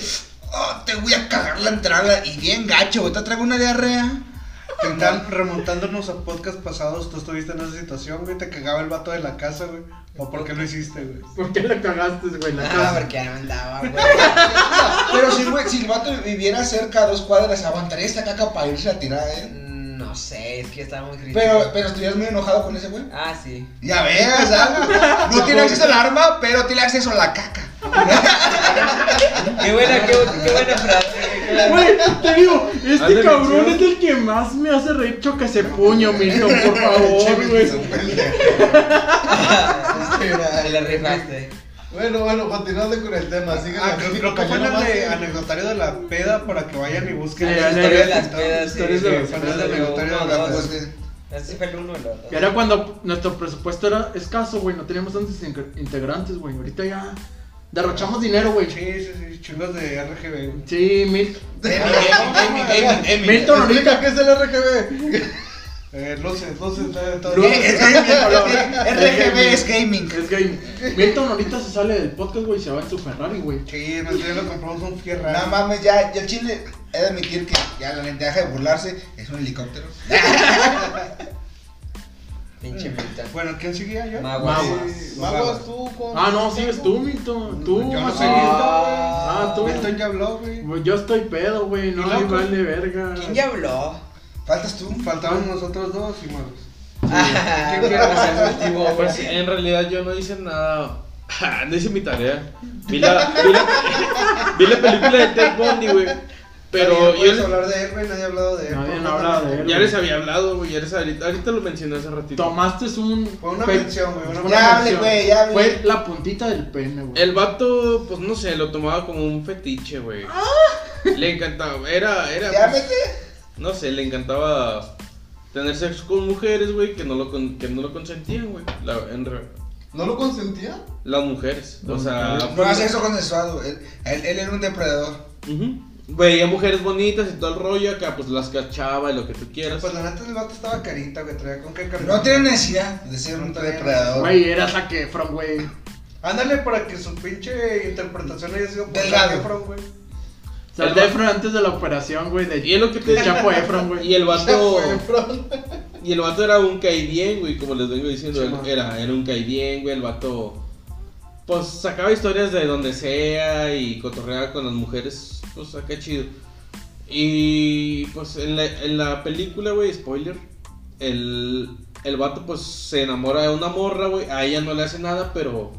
S4: "Oh, te voy a cagar la entrada y bien gacho, güey, te traigo una diarrea.
S3: Tengan- remontándonos a podcast pasados, tú estuviste en esa situación, güey. Te cagaba el vato de la casa, güey. ¿O por qué lo hiciste, güey?
S2: ¿Por qué la cagaste, güey? La
S1: Ah,
S2: casa.
S1: porque andaba, güey.
S4: Pero si, güey, si el vato viviera cerca a dos cuadras, aguantaría esta caca para irse a tirar, eh.
S1: No sé, es que estaba muy crítico.
S4: Pero, pero estuvieras muy enojado con ese güey.
S1: Ah, sí.
S4: Ya veas, ¿sabes? No tiene acceso al arma, pero tiene acceso a la caca.
S1: Qué buena, qué, bu- qué buena frase. (laughs) güey, qué buena-
S2: Güey, te digo, este
S6: Ándale,
S2: cabrón
S6: chido.
S2: es el que más me hace reír. Choca ese puño, Milton,
S3: (laughs)
S2: por favor, güey.
S1: Te la rifaste.
S5: Bueno, bueno, continuando con el tema, sigue
S3: Ah, creo, creo que fue en el de anecdotario de la peda para que vayan y busquen.
S2: Sí,
S3: esa
S2: ane-
S1: Historia
S3: historia.
S1: de las pedas. sí,
S2: Historias de
S1: sí,
S2: las
S1: fue el
S3: pedas,
S1: de
S3: anecdotario
S1: uno,
S3: de las
S1: dos.
S3: pedas.
S1: No sé si fue el uno o el otro.
S2: Era cuando nuestro presupuesto era escaso, güey. No teníamos tantos in- integrantes, güey. Ahorita ya derrochamos dinero, güey.
S3: Sí, sí, sí, chingos de RGB,
S2: (laughs)
S3: güey.
S2: Sí, Mil- Milton
S5: Milton,
S2: ahorita.
S3: (laughs)
S5: ¿qué es el RGB?
S3: Eh, luces, luces, todo- todo.
S4: Es gaming, RGB es gaming.
S2: Es gay. Milton ahorita se sale del podcast, güey, y se va en su Ferrari, güey.
S3: Sí, nos lo compramos un Ferrari.
S4: No mames, ya, ya el chile, he de admitir que ya la neta deja de burlarse, es un helicóptero.
S1: Pinche mita.
S3: Bueno, ¿quién seguía yo?
S1: Maguas.
S5: Sí, Maguas tú con.
S2: Ah, no, sigues tú, Milton. Tú,
S3: Yo no
S2: más
S3: sé,
S2: Ah, tú.
S3: Milton ya habló, güey.
S2: Güey, Yo estoy pedo, güey. No
S3: ¿Y loco?
S2: me vale verga.
S1: ¿Quién
S2: (laughs)
S1: ya habló?
S4: Faltas tú.
S3: Faltaban nosotros dos y Magos.
S1: Ah,
S3: ¿Quién quiere pasar
S6: (laughs)
S3: el
S1: último, güey?
S6: Pues en realidad yo no hice nada. (laughs) No hice mi tarea. Vi la, vi la, vi la (laughs) película de Ted Bundy, güey. Pero
S3: Nadie
S6: yo
S3: puede
S6: les,
S3: hablar de él, güey, nadie ha hablado de él.
S2: Nadie no habla de él.
S6: ya
S2: güey.
S6: les había hablado, güey. Ya les ahorita, ahorita lo mencioné hace ratito.
S2: Tomaste un.
S3: Fue una
S2: pe-
S3: mención, güey, una mención.
S2: fue
S4: Ya hable,
S2: mención.
S4: güey, ya hable.
S2: Fue la puntita del pene, güey.
S6: El vato, pues no sé, lo tomaba como un fetiche, güey. Le encantaba, era, era.
S4: Ah. Ya
S6: pues,
S4: vete.
S6: no sé, le encantaba tener sexo con mujeres, güey, que no lo con- que no lo consentían, güey. La- en re-
S5: ¿No lo consentía?
S6: las mujeres, o
S2: Las
S6: sea,
S2: mujeres.
S4: No hace eso consensuado, él, él, él era un depredador.
S6: ujú. veía mujeres bonitas y todo el rollo acá, pues las cachaba y lo que tú quieras.
S3: Pues la neta el vato estaba carita, güey, traía con qué cargar.
S4: No tiene necesidad de ser un
S3: No tiene
S4: depredador.
S2: Güey, era Zac Efron, güey.
S3: Ándale para que su pinche interpretación haya sido por
S4: Delgado.
S3: Zac Efron, güey.
S2: Zac
S6: va-
S2: Efron antes de la operación, güey. De,
S6: Y es lo que te-
S4: (laughs)
S6: pues,
S2: de Chapo Efron, güey.
S6: Y el vato,
S5: Fue, bro.
S6: y el vato era un cae bien, güey, como les vengo diciendo,
S3: Sí,
S6: él-
S3: man.
S6: era, era un cae bien, güey, el vato, pues sacaba historias de donde sea y cotorreaba con las mujeres, pues acá chido. Y pues en la, en la película, güey, spoiler, el, el vato pues se enamora de una morra, güey, a ella no le hace nada, pero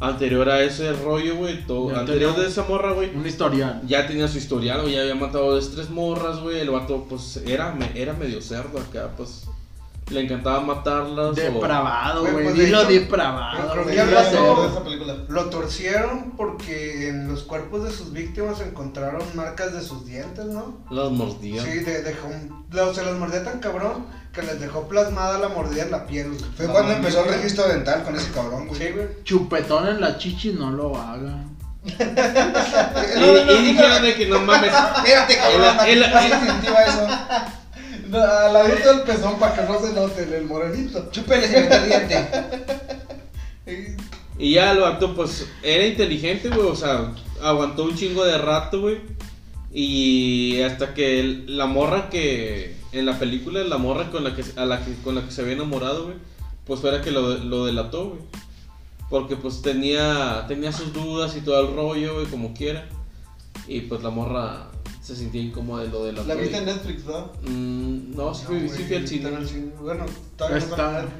S6: anterior a ese rollo, güey, todo,
S2: Ya
S6: anterior
S2: tenía-
S6: de esa morra, güey,
S2: Un historial.
S6: ya tenía su historial, güey, ya había matado dos, tres morras, güey. El vato, pues, era, me- era medio cerdo acá, pues. Le encantaba matarlas. o-
S2: Depravado,
S3: Güey,
S2: güey.
S3: pues, de
S2: Dilo
S3: hecho,
S2: depravado.
S3: yo creo
S2: güey.
S3: que ya
S2: Dilo
S5: Ya se
S3: pasó.
S5: acordó de
S2: cerdo.
S5: esa película.
S3: Lo torcieron porque en los cuerpos de sus víctimas encontraron marcas de sus dientes, ¿no?
S6: Las mordía.
S3: Sí, de, dejó un- la- se las mordía tan cabrón que les dejó plasmada la mordida en la piel. güey.
S4: Fue
S3: No
S4: cuando
S3: mames.
S4: empezó el registro dental con ese cabrón, güey.
S3: Sí, güey.
S2: Chupetón en la chichi, no lo haga.
S6: Y,
S4: No, no, no,
S6: y dijeron de que no mames.
S4: Espérate, cabrón,
S6: El- el-
S4: ¿a qué se incentiva eso?
S5: No, al ladito del pezón para que no se note el morenito.
S4: Chúpele sin meter diente.
S5: Y-
S6: Y ya el vato, pues, era inteligente, güey. O sea, aguantó un chingo de rato, güey. Y hasta que el- la morra que en la película la morra con la que, a la que, con la que se había enamorado, güey, pues fuera que lo, lo delató, güey. Porque pues tenía, tenía sus dudas y todo el rollo, güey, como quiera. Y pues la morra se sentía incómoda de lo delató.
S5: La viste
S6: y-
S5: en Netflix, ¿verdad?
S6: Mm, no, sí, fui- sí fui al cine.
S3: Está en el cine. Bueno, todavía no
S2: Está.
S3: está.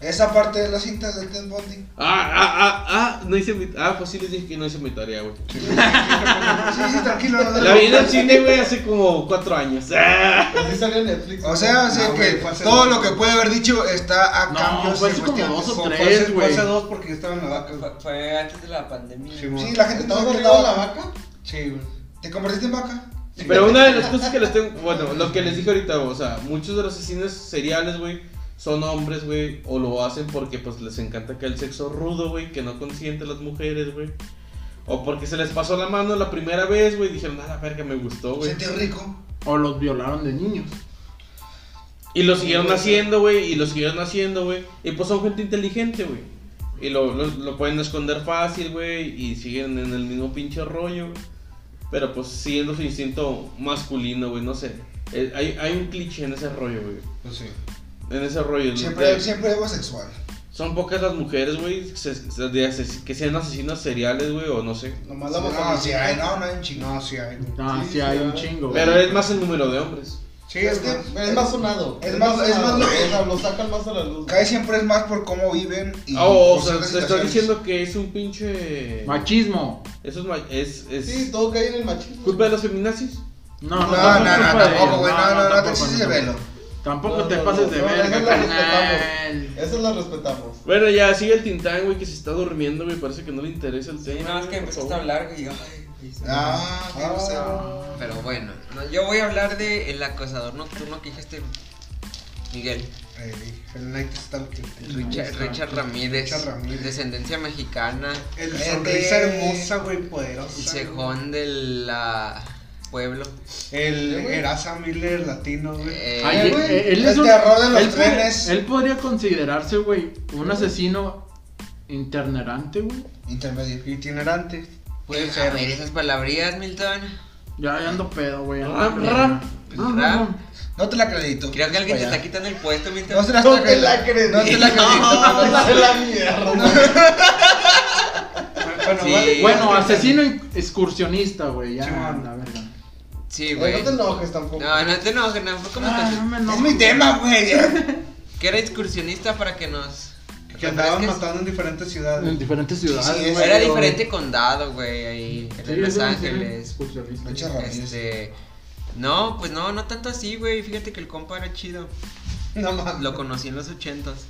S4: Esa parte de las cintas de Ted Bundy.
S6: Ah, ah, ah, ah, no hice mi... Ah, pues sí les dije que no hice mi tarea, güey.
S4: Sí, sí, tranquilo. no, no,
S6: La vi en
S4: no.
S6: el cine, güey, hace como cuatro años. Ah.
S5: Sí salió en Netflix.
S4: O sea, o sea
S3: No,
S4: que
S3: güey, fue hace
S4: todo
S3: dos.
S4: lo que puede haber dicho está a
S2: No,
S4: cambio.
S2: fue
S4: de
S2: hace como
S4: cuestiones.
S2: dos o
S4: Fue-
S2: tres.
S3: Fue hace-
S2: güey.
S3: fue hace dos porque yo estaba en la vaca.
S1: Fue, fue antes de la pandemia.
S3: Sí, güey.
S4: Sí, la gente
S5: ¿Estás
S4: todo
S5: arriba de la
S4: la
S5: vaca?
S3: Sí, güey.
S4: ¿Te convertiste en vaca?
S6: Pero una de las cosas que les tengo, bueno, lo que les dije ahorita, o sea, muchos de los asesinos seriales, güey, son hombres, güey, o lo hacen porque pues les encanta que el sexo rudo, güey, que no consiente a las mujeres, güey. O porque se les pasó la mano la primera vez, güey, dijeron, ah, la verga, me gustó, güey.
S4: Sentí rico.
S2: O los violaron de niños.
S6: Y lo siguieron haciendo, güey, y lo siguieron haciendo, güey. Y pues son gente inteligente, güey. Y lo, lo, lo pueden esconder fácil, güey, y siguen en el mismo pinche rollo, güey. Pero pues siguiendo su instinto masculino, güey, no sé. Eh, hay, hay un cliché en ese rollo, güey.
S3: Pues sí.
S6: En ese rollo.
S4: Siempre,
S6: de-
S4: siempre es homosexual.
S6: Son pocas las mujeres, güey, que, se- se- de ases- que sean asesinas seriales, güey, o no sé.
S5: Nomás la vaca.
S4: No, sí hay, no, no hay un chino.
S3: No, sí hay. güey.
S2: Ah,
S5: Sí,
S2: sí, hay
S5: sí,
S2: un
S5: ah.
S2: chingo, güey.
S6: Pero es más el número de hombres.
S3: Sí, es que.
S5: Es más sonado.
S4: Es más- es
S5: sonado.
S4: más-
S5: O sea, lo sacan más a la luz.
S4: Cae siempre es más por cómo viven y. pues
S6: Ah, o, o
S4: por
S6: sea,
S4: ciertas
S6: te estás
S4: situaciones.
S6: diciendo que es un pinche.
S2: Machismo.
S6: Eso es. ma- es, es...
S5: Sí, todo cae en el machismo.
S6: ¿Culpa de los feminazis?
S2: No,
S4: No,
S2: no,
S4: no, no,
S2: tampoco
S4: no,
S2: de-
S4: tampoco, güey. No, no, no, te
S2: tampoco,
S4: eches
S2: no,
S4: de velo.
S2: tampoco. Tampoco
S5: No,
S2: te
S5: no,
S2: pases
S5: no,
S2: de
S5: no,
S2: verga,
S5: no,
S2: carnal.
S5: Esas las respetamos.
S6: Bueno, ya sigue el Tintán, güey, que se está durmiendo, güey. Parece que no le interesa el tema.
S1: Sí, nada más
S6: güey,
S1: que
S6: por
S1: empezaste a
S6: favor.
S1: hablar, güey. y yo, ay, güey, se me-
S4: Ah, qué grosero.
S1: Pero bueno, no, yo voy a hablar de el acosador nocturno que dijiste, Miguel.
S3: Eh, el Night Stalker.
S1: Richard, Richard Ramírez,
S3: Richard Ramírez.
S1: descendencia mexicana,
S3: El
S4: Vete.
S3: sonrisa hermosa, güey, poderosa.
S1: el cejón del la, pueblo.
S3: El
S5: Sí, güey.
S3: Erasa Miller latino, güey.
S1: Eh,
S2: Ay,
S5: güey,
S2: eh, él
S4: el
S2: es un-
S4: terror de los
S2: él podría-
S4: trenes.
S2: él podría considerarse, güey, un asesino internerante, güey.
S4: Intermedio.
S3: Itinerante. Puede
S1: a
S3: ser.
S1: ver, esas palabrías, Milton.
S2: Ya, ya ando pedo, güey. ya ando
S6: Ram,
S2: pedo.
S6: ram.
S2: Ram,
S1: Ram.
S2: ram.
S4: No te la acredito.
S1: Creo que alguien te está
S4: Vaya.
S1: quitando el puesto, Milton.
S4: No se la
S5: No te la
S4: acredito. No te
S5: acredito.
S4: la acredito.
S5: Ah, de la mierda.
S3: Bueno,
S1: Sí.
S3: vale.
S2: Bueno, asesino excursionista, güey. Ya,
S3: Sí, man.
S2: la verga.
S1: Sí,
S5: Güey,
S1: güey.
S5: No te enojes tampoco.
S1: No, no te enojes, no, fue como
S2: Ah,
S1: que-
S2: no me
S4: Es
S2: enojo.
S4: mi tema, güey.
S1: que era excursionista para que nos...
S3: Que andaban
S1: refresques.
S3: matando en diferentes
S2: En
S3: ciudades.
S2: diferentes ciudades,
S4: sí,
S2: güey.
S1: Era
S2: pero-
S1: diferente condado, güey, ahí
S2: Sí,
S1: en Los
S2: es un asesino
S1: Ángeles.
S2: excursionista.
S4: Richard Ramírez.
S1: Este, no, pues no, no tanto así, güey. Fíjate que el compa era chido.
S3: (laughs) No mames.
S1: Lo conocí en los 80s.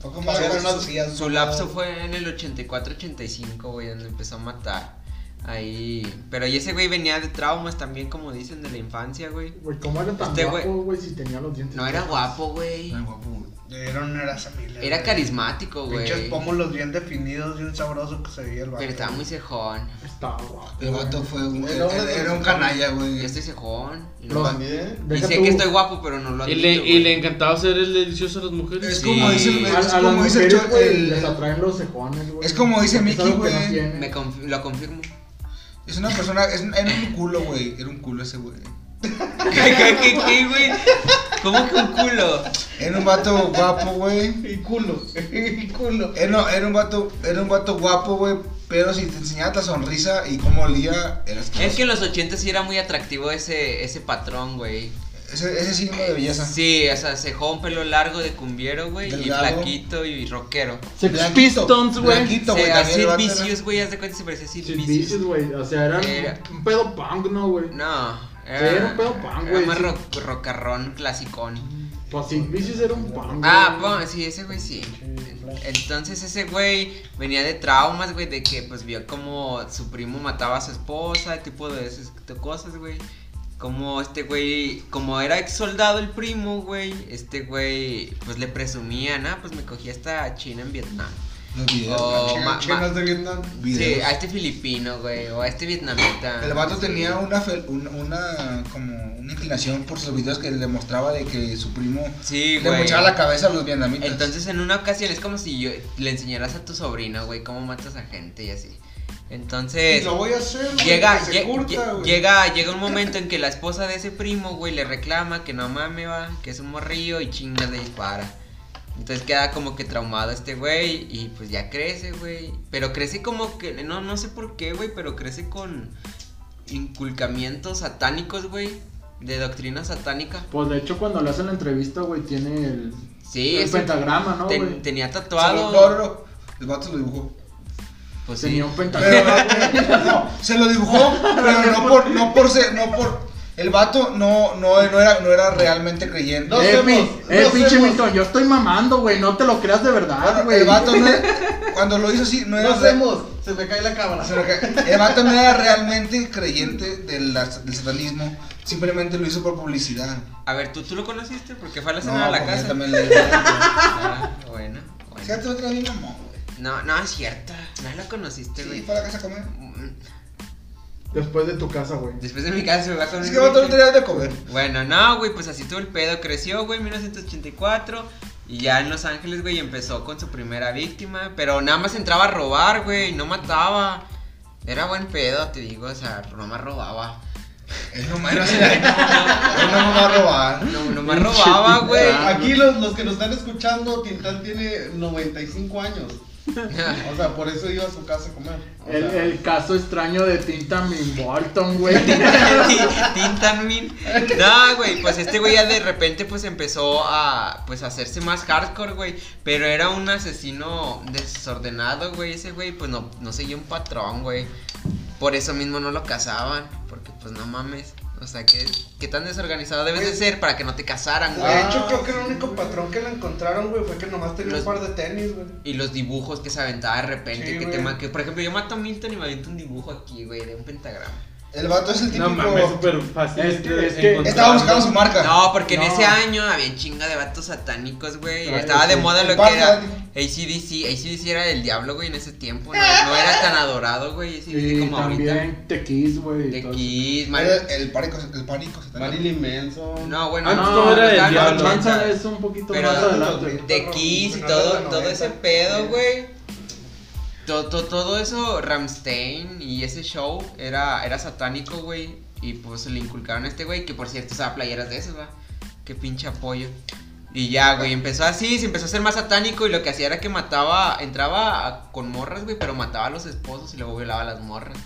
S4: Poco más
S5: Pero
S4: güey,
S5: no-
S4: socias,
S1: Su
S4: güey.
S1: lapso fue en el 84-85, güey, donde empezó a matar. Ahí. Pero y ese güey venía de traumas también, como dicen, de la infancia, güey.
S2: Güey, ¿cómo era tan
S1: Este, güey-
S2: guapo, güey, si tenía los dientes?
S1: No era guapo, güey.
S4: Ay, guapo.
S3: Era un Erasa Miller.
S1: Era
S3: güey.
S1: carismático, güey.
S3: eh. Pinches pómulos bien definidos, bien sabroso que se veía el vato.
S1: Pero estaba muy cejón.
S2: Estaba guapo.
S4: El vato fue un.
S5: Era un-
S4: Era era un canalla,
S1: Yo
S4: güey.
S1: estoy cejón. Y, no-
S2: Los-
S5: También.
S1: y
S2: Deja
S1: sé
S2: tú-
S1: que estoy guapo, pero no lo
S6: Y
S1: admito,
S6: le, y
S1: güey.
S6: le encantaba hacer el delicioso a las mujeres.
S4: Es
S1: Sí.
S4: como dice el.
S2: A,
S4: Es
S2: a las
S4: como dice el.
S2: mujeres, güey, les
S4: el-
S2: atraen los cejones, güey.
S4: Es como dice
S2: Es
S4: Mickey,
S2: algo que no
S4: güey.
S2: tienen.
S1: Me conf- lo confirmo. (laughs)
S4: Es una persona. es un- Era un culo, güey. Era un culo ese, güey.
S1: ¿Qué, qué, qué, qué, güey? ¿Cómo que un culo?
S4: Era un vato guapo,
S2: (laughs)
S4: güey.
S5: Y culo. Y culo.
S4: Era, no, era un vato, era un vato guapo, güey, pero si te enseñaba la sonrisa y cómo olía, eras
S1: Es que en los 80 sí era muy atractivo ese, ese patrón, güey.
S4: ese, ese signo de belleza.
S1: Sí, o sea, cejón, pelo largo de cumbiero, güey, y
S4: Delgado.
S1: flaquito y rockero.
S2: Sex
S4: Blanquito,
S2: Pistons, güey.
S4: Blanquito,
S1: O
S4: güey,
S1: sea,
S4: también el
S1: Sid
S4: vato era-
S1: Vicious, güey, haz de cuenta se parecía a Sid
S2: Sid
S1: Vicious.
S2: Vicious, güey. O sea,
S1: Era-
S2: era un pedo punk, ¿no, güey?
S1: No,
S2: era un pedo pan,
S1: era
S2: güey,
S1: más
S2: sí.
S1: rock- rockarrón clasicón.
S2: Pues Sid Vicious era un punk, güey.
S1: Ah, pues, sí, ese güey sí. Entonces ese güey venía de traumas, güey, de que pues vio como su primo mataba a su esposa, tipo de esas cosas, güey. Como este güey, como era ex soldado el primo, güey, este güey pues le presumía, ah, pues me cogí hasta China en Vietnam.
S4: Los videos,
S1: Oh,
S4: güey,
S1: ma-
S4: chinos
S1: ma-
S4: de Vietnam.
S1: Sí,
S4: Videos.
S1: a este filipino, güey, o a este vietnamita.
S4: El vato
S1: Sí.
S4: tenía una, fel- un- una, como una inclinación por sus videos que le mostraba de que su primo
S1: Sí,
S4: le
S1: güey.
S4: mochaba la cabeza a los vietnamitas.
S1: Entonces en una ocasión es como si yo le enseñaras a tu sobrino, güey, cómo matas a gente y así. Entonces,
S3: Lo voy a hacer, güey,
S1: llega,
S3: que se
S1: lle-
S3: curta,
S1: lle-
S3: güey.
S1: llega, llega un momento en que la esposa de ese primo, güey, le reclama que no mame, va, que es un morrillo y chingas le dispara. Entonces queda como que traumado este güey y pues ya crece, güey. Pero crece como que, no, no sé por qué, güey, pero crece con inculcamientos satánicos, güey, de doctrina satánica.
S2: Pues de hecho, cuando le hacen la entrevista, güey, tiene el,
S1: Sí,
S2: el
S1: ese-
S2: pentagrama, ¿no,
S1: ten-
S2: güey?
S1: tenía
S4: No, no,
S1: tatuado.
S4: no. El vato lo dibujó.
S1: Pues sí.
S4: (laughs)
S2: Tenía un
S4: Pero,
S2: pentagrama.
S4: güey, no, se
S1: (laughs)
S4: lo dibujó, pero no por, no por ser, no por. El vato no, no, no era, no era realmente creyente.
S5: No
S2: eh,
S5: hacemos,
S2: mi-
S5: no
S2: eh, pinche
S5: hacemos.
S2: Milton, yo estoy mamando, güey, no te lo creas de verdad,
S4: Bueno,
S2: güey.
S4: el vato no era- cuando lo hizo así, no
S5: No
S4: era.
S5: hacemos, se me cae la cámara.
S4: se lo que- El vato no era realmente creyente del, del satanismo, simplemente lo hizo por publicidad.
S1: A ver, ¿tú, ¿tú lo conociste? Porque fue a la
S4: No,
S1: cena de la
S4: porque
S1: casa.
S4: también le-
S1: Ah, bueno, bueno.
S4: Fíjate otra vez, mamón, güey.
S1: No, no, es cierto. No lo conociste, güey.
S4: Sí, fue a la casa a comer.
S1: Mm,
S2: Después de tu casa, güey.
S1: Después de mi casa me va con
S4: Es
S1: un
S4: que el vato no
S1: pinche-
S4: tenía de comer.
S1: Bueno, no, güey, pues así todo el pedo. Creció, güey, en 1984. Y ya en Los Ángeles, güey, empezó con su primera víctima. Pero nada más entraba a robar, güey. No mataba. Era buen pedo, te digo. O sea, nomás robaba.
S4: Es
S1: (laughs)
S4: nomás, no se- es nomás va a robar.
S1: No, nomás robaba, güey.
S5: Aquí los, los que nos están escuchando, Tintán tiene 95 años.
S1: (laughs)
S5: O sea, por eso iba a su casa a comer. O
S2: El,
S5: sea,
S2: el caso extraño de Tinta Bolton,
S4: (laughs)
S2: güey.
S1: (laughs) Tintanmin. No, güey, pues este güey ya de repente pues empezó a pues a hacerse más hardcore, güey. Pero era un asesino desordenado, güey. Ese güey pues no, no seguía un patrón, güey. Por eso mismo no lo casaban. Porque pues no mames. O sea, ¿qué, qué tan desorganizado debes de ser para que no te casaran, güey?
S3: De hecho, creo que el único patrón que le encontraron, güey, fue que nomás tenía
S1: Los-
S3: un par de tenis, güey.
S1: Y los dibujos que se aventaba de repente.
S3: Sí,
S1: que
S3: güey.
S1: te ma- que, por ejemplo, yo mato a Milton y me aviento un dibujo aquí, güey, de un pentagrama.
S4: El vato es el típico.
S6: No mames, súper fácil.
S2: Es que-
S6: de
S2: es que-
S6: encontrar.
S4: Estaba buscando su marca.
S1: No,
S2: (laughs)
S1: porque
S2: No.
S1: en ese año había chinga de vatos satánicos, güey.
S2: Claro,
S1: Estaba de
S2: sí.
S1: moda lo que
S4: Pasa,
S1: era
S4: dijo.
S1: ACDC. ACDC era el diablo, güey, en ese tiempo. No, no era tan adorado, güey. ACDC
S2: Y
S1: como ahorita.
S2: también Eh, Te Kiss, güey.
S1: The
S2: todo eso.
S1: Kiss, Mar-
S4: Era el pánico, el pánico satánico.
S5: Marilyn Manson.
S1: No, bueno,
S6: Antes
S1: no,
S6: todo era
S1: estaba
S6: el
S1: en los
S6: diablo.
S2: Manson
S1: 80s.
S2: es un poquito
S1: Pero-
S2: más adelante.
S3: Pero-
S1: The Kiss y
S3: Finales
S1: todo,
S3: de
S1: todo
S3: 90.
S1: ese pedo, güey. Todo, todo, eso, Ramstein y ese show era, era satánico, güey. Y pues le inculcaron a este güey, que por cierto usaba playeras de esas, va. Qué pinche apoyo. Y ya, güey, empezó así, se empezó a ser más satánico y lo que hacía era que mataba, entraba a- con morras, güey, pero mataba a los esposos y luego violaba a las morras.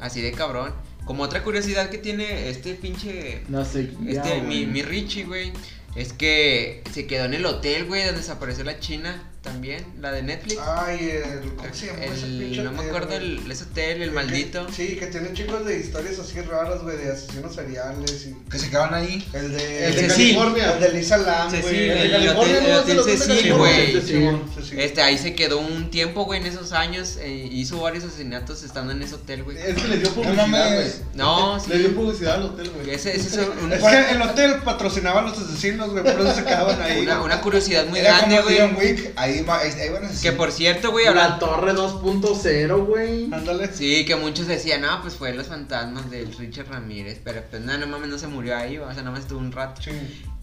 S1: Así de cabrón. Como otra curiosidad que tiene este pinche
S2: No sé. ya,
S1: este, mi,
S2: güey.
S1: mi Richie, güey, es que se quedó en el hotel, güey, donde desapareció la china también, la de Netflix.
S3: Ay, el. Ah, ¿Cómo se llamó ese
S1: El-
S3: pinche
S1: no me
S3: hotel,
S1: acuerdo
S3: güey?
S1: el, ese hotel, el
S3: Que-
S1: maldito.
S3: Sí, que tienen chicos de historias así raras, güey, de asesinos seriales y.
S4: Que se quedaban ahí.
S3: El de.
S1: El
S3: de
S1: Cecil.
S3: California. El de Lisa Lam,
S1: Cecil,
S3: güey.
S1: el
S3: de California,
S1: hotel- el
S3: ¿no? Ese
S1: hotel
S3: hotel de
S1: Cecil,
S3: California.
S1: güey.
S3: Sí, Simón, Cecil.
S1: Este, ahí se quedó un tiempo, güey, en esos años. eh, hizo varios asesinatos estando en ese hotel, güey.
S5: Es que le dio
S4: No
S5: publicidad, güey.
S4: mames.
S1: No,
S5: Le
S1: sí.
S5: dio publicidad al hotel, güey.
S1: Ese, ese es un-
S3: (laughs) Es que el hotel patrocinaba a los asesinos, güey, por eso se quedaban ahí.
S1: una, una curiosidad muy
S4: Era
S1: grande,
S4: como John
S1: güey.
S4: Wick. Ahí, va- ahí van a
S1: Que por cierto, güey,
S2: La
S1: hablando.
S2: Torre 2.0, güey.
S3: Ándale.
S1: (laughs) Sí, que muchos decían, no, pues fue los fantasmas del Richard Ramírez. Pero pues, no, no mames, no se murió ahí, o sea, nada más estuvo un rato.
S3: Sí.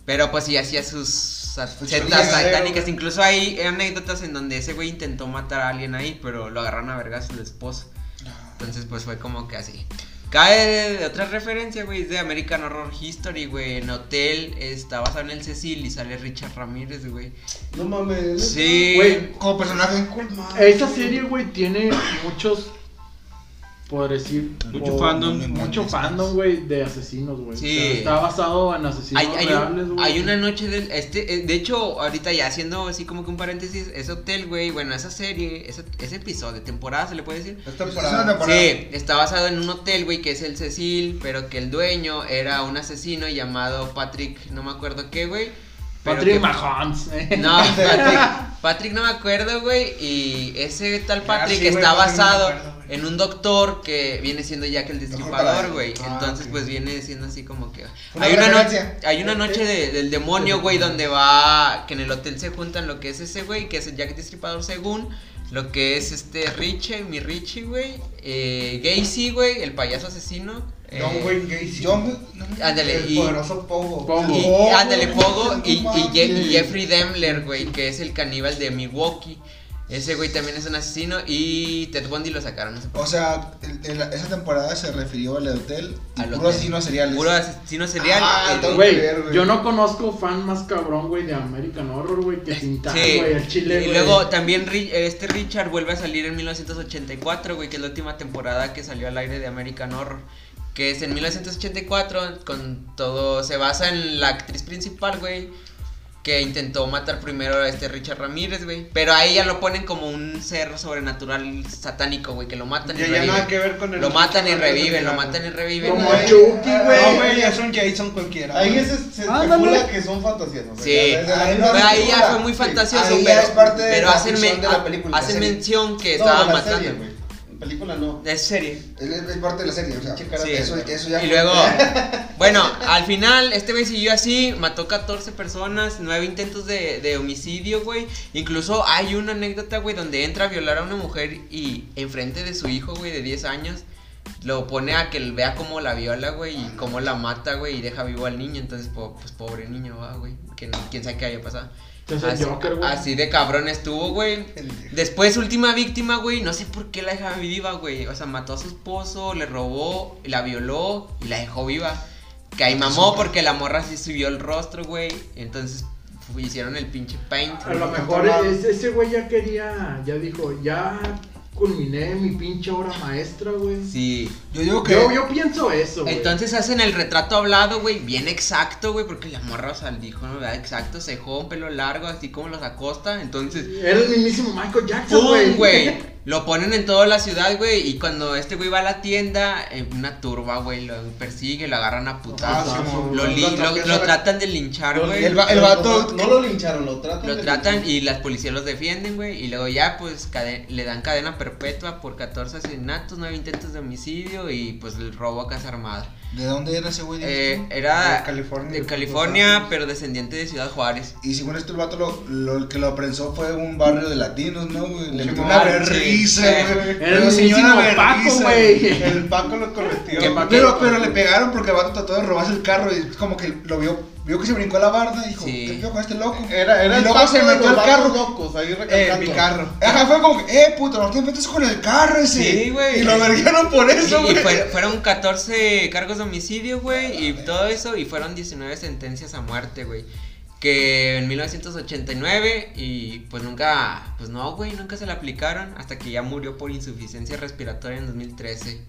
S1: Pero pues sí hacía sus sat-
S4: Sus
S1: setas
S4: chingaderas,
S1: satánicas. Incluso hay anécdotas en donde ese güey intentó matar a alguien ahí, pero lo agarraron a vergas su esposo. Entonces pues fue como que así. Cae de, de otra referencia, güey, es de American Horror History, güey. En Hotel eh, está basado en el Cecil y sale Richard Ramírez, güey.
S5: No mames.
S1: Sí.
S2: Güey,
S4: Como personaje.
S2: Esa serie, güey, tiene muchos. Por decir.
S8: Mucho
S2: o-
S8: fandom.
S2: Mucho fandom, güey, de asesinos, güey.
S1: Sí.
S2: O sea, está basado en asesinos
S1: Hay, hay un-
S2: reales, güey.
S1: hay una noche del. Este, eh, de hecho, ahorita ya haciendo así como que un paréntesis, ese hotel, güey, bueno, esa serie, esa- ese episodio, temporada, se le puede decir.
S4: Es una temporada.
S1: Sí, está basado en un hotel, güey, que es el Cecil, pero que el dueño era un asesino llamado Patrick, no me acuerdo qué, güey. pero
S2: Patrick
S1: que-
S2: Mahomes, eh. (laughs)
S1: No, Patrick, Patrick no me acuerdo, güey, y ese tal Patrick
S3: Ah, sí, güey,
S1: está
S3: Patrick no me
S1: basado
S3: acuerdo, güey.
S1: en un doctor que viene siendo Jack el Destripador,
S4: Paladín.
S1: güey.
S3: Ah,
S1: Entonces,
S3: ok.
S1: pues viene siendo así como que...
S4: Una
S1: Hay una, noche,
S4: referencia.
S1: hay una noche de- del demonio, güey, donde va... Que en el hotel se juntan lo que es ese, güey, que es el Jack el Destripador según... Lo que es este Richie, mi Richie, güey. Eh, Gacy, güey, el payaso asesino. eh,
S3: John Wayne Gacy.
S4: John Wick. no mames.
S1: Ándale,
S3: El
S1: y-
S3: poderoso Pogo.
S2: Pogo.
S1: y
S4: Pogo,
S1: ándale,
S4: güey,
S1: Pogo
S4: no
S1: y, y, Je- y
S4: mames.
S1: Jeffrey Dembler, güey, que es el caníbal de Milwaukee. Ese güey también es un asesino y Ted Bundy lo sacaron. No sé por
S4: O sea, el- el- esa temporada se refirió al hotel y
S1: Al
S4: puro
S1: hotel.
S4: asesino serial.
S1: qué. Puro asesino serial.
S4: Ah,
S1: el-
S4: todo- Ver,
S2: Güey,
S4: güey.
S2: yo no conozco fan más cabrón, güey, de American Horror, güey, que Tintán,
S1: Sí,
S2: güey, el chile,
S1: y
S2: güey.
S1: luego también Ri- este Richard vuelve a salir en 1984, güey, que es la última temporada que salió al aire de American Horror, que es en 1984, con todo, se basa en la actriz principal, güey, que intentó matar primero a este Richard Ramírez, güey, pero ahí ya lo ponen como un ser sobrenatural satánico, güey, que lo matan y
S3: Ya, ya nada
S1: reviven.
S3: que ver con el.
S1: Lo matan y reviven, lo
S3: original.
S1: matan y reviven.
S2: Como
S1: güey.
S2: Chucky,
S3: No,
S2: güey.
S3: güey, ya son Jason cualquiera.
S5: Ahí
S3: güey.
S5: se, se
S2: Ándale.
S5: especula que son fantasías. o sea,
S1: Sí. Ah,
S5: ya desde
S1: Pero
S5: la misma
S4: Ahí no-
S1: ahí
S5: película.
S1: ya fue muy
S5: Sí.
S1: fantasioso,
S4: ahí ya
S1: pero,
S4: es parte de
S1: pero
S4: la
S1: hacen,
S4: ficción
S1: men-
S4: de la película,
S1: hacen
S4: serie.
S1: mención que
S5: No,
S1: estaba
S5: la
S1: matando.
S5: serie, güey. Película no.
S1: es serie.
S4: Es, es parte de la serie, o sea,
S5: Chica,
S1: Sí.
S4: eso, eso ya
S1: Y
S4: (laughs)
S1: luego, bueno, al final este güey siguió así, mató 14 personas, 9 intentos de, de homicidio, güey. Incluso hay una anécdota, güey, donde entra a violar a una mujer y enfrente de su hijo, güey, de 10 años, lo pone a que vea cómo la viola, güey, y cómo la mata, güey, y deja vivo al niño. Entonces, po- pues pobre niño, va, güey, que no- quién sabe qué haya pasado.
S2: Entonces,
S1: Así,
S2: Joker, güey.
S1: así de cabrón estuvo, güey. Después, última víctima, güey. No sé por qué la dejaba viva, güey. O sea, mató a su esposo, le robó, la violó y la dejó viva. Que ahí mamó porque la morra sí subió el rostro, güey. Entonces fu- hicieron el pinche paint.
S2: A lo mejor es- ese güey ya quería, ya dijo, ya culminé mi pinche obra maestra, güey.
S1: Sí.
S4: Yo digo que.
S2: Yo, yo pienso eso, güey.
S1: Entonces hacen el retrato hablado, güey, bien exacto, güey, porque la morra, o sea, dijo, no, ¿verdad? exacto, se dejó un pelo largo, así como los acosta, entonces...
S2: Era el mismísimo Michael Jackson, güey.
S1: ¡Pum, güey! Lo ponen en toda la ciudad, güey. Y cuando este güey va a la tienda, eh, una turba, güey, lo persigue, lo agarran a putazos.
S3: Ah, sí, como-
S1: lo, li- lo-
S3: atraviesan
S1: lo
S3: la-
S1: tratan de linchar, güey.
S4: el va- el vato-
S5: No lo lincharon, lo tratan.
S1: Lo
S5: de
S1: tratan
S5: linchar.
S1: y las policías los defienden, güey. Y luego ya, pues, cade- le dan cadena perpetua por 14 asesinatos, 9 intentos de homicidio y, pues, el robo a casa armada.
S4: ¿De dónde era ese güey?
S1: Eh, era
S3: De California,
S1: de
S3: de Los
S1: California,
S3: Ángeles.
S1: pero descendiente de Ciudad
S3: (laughs)
S1: Juárez.
S4: Y según esto, el vato lo, lo- el que lo prensó fue un barrio de latinos, ¿no, güey? Le metió
S3: Simón,
S4: una
S1: sí.
S4: vergüenza,
S1: Eh,
S4: güey.
S2: Era el
S4: Pero
S2: mismísimo
S4: señora
S2: Paco,
S4: vergüenza,
S2: güey.
S3: El Paco lo corretió.
S1: Que Paco-
S4: Pero, pero le pegaron porque el vato trató de robarse el carro y como que lo vio, vio que se brincó la barda y dijo,
S1: Sí. Eh,
S4: ¿qué pedo con este loco?
S5: Era, era
S4: Y
S5: el
S4: luego
S5: paso
S4: se
S5: de los
S4: metió al
S5: vatos
S4: carro.
S5: locos ahí
S3: Eh,
S5: recalcando.
S3: mi carro.
S4: Ajá, fue como que, eh, puto, no te metes con el carro ese.
S1: Sí, güey.
S4: Y lo vergaron por eso,
S1: Y, y
S4: güey.
S1: fue- fueron 14 cargos de homicidio, güey, y todo eso, y fueron 19 sentencias a muerte, güey. Que en 1989, y pues nunca, pues no, güey, nunca se la aplicaron, hasta que ya murió por insuficiencia respiratoria en 2013.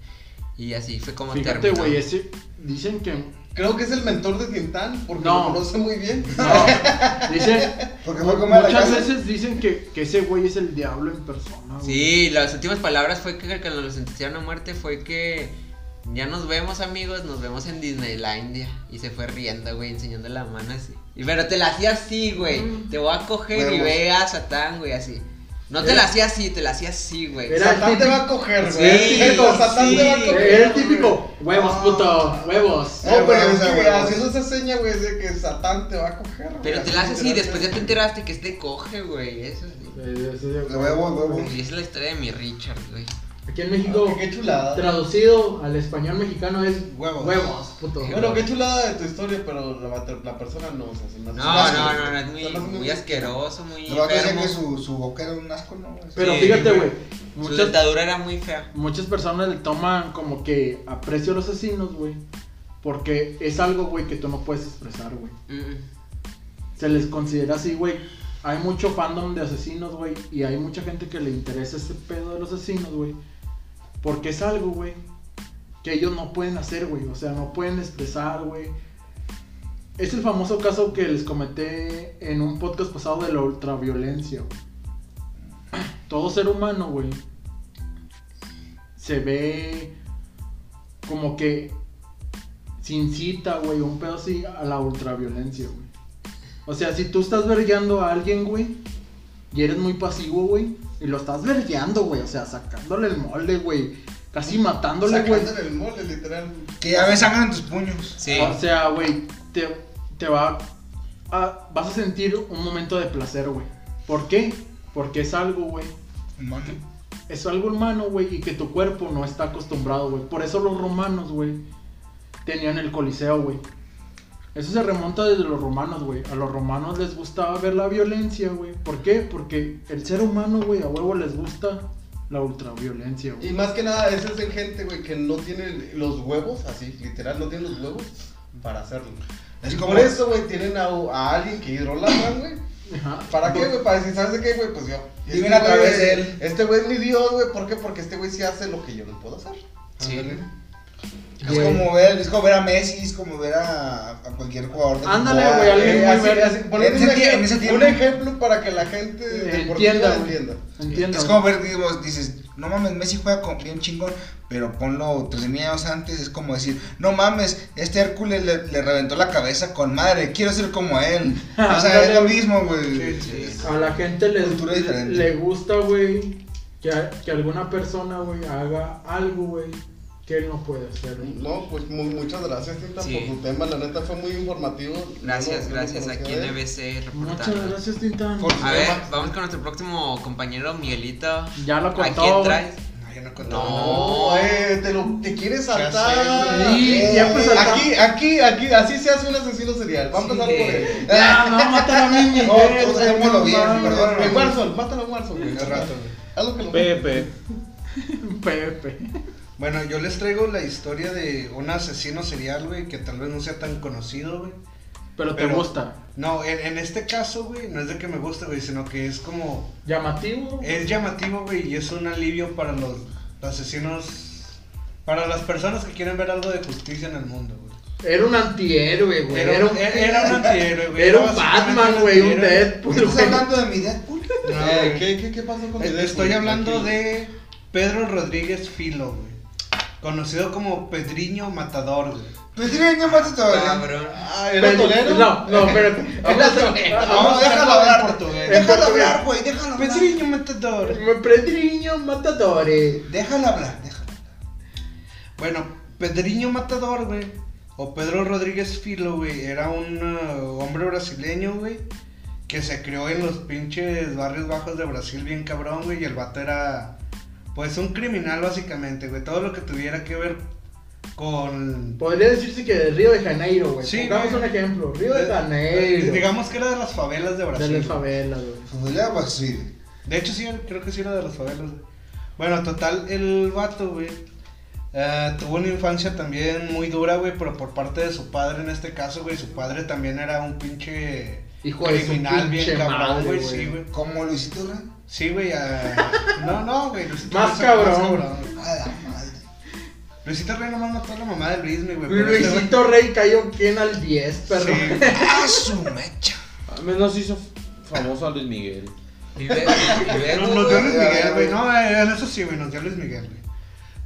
S1: Y así fue como
S2: Fíjate,
S1: terminó.
S2: güey, ese. Dicen que.
S1: (laughs)
S5: Creo que es el mentor de Tintán, porque
S2: No.
S5: lo conoce muy bien.
S2: No. Dicen.
S4: Porque fue a comer a la
S2: Muchas
S4: casa.
S2: veces dicen que, que ese güey es el diablo en persona, güey.
S1: Sí, las últimas palabras fue que cuando lo sentenciaron a muerte fue que ya nos vemos amigos, nos vemos en Disneylandia. Y se fue riendo, güey, enseñando la mano así. Y pero te la hacía así, güey.
S2: Mm.
S1: Te voy a coger y
S4: Huevos.
S1: ve a Satán, güey, así. No te
S2: Era-
S1: la hacía así, te la hacía así, güey.
S2: Era-
S5: Satán te va a coger, güey.
S1: Sí,
S5: Cierto, Satán te va a
S1: sí.
S5: coger.
S2: Era el típico. Huevos, puto. Huevos.
S4: Ah.
S5: No, pero
S1: Ah,
S5: es
S4: Esa,
S5: que
S4: güey.
S5: haciendo esa seña, güey, es de que Satán te va a coger. güey.
S1: Pero te la hace así, después ya te
S5: enteraste.
S1: enteraste que es de coge, güey. Eso es-
S4: Huevo, huevo.
S1: Y esa es la historia de mi Richard, güey.
S2: Aquí en México,
S5: Qué chulada.
S2: traducido al español mexicano es
S4: Huevos.
S2: huevos puto.
S5: Bueno, qué chulada de tu historia, pero la, mater- la persona no, o sea, se me hace
S1: No,
S5: un asco.
S1: no, no, no, es
S5: Se
S1: muy,
S5: me hace
S1: muy asqueroso, muy
S4: El vato decía
S1: enfermo.
S4: que su, su boca era un asco, ¿no? güey?
S2: Pero
S1: Sí,
S2: fíjate,
S1: güey.
S2: güey.
S1: Su
S2: Muchas,
S1: dentadura era muy fea.
S2: muchas personas le toman como que aprecio a los asesinos, güey. Porque es algo, güey, que tú no puedes expresar, güey.
S1: Mm.
S2: Se les considera así, güey. Hay mucho fandom de asesinos, güey. Y hay mucha gente que le interesa ese pedo de los asesinos, güey. Porque es algo, güey. Que ellos no pueden hacer, güey. O sea, no pueden expresar, güey. Es el famoso caso que les comenté en un podcast pasado de la ultraviolencia, güey. (clears throat) Todo ser humano, güey. Se ve como que se incita, güey, un pedo así a la ultraviolencia, güey. O sea, si tú estás vergueando a alguien, güey, y eres muy pasivo, güey, y lo estás vergueando, güey, o sea, sacándole el molde, güey, casi matándole, güey.
S5: Sacándole el mole, literal.
S4: Que ya ves sangre en tus puños.
S1: Sí.
S2: O sea, güey, te, te va a- vas a sentir un momento de placer, güey. ¿Por qué? Porque es algo, güey.
S4: Humano.
S2: Es algo humano, güey, y que tu cuerpo no está acostumbrado, güey. Por eso los romanos, güey, tenían el coliseo, güey. Eso se remonta desde los romanos, güey. A los romanos les gustaba ver la violencia, güey. ¿Por qué? Porque el ser humano, güey, a huevo les gusta la ultraviolencia,
S5: Y
S2: güey.
S5: más que nada, esa es en gente, güey, que no tiene los huevos, así, literal, no tiene los huevos para hacerlo.
S4: Es
S5: y
S4: como-
S5: por eso, güey, tienen a, a alguien que hidrolatran, güey.
S2: Ajá.
S5: ¿Para qué, güey? Para decir, ¿sabes de qué, güey? Pues yo. Y
S4: Viven a
S5: güey,
S4: través de él.
S5: Este güey es mi Dios, güey. ¿Por qué? Porque este güey sí hace lo que yo no puedo hacer.
S1: Sí.
S4: Ándale. Es
S2: Güey.
S4: como, ver, es como ver a Messi, es como ver a, a cualquier jugador de
S2: Ándale,
S4: fútbol.
S2: güey, alguien
S5: Eh,
S2: muy
S5: así-
S2: verde.
S5: así, ponete
S4: En ese
S5: un,
S4: tie- en
S5: ejemplo,
S4: ese
S5: un
S4: tiempo.
S5: ejemplo para que la gente deportiva
S2: Entienda, güey.
S5: entienda.
S2: Entiendo.
S4: Es como ver, digo, dices, no mames, Messi juega con, bien chingón, pero ponlo 13.000 años antes, es como decir, no mames, este Hércules le, le reventó la cabeza con madre, quiero ser como él. O sea, es lo mismo, güey.
S2: A la gente
S4: Cultura
S2: les,
S4: diferente.
S2: le gusta, güey, que, que alguna persona, güey, haga algo, güey, que él no puede hacer. güey.
S5: No, pues mu- muchas gracias, Tita,
S7: Sí.
S5: por tu tema. La neta fue muy informativo.
S7: Gracias,
S5: No lo- no lo
S7: gracias.
S5: conocía
S7: Aquí
S5: de
S7: en
S5: él.
S7: EBC
S2: Muchas
S7: reportando.
S2: gracias, Tintán.
S4: Por-
S7: A ver, vamos con nuestro próximo compañero Miguelito.
S2: Ya lo
S7: ¿A
S2: contó.
S7: quién
S2: güey.
S7: traes?
S3: No, yo no
S7: No.
S5: No, eh, te, lo, te quieres
S3: Ya sé,
S5: saltar.
S2: güey. Sí,
S5: Eh,
S2: siempre saltamos.
S5: aquí, aquí, aquí, así se hace un asesino serial. Vamos a empezar por él.
S3: (laughs)
S5: oh,
S2: Ah, no, mátalo a mí, Miguel.
S4: No, tú dejémoslo bien,
S2: mames.
S4: perdón.
S5: Eh, Warzone, mátalo a Warzone, güey.
S3: Al rato, güey.
S5: Hazlo que lo
S6: Pepe.
S2: Pepe.
S3: Bueno, yo les traigo la historia de un asesino serial, güey, que tal vez no sea tan conocido, güey.
S2: Pero te
S3: Pero-
S2: gusta.
S3: No, en, en este caso, güey, no es de que me guste, güey, sino que es como...
S2: Llamativo.
S3: Es llamativo, güey, y es un alivio para los asesinos... Para las personas que quieren ver algo de justicia en el mundo, güey.
S2: Era un antihéroe, güey.
S3: Era, un- eh, era, un antihéroe, güey.
S2: Era un
S3: básicamente
S2: Batman, güey, un
S3: antihéroe.
S2: Deadpool,
S4: ¿Estás
S2: güey.
S4: hablando de mi Deadpool?
S3: No,
S5: Eh,
S3: güey.
S5: ¿qué, qué, ¿Qué pasó con
S3: Eh,
S5: el
S3: Estoy
S5: Deadpool?
S3: hablando
S5: Aquí.
S3: de Pedro Rodríguez Filo, güey. Conocido como Pedriño Matador, güey.
S4: Pues tiene año más todavía.
S7: Cabrón.
S5: Ah, ¿era
S2: Pero-
S5: tolero?
S2: No,
S3: (laughs)
S2: no, espérate. (laughs)
S5: Era
S2: Vamos
S4: No,
S3: Ah, hablar Eh,
S4: déjalo hablar.
S3: portugués.
S4: Déjalo hablar, güey, déjalo hablar.
S3: Pedriño Matador.
S2: a- Pedriño Matadores.
S4: Déjalo hablar, déjalo.
S3: Bueno, Pedriño Matador, güey. O Pedro Rodríguez Filo, güey. Era un uh, hombre brasileño, güey. Que se crió en los pinches barrios bajos de Brasil, bien cabrón, güey. Y el vato era, pues, un criminal, básicamente, güey. Todo lo que tuviera que ver con.
S2: Podría decirse que de Río de Janeiro, güey.
S3: Sí,
S2: Pongamos
S3: güey.
S2: un ejemplo. Río de
S3: de-
S2: Janeiro.
S3: Digamos que era de las favelas de
S2: De
S3: Brasil.
S2: la
S3: güey.
S2: favela, güey.
S4: Familia Brasil.
S3: De hecho, sí, era- creo que sí era de los favelas. güey. Bueno, total, el vato, güey. eh, tuvo una infancia también muy dura, güey, pero por parte de su padre en este caso, güey. Su padre también era un pinche
S2: Hijo de su
S3: criminal
S2: Pues, pinche
S3: bien cabrón,
S2: madre,
S3: güey.
S2: güey.
S3: Sí, güey.
S4: Como Luisito Rey.
S3: Sí, güey. ah, no, no, güey. Luisito
S2: Más
S3: Rey-
S2: cabrón.
S3: güey.
S4: A la madre.
S3: Luisito Rey nomás mató a la mamá de Luis, mi güey. pero este güey-
S2: Luisito Rey cayó quien al 10, perro.
S3: Sí, güey.
S4: ¡Ah, su mecha!
S6: Al menos hizo famoso a Luis Miguel.
S7: Y ve- y ve-
S3: Nos, nos dio Luis
S4: Ya, ya,
S3: Miguel, güey.
S4: güey.
S3: No, eh, eso sí, güey, nos dio Luis Miguel, güey.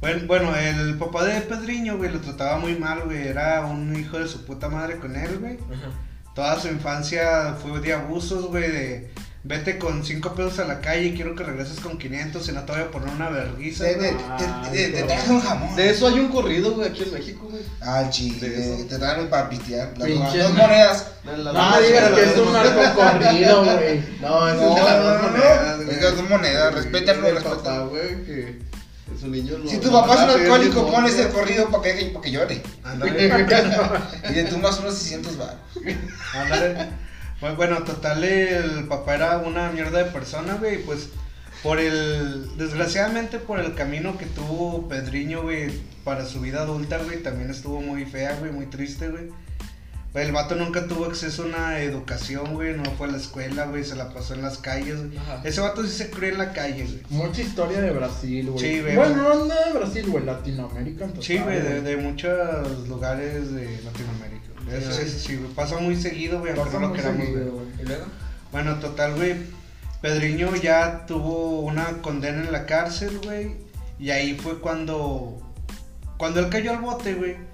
S3: Bueno, bueno, el papá de Pedriño, güey, lo trataba muy mal, güey. Era un hijo de su puta madre con él, güey. Toda su infancia fue de abusos, güey, de vete con cinco pesos a la calle y quiero que regreses con 500, si no te voy a poner una vergüenza.
S4: Te, te,
S3: güey.
S4: te, te- te traje un jamón.
S5: Ah, De eso hay un corrido, güey, aquí en México, güey.
S4: Ah,
S5: De
S4: chile.
S5: eso.
S4: Te trajeron para pistear. Las
S2: Pinche
S4: dos
S2: madre.
S4: monedas.
S5: En la-
S2: No me Ah, digas que es un narcocorrido, güey.
S5: No, ese es de (laughs) las dos
S4: No, no,
S5: monedas,
S4: no.
S5: güey.
S4: Es de las dos monedas,
S5: Sí,
S4: respétalo,
S5: el
S4: respétalo.
S5: papá, güey, que su niño lo-
S4: Si tu
S5: lo
S4: papá es un
S5: mata,
S4: alcohólico,
S5: güey,
S4: pones
S5: güey.
S4: el corrido para que, pa' que llore.
S3: (laughs) Ándale,
S4: Y le tumbas unos 600 baros.
S3: ándale. Bueno, Bueno, total, el papá era una mierda de persona, güey, y pues por el, desgraciadamente por el camino que tuvo Pedriño, güey, para su vida adulta, güey, también estuvo muy fea, güey, muy triste, güey. El vato nunca tuvo acceso a una educación, güey, no fue a la escuela, güey, se la pasó en las calles, güey. Ese vato sí se crió en la calle, güey.
S2: Mucha historia de Brasil, güey.
S3: Sí, güey.
S2: Bueno, no nada de Brasil, güey. Latinoamérica en total,
S3: Sí, güey, de, de muchos lugares de Latinoamérica. güey. Eso sí, sí, güey. Pasa muy seguido, güey, aunque
S2: Pasa
S3: no lo
S2: muy
S3: queramos
S2: seguido,
S3: ver.
S2: güey.
S7: ¿Y luego?
S3: Bueno, total, güey. Pedriño ya tuvo una condena en la cárcel, güey. Y ahí fue cuando. Cuando él cayó al bote, güey.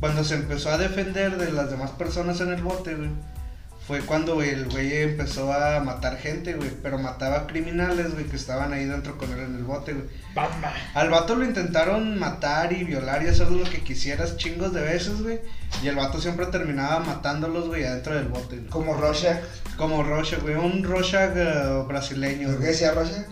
S3: Cuando se empezó a defender de las demás personas en el bote, güey. Fue cuando el güey empezó a matar gente, güey. Pero mataba criminales, güey, que estaban ahí dentro con él en el bote, güey.
S2: Batman.
S3: Al vato lo intentaron matar y violar y hacer lo que quisieras chingos de veces, güey. Y el vato siempre terminaba matándolos, güey, adentro del bote. güey.
S4: Como Rorschach.
S3: Como Rorschach, güey. Un Rorschach eh, brasileño,
S4: ¿Por qué
S3: güey.
S4: decía Rorschach?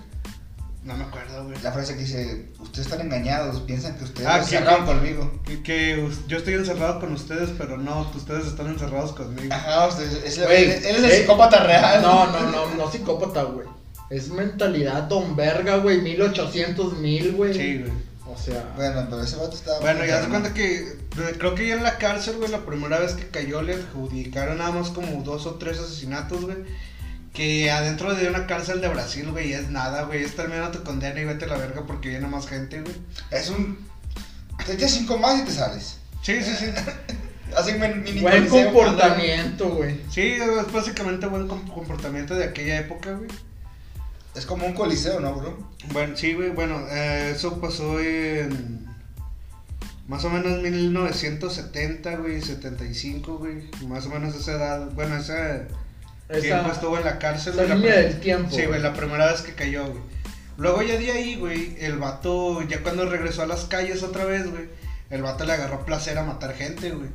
S3: No me acuerdo, güey.
S4: La frase que dice, ustedes están engañados, piensan que ustedes
S3: Ah,
S4: se
S3: que-
S4: acaban conmigo.
S3: Que, que us- yo estoy encerrado con ustedes, pero no, ustedes están encerrados conmigo.
S4: Ajá, ustedes, es,
S2: Güey,
S4: él, él es el
S2: eh,
S4: psicópata real.
S2: No, no, no, no psicópata, güey. Es mentalidad don verga, güey. 1800 mil, güey.
S3: Sí, güey.
S2: O sea.
S4: Bueno, pero ese vato estaba...
S3: Bueno, ya se
S4: ¿no?
S3: cuenta que de- creo que ya en la cárcel, güey, la primera vez que cayó le adjudicaron nada más como dos o tres asesinatos, güey. Que adentro de una cárcel de Brasil, güey, es nada, güey. Es termina tu condena y vete a la verga porque viene más gente, güey.
S4: Es un... Te echas cinco más y te sales.
S3: Sí,
S4: (laughs)
S3: sí, sí.
S4: Así que mini
S2: Buen
S4: coliseo.
S2: comportamiento, güey.
S3: Sí, es básicamente buen com- comportamiento de aquella época, güey.
S4: Es como un coliseo, ¿no, bro?
S3: Bueno, sí, güey, bueno, eh, eso pasó en más o menos 1970, güey, 75, güey, más o menos esa edad, bueno, ese tiempo
S2: Esa,
S3: estuvo en la cárcel.
S2: esa
S3: güey, la
S2: línea
S3: prim-
S2: del tiempo.
S3: Sí, güey,
S2: güey.
S3: la primera vez que cayó, güey. Luego ya de ahí, güey, el vato, ya cuando regresó a las calles otra vez, güey, el vato le agarró placer a matar gente, güey.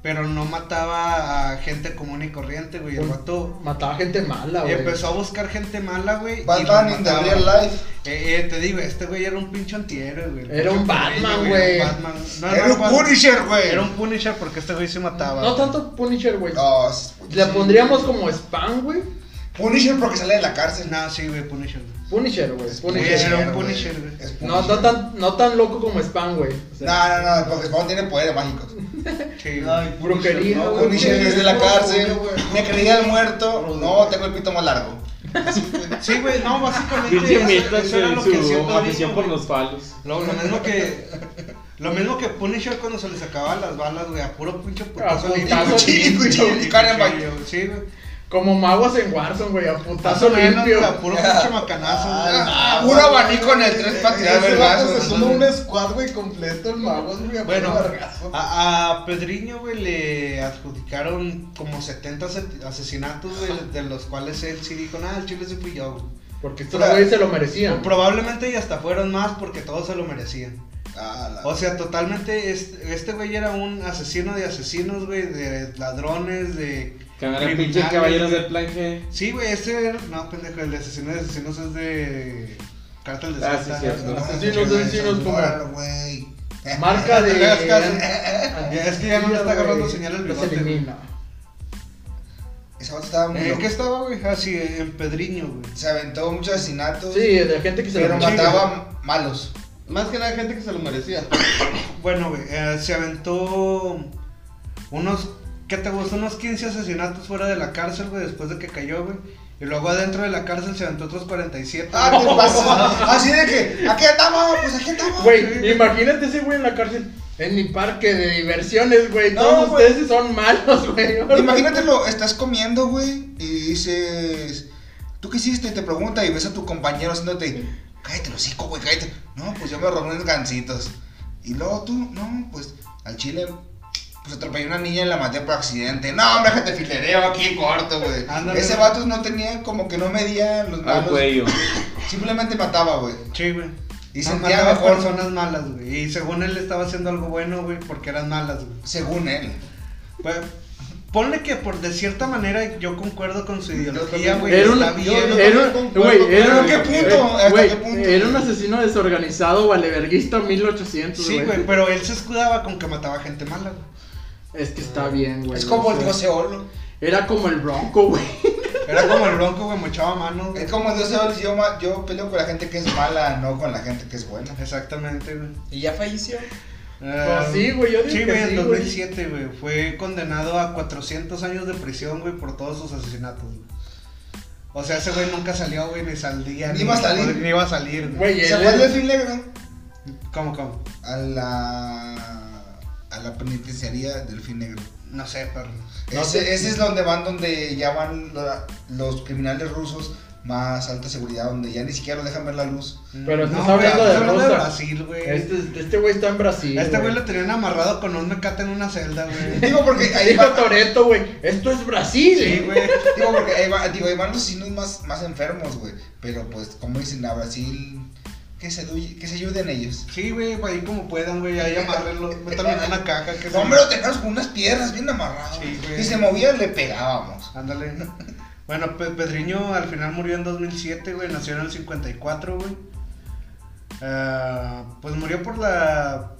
S3: Pero no mataba a gente común y corriente, güey. El
S2: Pues,
S3: vato
S2: Mataba gente mala, (laughs) güey.
S3: empezó a buscar gente mala, güey. y
S4: Bad
S3: la
S4: Bunny in the
S3: mataba.
S4: real life.
S3: Eh, eh, te digo, este güey era un pinche antihéroe, güey.
S2: Era un
S3: Pinche
S2: Batman,
S3: Era un
S2: güey.
S3: Batman. No, no
S4: Era un
S3: Batman.
S4: Punisher, güey.
S3: Era un Punisher porque este güey se mataba.
S2: No
S3: güey. Ah,
S2: tanto Punisher, güey.
S4: No, es-
S2: Le pondríamos como spam, güey.
S4: Punisher porque sale de la cárcel.
S3: No, sí, güey, Punisher. güey.
S2: Punisher, güey.
S3: Punisher,
S2: Punisher.
S3: era un
S4: güey.
S3: Punisher, güey.
S4: Es
S2: No, no, tan, no tan loco como spam, güey. O sea,
S4: No, no, no, porque Spawn tiene poderes mágicos.
S3: Sí, güey.
S5: Ay,
S2: Brujería,
S5: no,
S2: güey.
S4: Punisher es de la cárcel, me creía el muerto, no, tengo el pito más largo.
S3: Sí, güey, no, básicamente.
S6: Pinche
S3: eso-
S6: mierda
S3: eso era
S6: en
S3: lo que
S6: su
S3: siempre
S6: afición
S3: digo,
S6: por
S3: güey.
S6: los palos.
S3: Lo, lo mismo que. Lo mismo que Punisher cuando se les acababan las balas, güey, a puro pinche putazo.
S2: A
S3: le-
S2: putazo
S3: cuchillo,
S4: limpio.
S3: cuchillo,
S4: Y caramba.
S3: cuchillo, Sí, güey.
S2: Como magos en Warzone, güey. A
S3: Más
S2: putazo
S3: o menos,
S2: limpio.
S3: güey, a puro pinche macanazo. güey.
S4: Ah, Puro abanico en el tres para tirar
S5: Ese vato se
S4: vergazos.
S5: suma un squad, güey, completo, el mago, güey, a
S3: Bueno,
S5: puro vergazo.
S3: A, a Pedriño, güey, le adjudicaron como 70 ase- asesinatos, güey, de los cuales él sí dijo, nada, el chile sí fui yo, güey".
S2: Porque estos güeyes se lo merecían.
S3: Probablemente y hasta fueron más porque todos se lo merecían.
S4: Ah, la-
S3: O sea, totalmente, este, este güey era un asesino de asesinos, güey, de ladrones, de...
S6: Que eran
S3: criminales.
S6: pinche caballeros del plan G.
S3: Sí, güey, este era... No, pendejo, el de asesino de asesinos es de... Cártel de
S6: Ah, sí,
S3: Santa.
S6: cierto.
S4: No,
S2: asesinos,
S4: no,
S2: asesinos,
S4: no,
S2: como-
S4: no, güey.
S2: Marca de.
S3: Le hagas caso. Ya, (laughs) es que
S2: (laughs)
S3: ya no le está agarrando señal el
S2: Los
S3: bigote,
S2: elimina.
S4: Ese vato estaba muy
S3: ¿En
S4: loco.
S3: qué estaba, güey? Ah, sí, en Pedriño, güey.
S4: Se aventó muchos asesinatos,
S2: Sí, de gente que se
S4: pero
S2: lo merecía.
S4: mataba malos.
S5: Más que nada gente que se lo merecía.
S3: Bueno, güey, eh, se aventó unos, ¿qué te gusta? Unos 15 asesinatos fuera de la cárcel, güey, después de que cayó, güey. Y luego adentro de la cárcel se aventó otros 47.
S4: Ah,
S3: güey.
S4: te
S3: (laughs)
S4: pasas. Así de que, aquí estamos, pues aquí estamos.
S2: Güey, imagínate ese güey en la cárcel. En mi parque de diversiones, güey.
S4: No,
S2: Todos
S4: güey.
S2: ustedes son malos, güey.
S4: Imagínatelo, estás comiendo, güey, y dices, ¿tú qué hiciste? Y te pregunta y ves a tu compañero haciéndote, cállate los hocico, güey, cállate. No, pues yo me robé unos gancitos. Y luego tú, no, pues al chile, pues atropellé a una niña y la maté por accidente. No, hombre, que te filereo aquí corto, güey.
S3: Ándale.
S4: Ese vato no tenía, como que no medía los
S6: Al
S4: malos.
S6: cuello.
S4: Simplemente mataba, güey.
S3: Sí, güey.
S4: Y
S3: No,
S4: sentía
S3: mataba
S4: mejor,
S3: personas malas, güey. Y según él estaba haciendo algo bueno, güey, porque eran malas, güey.
S4: según él.
S3: Pues, ponle que por de cierta manera yo concuerdo con su ideología,
S5: también.
S3: güey.
S2: Era un,
S3: está bien,
S5: yo-
S3: güey.
S2: era, un- güey, era,
S4: ¿Pero qué punto? ¿Hasta
S2: güey,
S4: qué punto?
S2: era un asesino desorganizado, valeverguista 1800,
S3: Sí, güey, pero él se escudaba con que mataba gente mala, güey.
S2: Es que está bien, güey.
S4: es como el
S2: o
S4: dios
S2: sea,
S4: Eolo.
S2: Era como el bronco, güey.
S3: Era como el bronco, güey, mochaba mano, güey.
S4: Es como el dios Eolo. Yo, ma- yo peleo con la gente que es mala, no con la gente que es buena.
S3: Exactamente, güey.
S7: ¿Y ya falleció?
S3: Ah,
S2: Pues sí, güey, yo digo
S3: Sí,
S2: que
S3: güey, en
S2: sí, güey.
S3: 2007, güey. Fue condenado a 400 años de prisión, güey, por todos sus asesinatos, güey. O sea, ese güey nunca salió, güey, ni saldría.
S4: Ni iba a salir.
S3: Ni iba a salir, güey.
S2: Güey,
S4: Se
S2: él
S4: fue al
S2: era-
S4: delfín negro
S3: ¿Cómo, cómo?
S4: a la a la penitenciaría delfín negro.
S3: No sé, perro.
S4: Ese, ese es donde van donde ya van la- los criminales rusos más alta seguridad, donde ya ni siquiera los dejan ver la luz.
S3: no,
S2: Pero estás
S3: güey,
S2: hablando de
S3: estás hablando de
S2: Rosa.
S3: Brasil, güey.
S2: Este este güey está en Brasil.
S3: Este güey lo tenían amarrado con un mecate en una celda, güey.
S4: Digo porque
S2: (laughs)
S4: ahí
S2: Dijo
S4: va-
S2: Toreto, güey. Esto es Brasil. eh",
S3: Sí, güey.
S4: digo porque ahí va- digo, ahí van los asesinos más, más enfermos, güey. Pero pues como dicen a Brasil que se duy- que se ayuden ellos.
S3: Sí, güey, ahí como puedan, güey. Ahí amárrenlo. Métanlo en una caja. Que se-
S4: No, hombre, lo teníamos con unas piernas bien amarrado.
S3: Sí, güey.
S4: y se movía, le pegábamos.
S3: Ándale. (laughs) Bueno, Pe- Pedriño al final murió en 2007, güey. Nació en el 54, güey. ah, pues murió por la.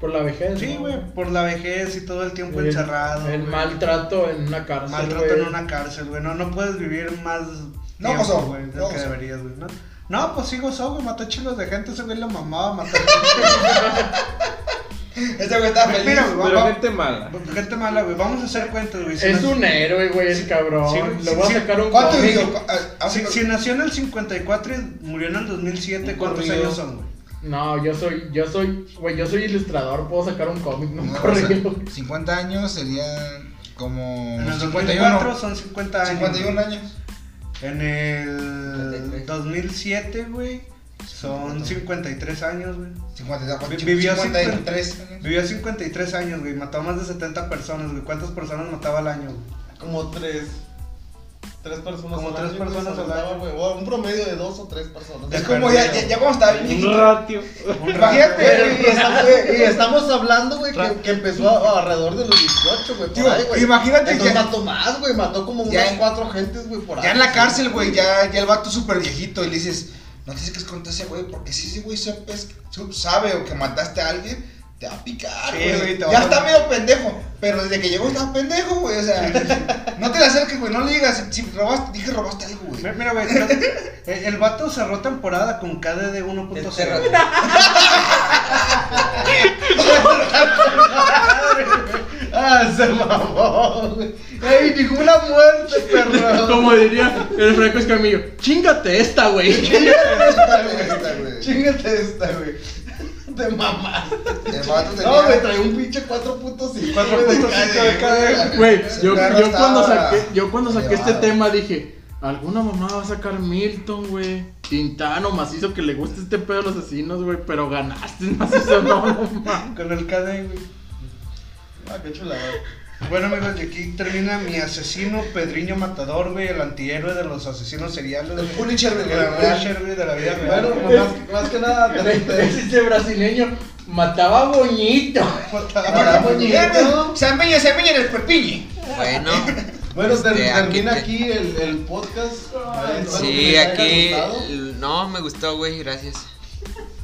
S2: Por la vejez.
S3: Sí,
S2: ¿no?
S3: güey, por la vejez y todo el tiempo
S2: El-
S3: encerrado.
S2: El
S3: güey.
S2: maltrato en una cárcel.
S3: Maltrato
S2: güey.
S3: en una cárcel, güey. No, no puedes vivir más.
S4: No
S3: tiempo,
S4: gozó,
S3: güey, de
S4: no
S3: lo que
S4: gozó.
S3: deberías, güey, ¿no? No, pues sí gozó, güey. Mató chilos de gente. Ese güey lo mamaba matar.
S4: Este güey está feliz.
S3: Mira, güey,
S6: Pero
S3: va-
S6: gente mala.
S3: (laughs) gente mala, güey. Vamos a hacer cuentas, güey. Si
S2: Es
S3: nos-
S2: un héroe, güey, el cabrón.
S3: sí, güey,
S2: Le
S3: sí,
S2: voy
S3: sí.
S2: a sacar un
S4: ¿Cuánto
S2: cómic.
S4: vivió? Ah, ah,
S3: Si, si nació en el 54 y murió en el 2007,
S6: Un
S3: ¿cuántos
S6: corrido.
S3: años son, güey?
S2: No, yo soy, yo soy, güey, yo soy ilustrador, puedo sacar un cómic, no un
S4: no,
S2: correo.
S4: o sea, 50 años serían como.
S3: En el
S4: 51.
S3: 54 son 50 años.
S4: 51 años.
S3: En el 2007, güey, son 53 años, güey.
S4: 52,
S3: Vi- vivió
S4: 53 años.
S3: Vivió 53 años, güey. Mató a más de 70 personas, güey. ¿Cuántas personas mataba al año? güey?
S5: Como tres. Tres personas
S3: Como
S5: al
S3: tres
S5: año, güey,
S3: personas
S5: se
S3: al
S5: mataban,
S3: año.
S5: güey, o Un promedio de dos o tres personas.
S4: Es como ya, ya, ya cuando estaba bien
S6: Un
S4: viejito.
S6: ratio.
S5: (laughs)
S3: Un
S4: Imagínate,
S3: rato,
S5: Güey, y estamos, güey, y estamos hablando, güey, que, que empezó a- alrededor de los 18, güey.
S4: Tío,
S5: Por ahí, güey.
S4: imagínate
S5: Entonces
S4: ya-
S5: mató más, güey. Mató como
S4: Ya
S5: unas
S4: en-
S5: cuatro gentes, güey, por ahí.
S4: Ya en la cárcel, güey, ya, ya el vato súper viejito y le dices, no te que contar ese güey, porque si ese güey se- es- su- sabe o que mataste a alguien, te va a picar,
S3: Sí,
S4: güey.
S3: güey, te va
S4: ya
S3: a-
S4: está medio pendejo, pero desde que llegó estaba pendejo, güey, o sea, no te le acerques, güey, no le digas, si robaste, dije robaste algo, güey.
S3: güey. Mira, güey, el- el vato cerró temporada con KDD 1.0. güey.
S5: Ah, se mamó, güey. Ey, ninguna muerte, perro.
S2: (laughs) Como diría el Franco Escamillo, chingate esta, güey. (laughs)
S5: Chingate esta, güey. Te mamás.
S4: El vato
S5: No, güey,
S4: tenía...
S5: trae un pinche 4.5.
S3: 4.5 de KDD.
S2: Güey, yo,
S4: Claro,
S2: yo cuando
S4: estaba
S2: saqué, yo cuando saqué este
S4: elevado.
S2: tema dije, alguna mamá va a sacar Milton, güey. Tintano, macizo, que le gusta este pedo a los asesinos, güey, pero ganaste, (laughs) macizo, no, mamá.
S3: (laughs) Con el KDD, güey.
S5: Ah, qué chulada.
S3: Bueno amigos, de aquí termina mi asesino, Pedriño Matador, güey, el antihéroe de los asesinos seriales.
S5: (laughs)
S4: El
S3: güey.
S4: Punisher,
S3: El
S4: güey, güey.
S3: Punisher, güey, de la vida real.
S5: Bueno,
S3: güey.
S5: más, más que nada,
S2: (laughs)
S5: te
S2: Este brasileño mataba boñito.
S5: Para moñito.
S4: San Peña, San Peña en el perpiñe.
S1: Bueno,
S5: Bueno, ter-
S1: Este, aquí
S5: termina
S1: te-
S5: aquí el, el podcast. A ver, espero que
S1: sí,
S5: les haya
S1: aquí.
S5: gustado.
S1: No, me gustó, güey, gracias.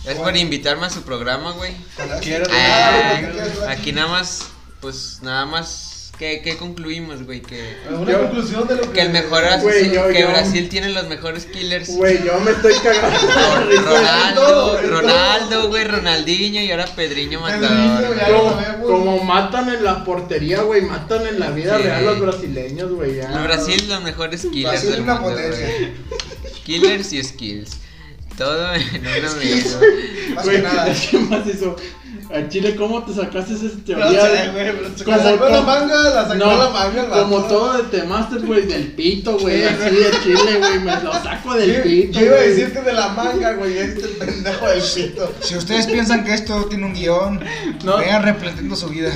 S1: Es por invitarme a su programa, güey.
S3: Quiero-
S1: Ah,
S4: Gracias.
S1: aquí nada más, pues nada más. ¿Qué, qué concluimos, güey? Que,
S5: Una
S2: Yo-
S5: conclusión de lo que.
S1: que el mejor asesino,
S2: Güey, yo-
S1: que
S2: yo-
S1: Brasil tiene los mejores killers.
S2: (laughs) Güey, yo me estoy (laughs) cagando. de risa.
S1: Ronaldo, Ronaldo, güey, Ronaldinho y ahora Pedriño Matador.
S5: ya
S1: güey.
S5: lo
S2: Como,
S5: sabemos.
S2: como matan en la portería, güey, matan en la vida
S1: Sí.
S2: real los brasileños, güey. ya.
S1: En Brasil los mejores killers
S4: Brasil
S1: del
S4: una
S1: mundo,
S4: potencia.
S1: güey. Killers y skills. Todo (laughs) en una mesa.
S4: Más
S2: Güey,
S4: que nada.
S2: ¿qué más eso? A Chile, ¿cómo te sacaste esa
S5: No
S2: teoría?
S5: sé, güey, pero se
S2: Como-
S5: sacó la
S2: como-
S5: manga, la sacó
S2: No,
S5: la manga. el
S2: como
S5: vato.
S2: todo de temaste, güey, del pito, güey, así de Chile, güey, me lo saco del
S5: Yo
S2: pito.
S5: yo iba a
S2: güey.
S5: decir que de la manga, güey, este pendejo del pito.
S4: Si ustedes piensan que esto tiene un guión,
S2: No.
S4: vean replanteando su vida.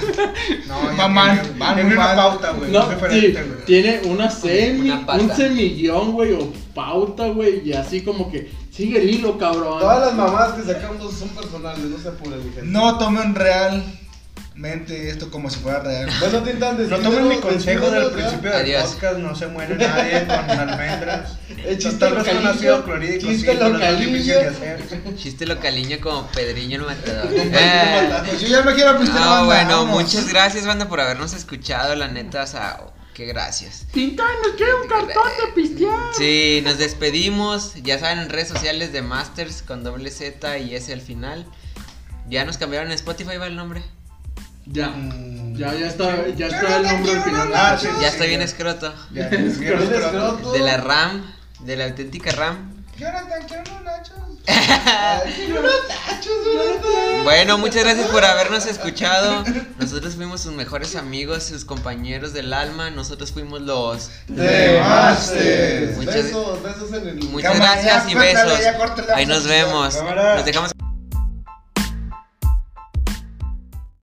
S3: No, ya
S4: Va mal,
S3: tiene-
S4: va
S3: tiene
S4: muy
S3: una
S4: mal.
S3: pauta, güey.
S2: No,
S3: es
S2: sí,
S3: diferente, güey.
S2: tiene una semi,
S1: Una pata.
S2: un semillón, güey, o pauta, güey, y así como que sigue el hilo, cabrón.
S5: Todas las mamás que sacamos son personales, no se apuren, mi gente.
S4: No tomen realmente esto como si fuera real.
S5: Bueno, Tintán,
S3: No
S5: despídenos,
S3: tomen mi consejo del
S5: despídenos, ya.
S3: principio del
S1: Adiós.
S3: podcast, no se muere nadie con almendras.
S5: El chiste
S3: Tal vez con
S5: localillo,
S3: ácido clorhídrico, sí,
S5: chiste
S3: pero no es
S5: localillo.
S3: difícil de hacer.
S1: Chiste localiño como Pedriño el Matador. Eh.
S4: Pues yo ya me quiero pistear.
S1: Ah,
S4: banda,
S1: bueno,
S4: vámonos.
S1: muchas gracias, banda, por habernos escuchado. La neta, o sea, qué gracias.
S2: Tintán, nos queda un cartón de pistear.
S1: Sí, nos despedimos. Ya saben, en redes sociales de Masters con doble Z y S al final. Ya nos cambiaron en Spotify, va el nombre.
S2: Ya,
S3: Mm.
S2: ya, ya está, ya está el nombre al final.
S3: Ah, sí, sí,
S1: Ya
S3: sí,
S1: estoy bien escroto.
S3: Ya, es bien
S5: Bien
S3: escroto.
S5: escroto.
S1: De la RAM, de la auténtica RAM.
S4: Jonathan, quiero unos nachos.
S1: (laughs)
S5: Ay, quiero unos nachos, güey.
S1: Bueno, muchas gracias por habernos escuchado. Nosotros fuimos sus mejores amigos, sus compañeros del alma. Nosotros fuimos los.
S5: Te bastes.
S1: Muchas-
S5: Este, Besos, besos en el...
S1: Muchas
S4: Cámara,
S1: gracias
S4: ya,
S1: y
S4: cuéntale,
S1: besos.
S4: ya córtale,
S1: Ahí
S4: vamos
S1: nos
S4: a empezar.
S1: vemos.
S3: Cámara.
S1: Nos dejamos.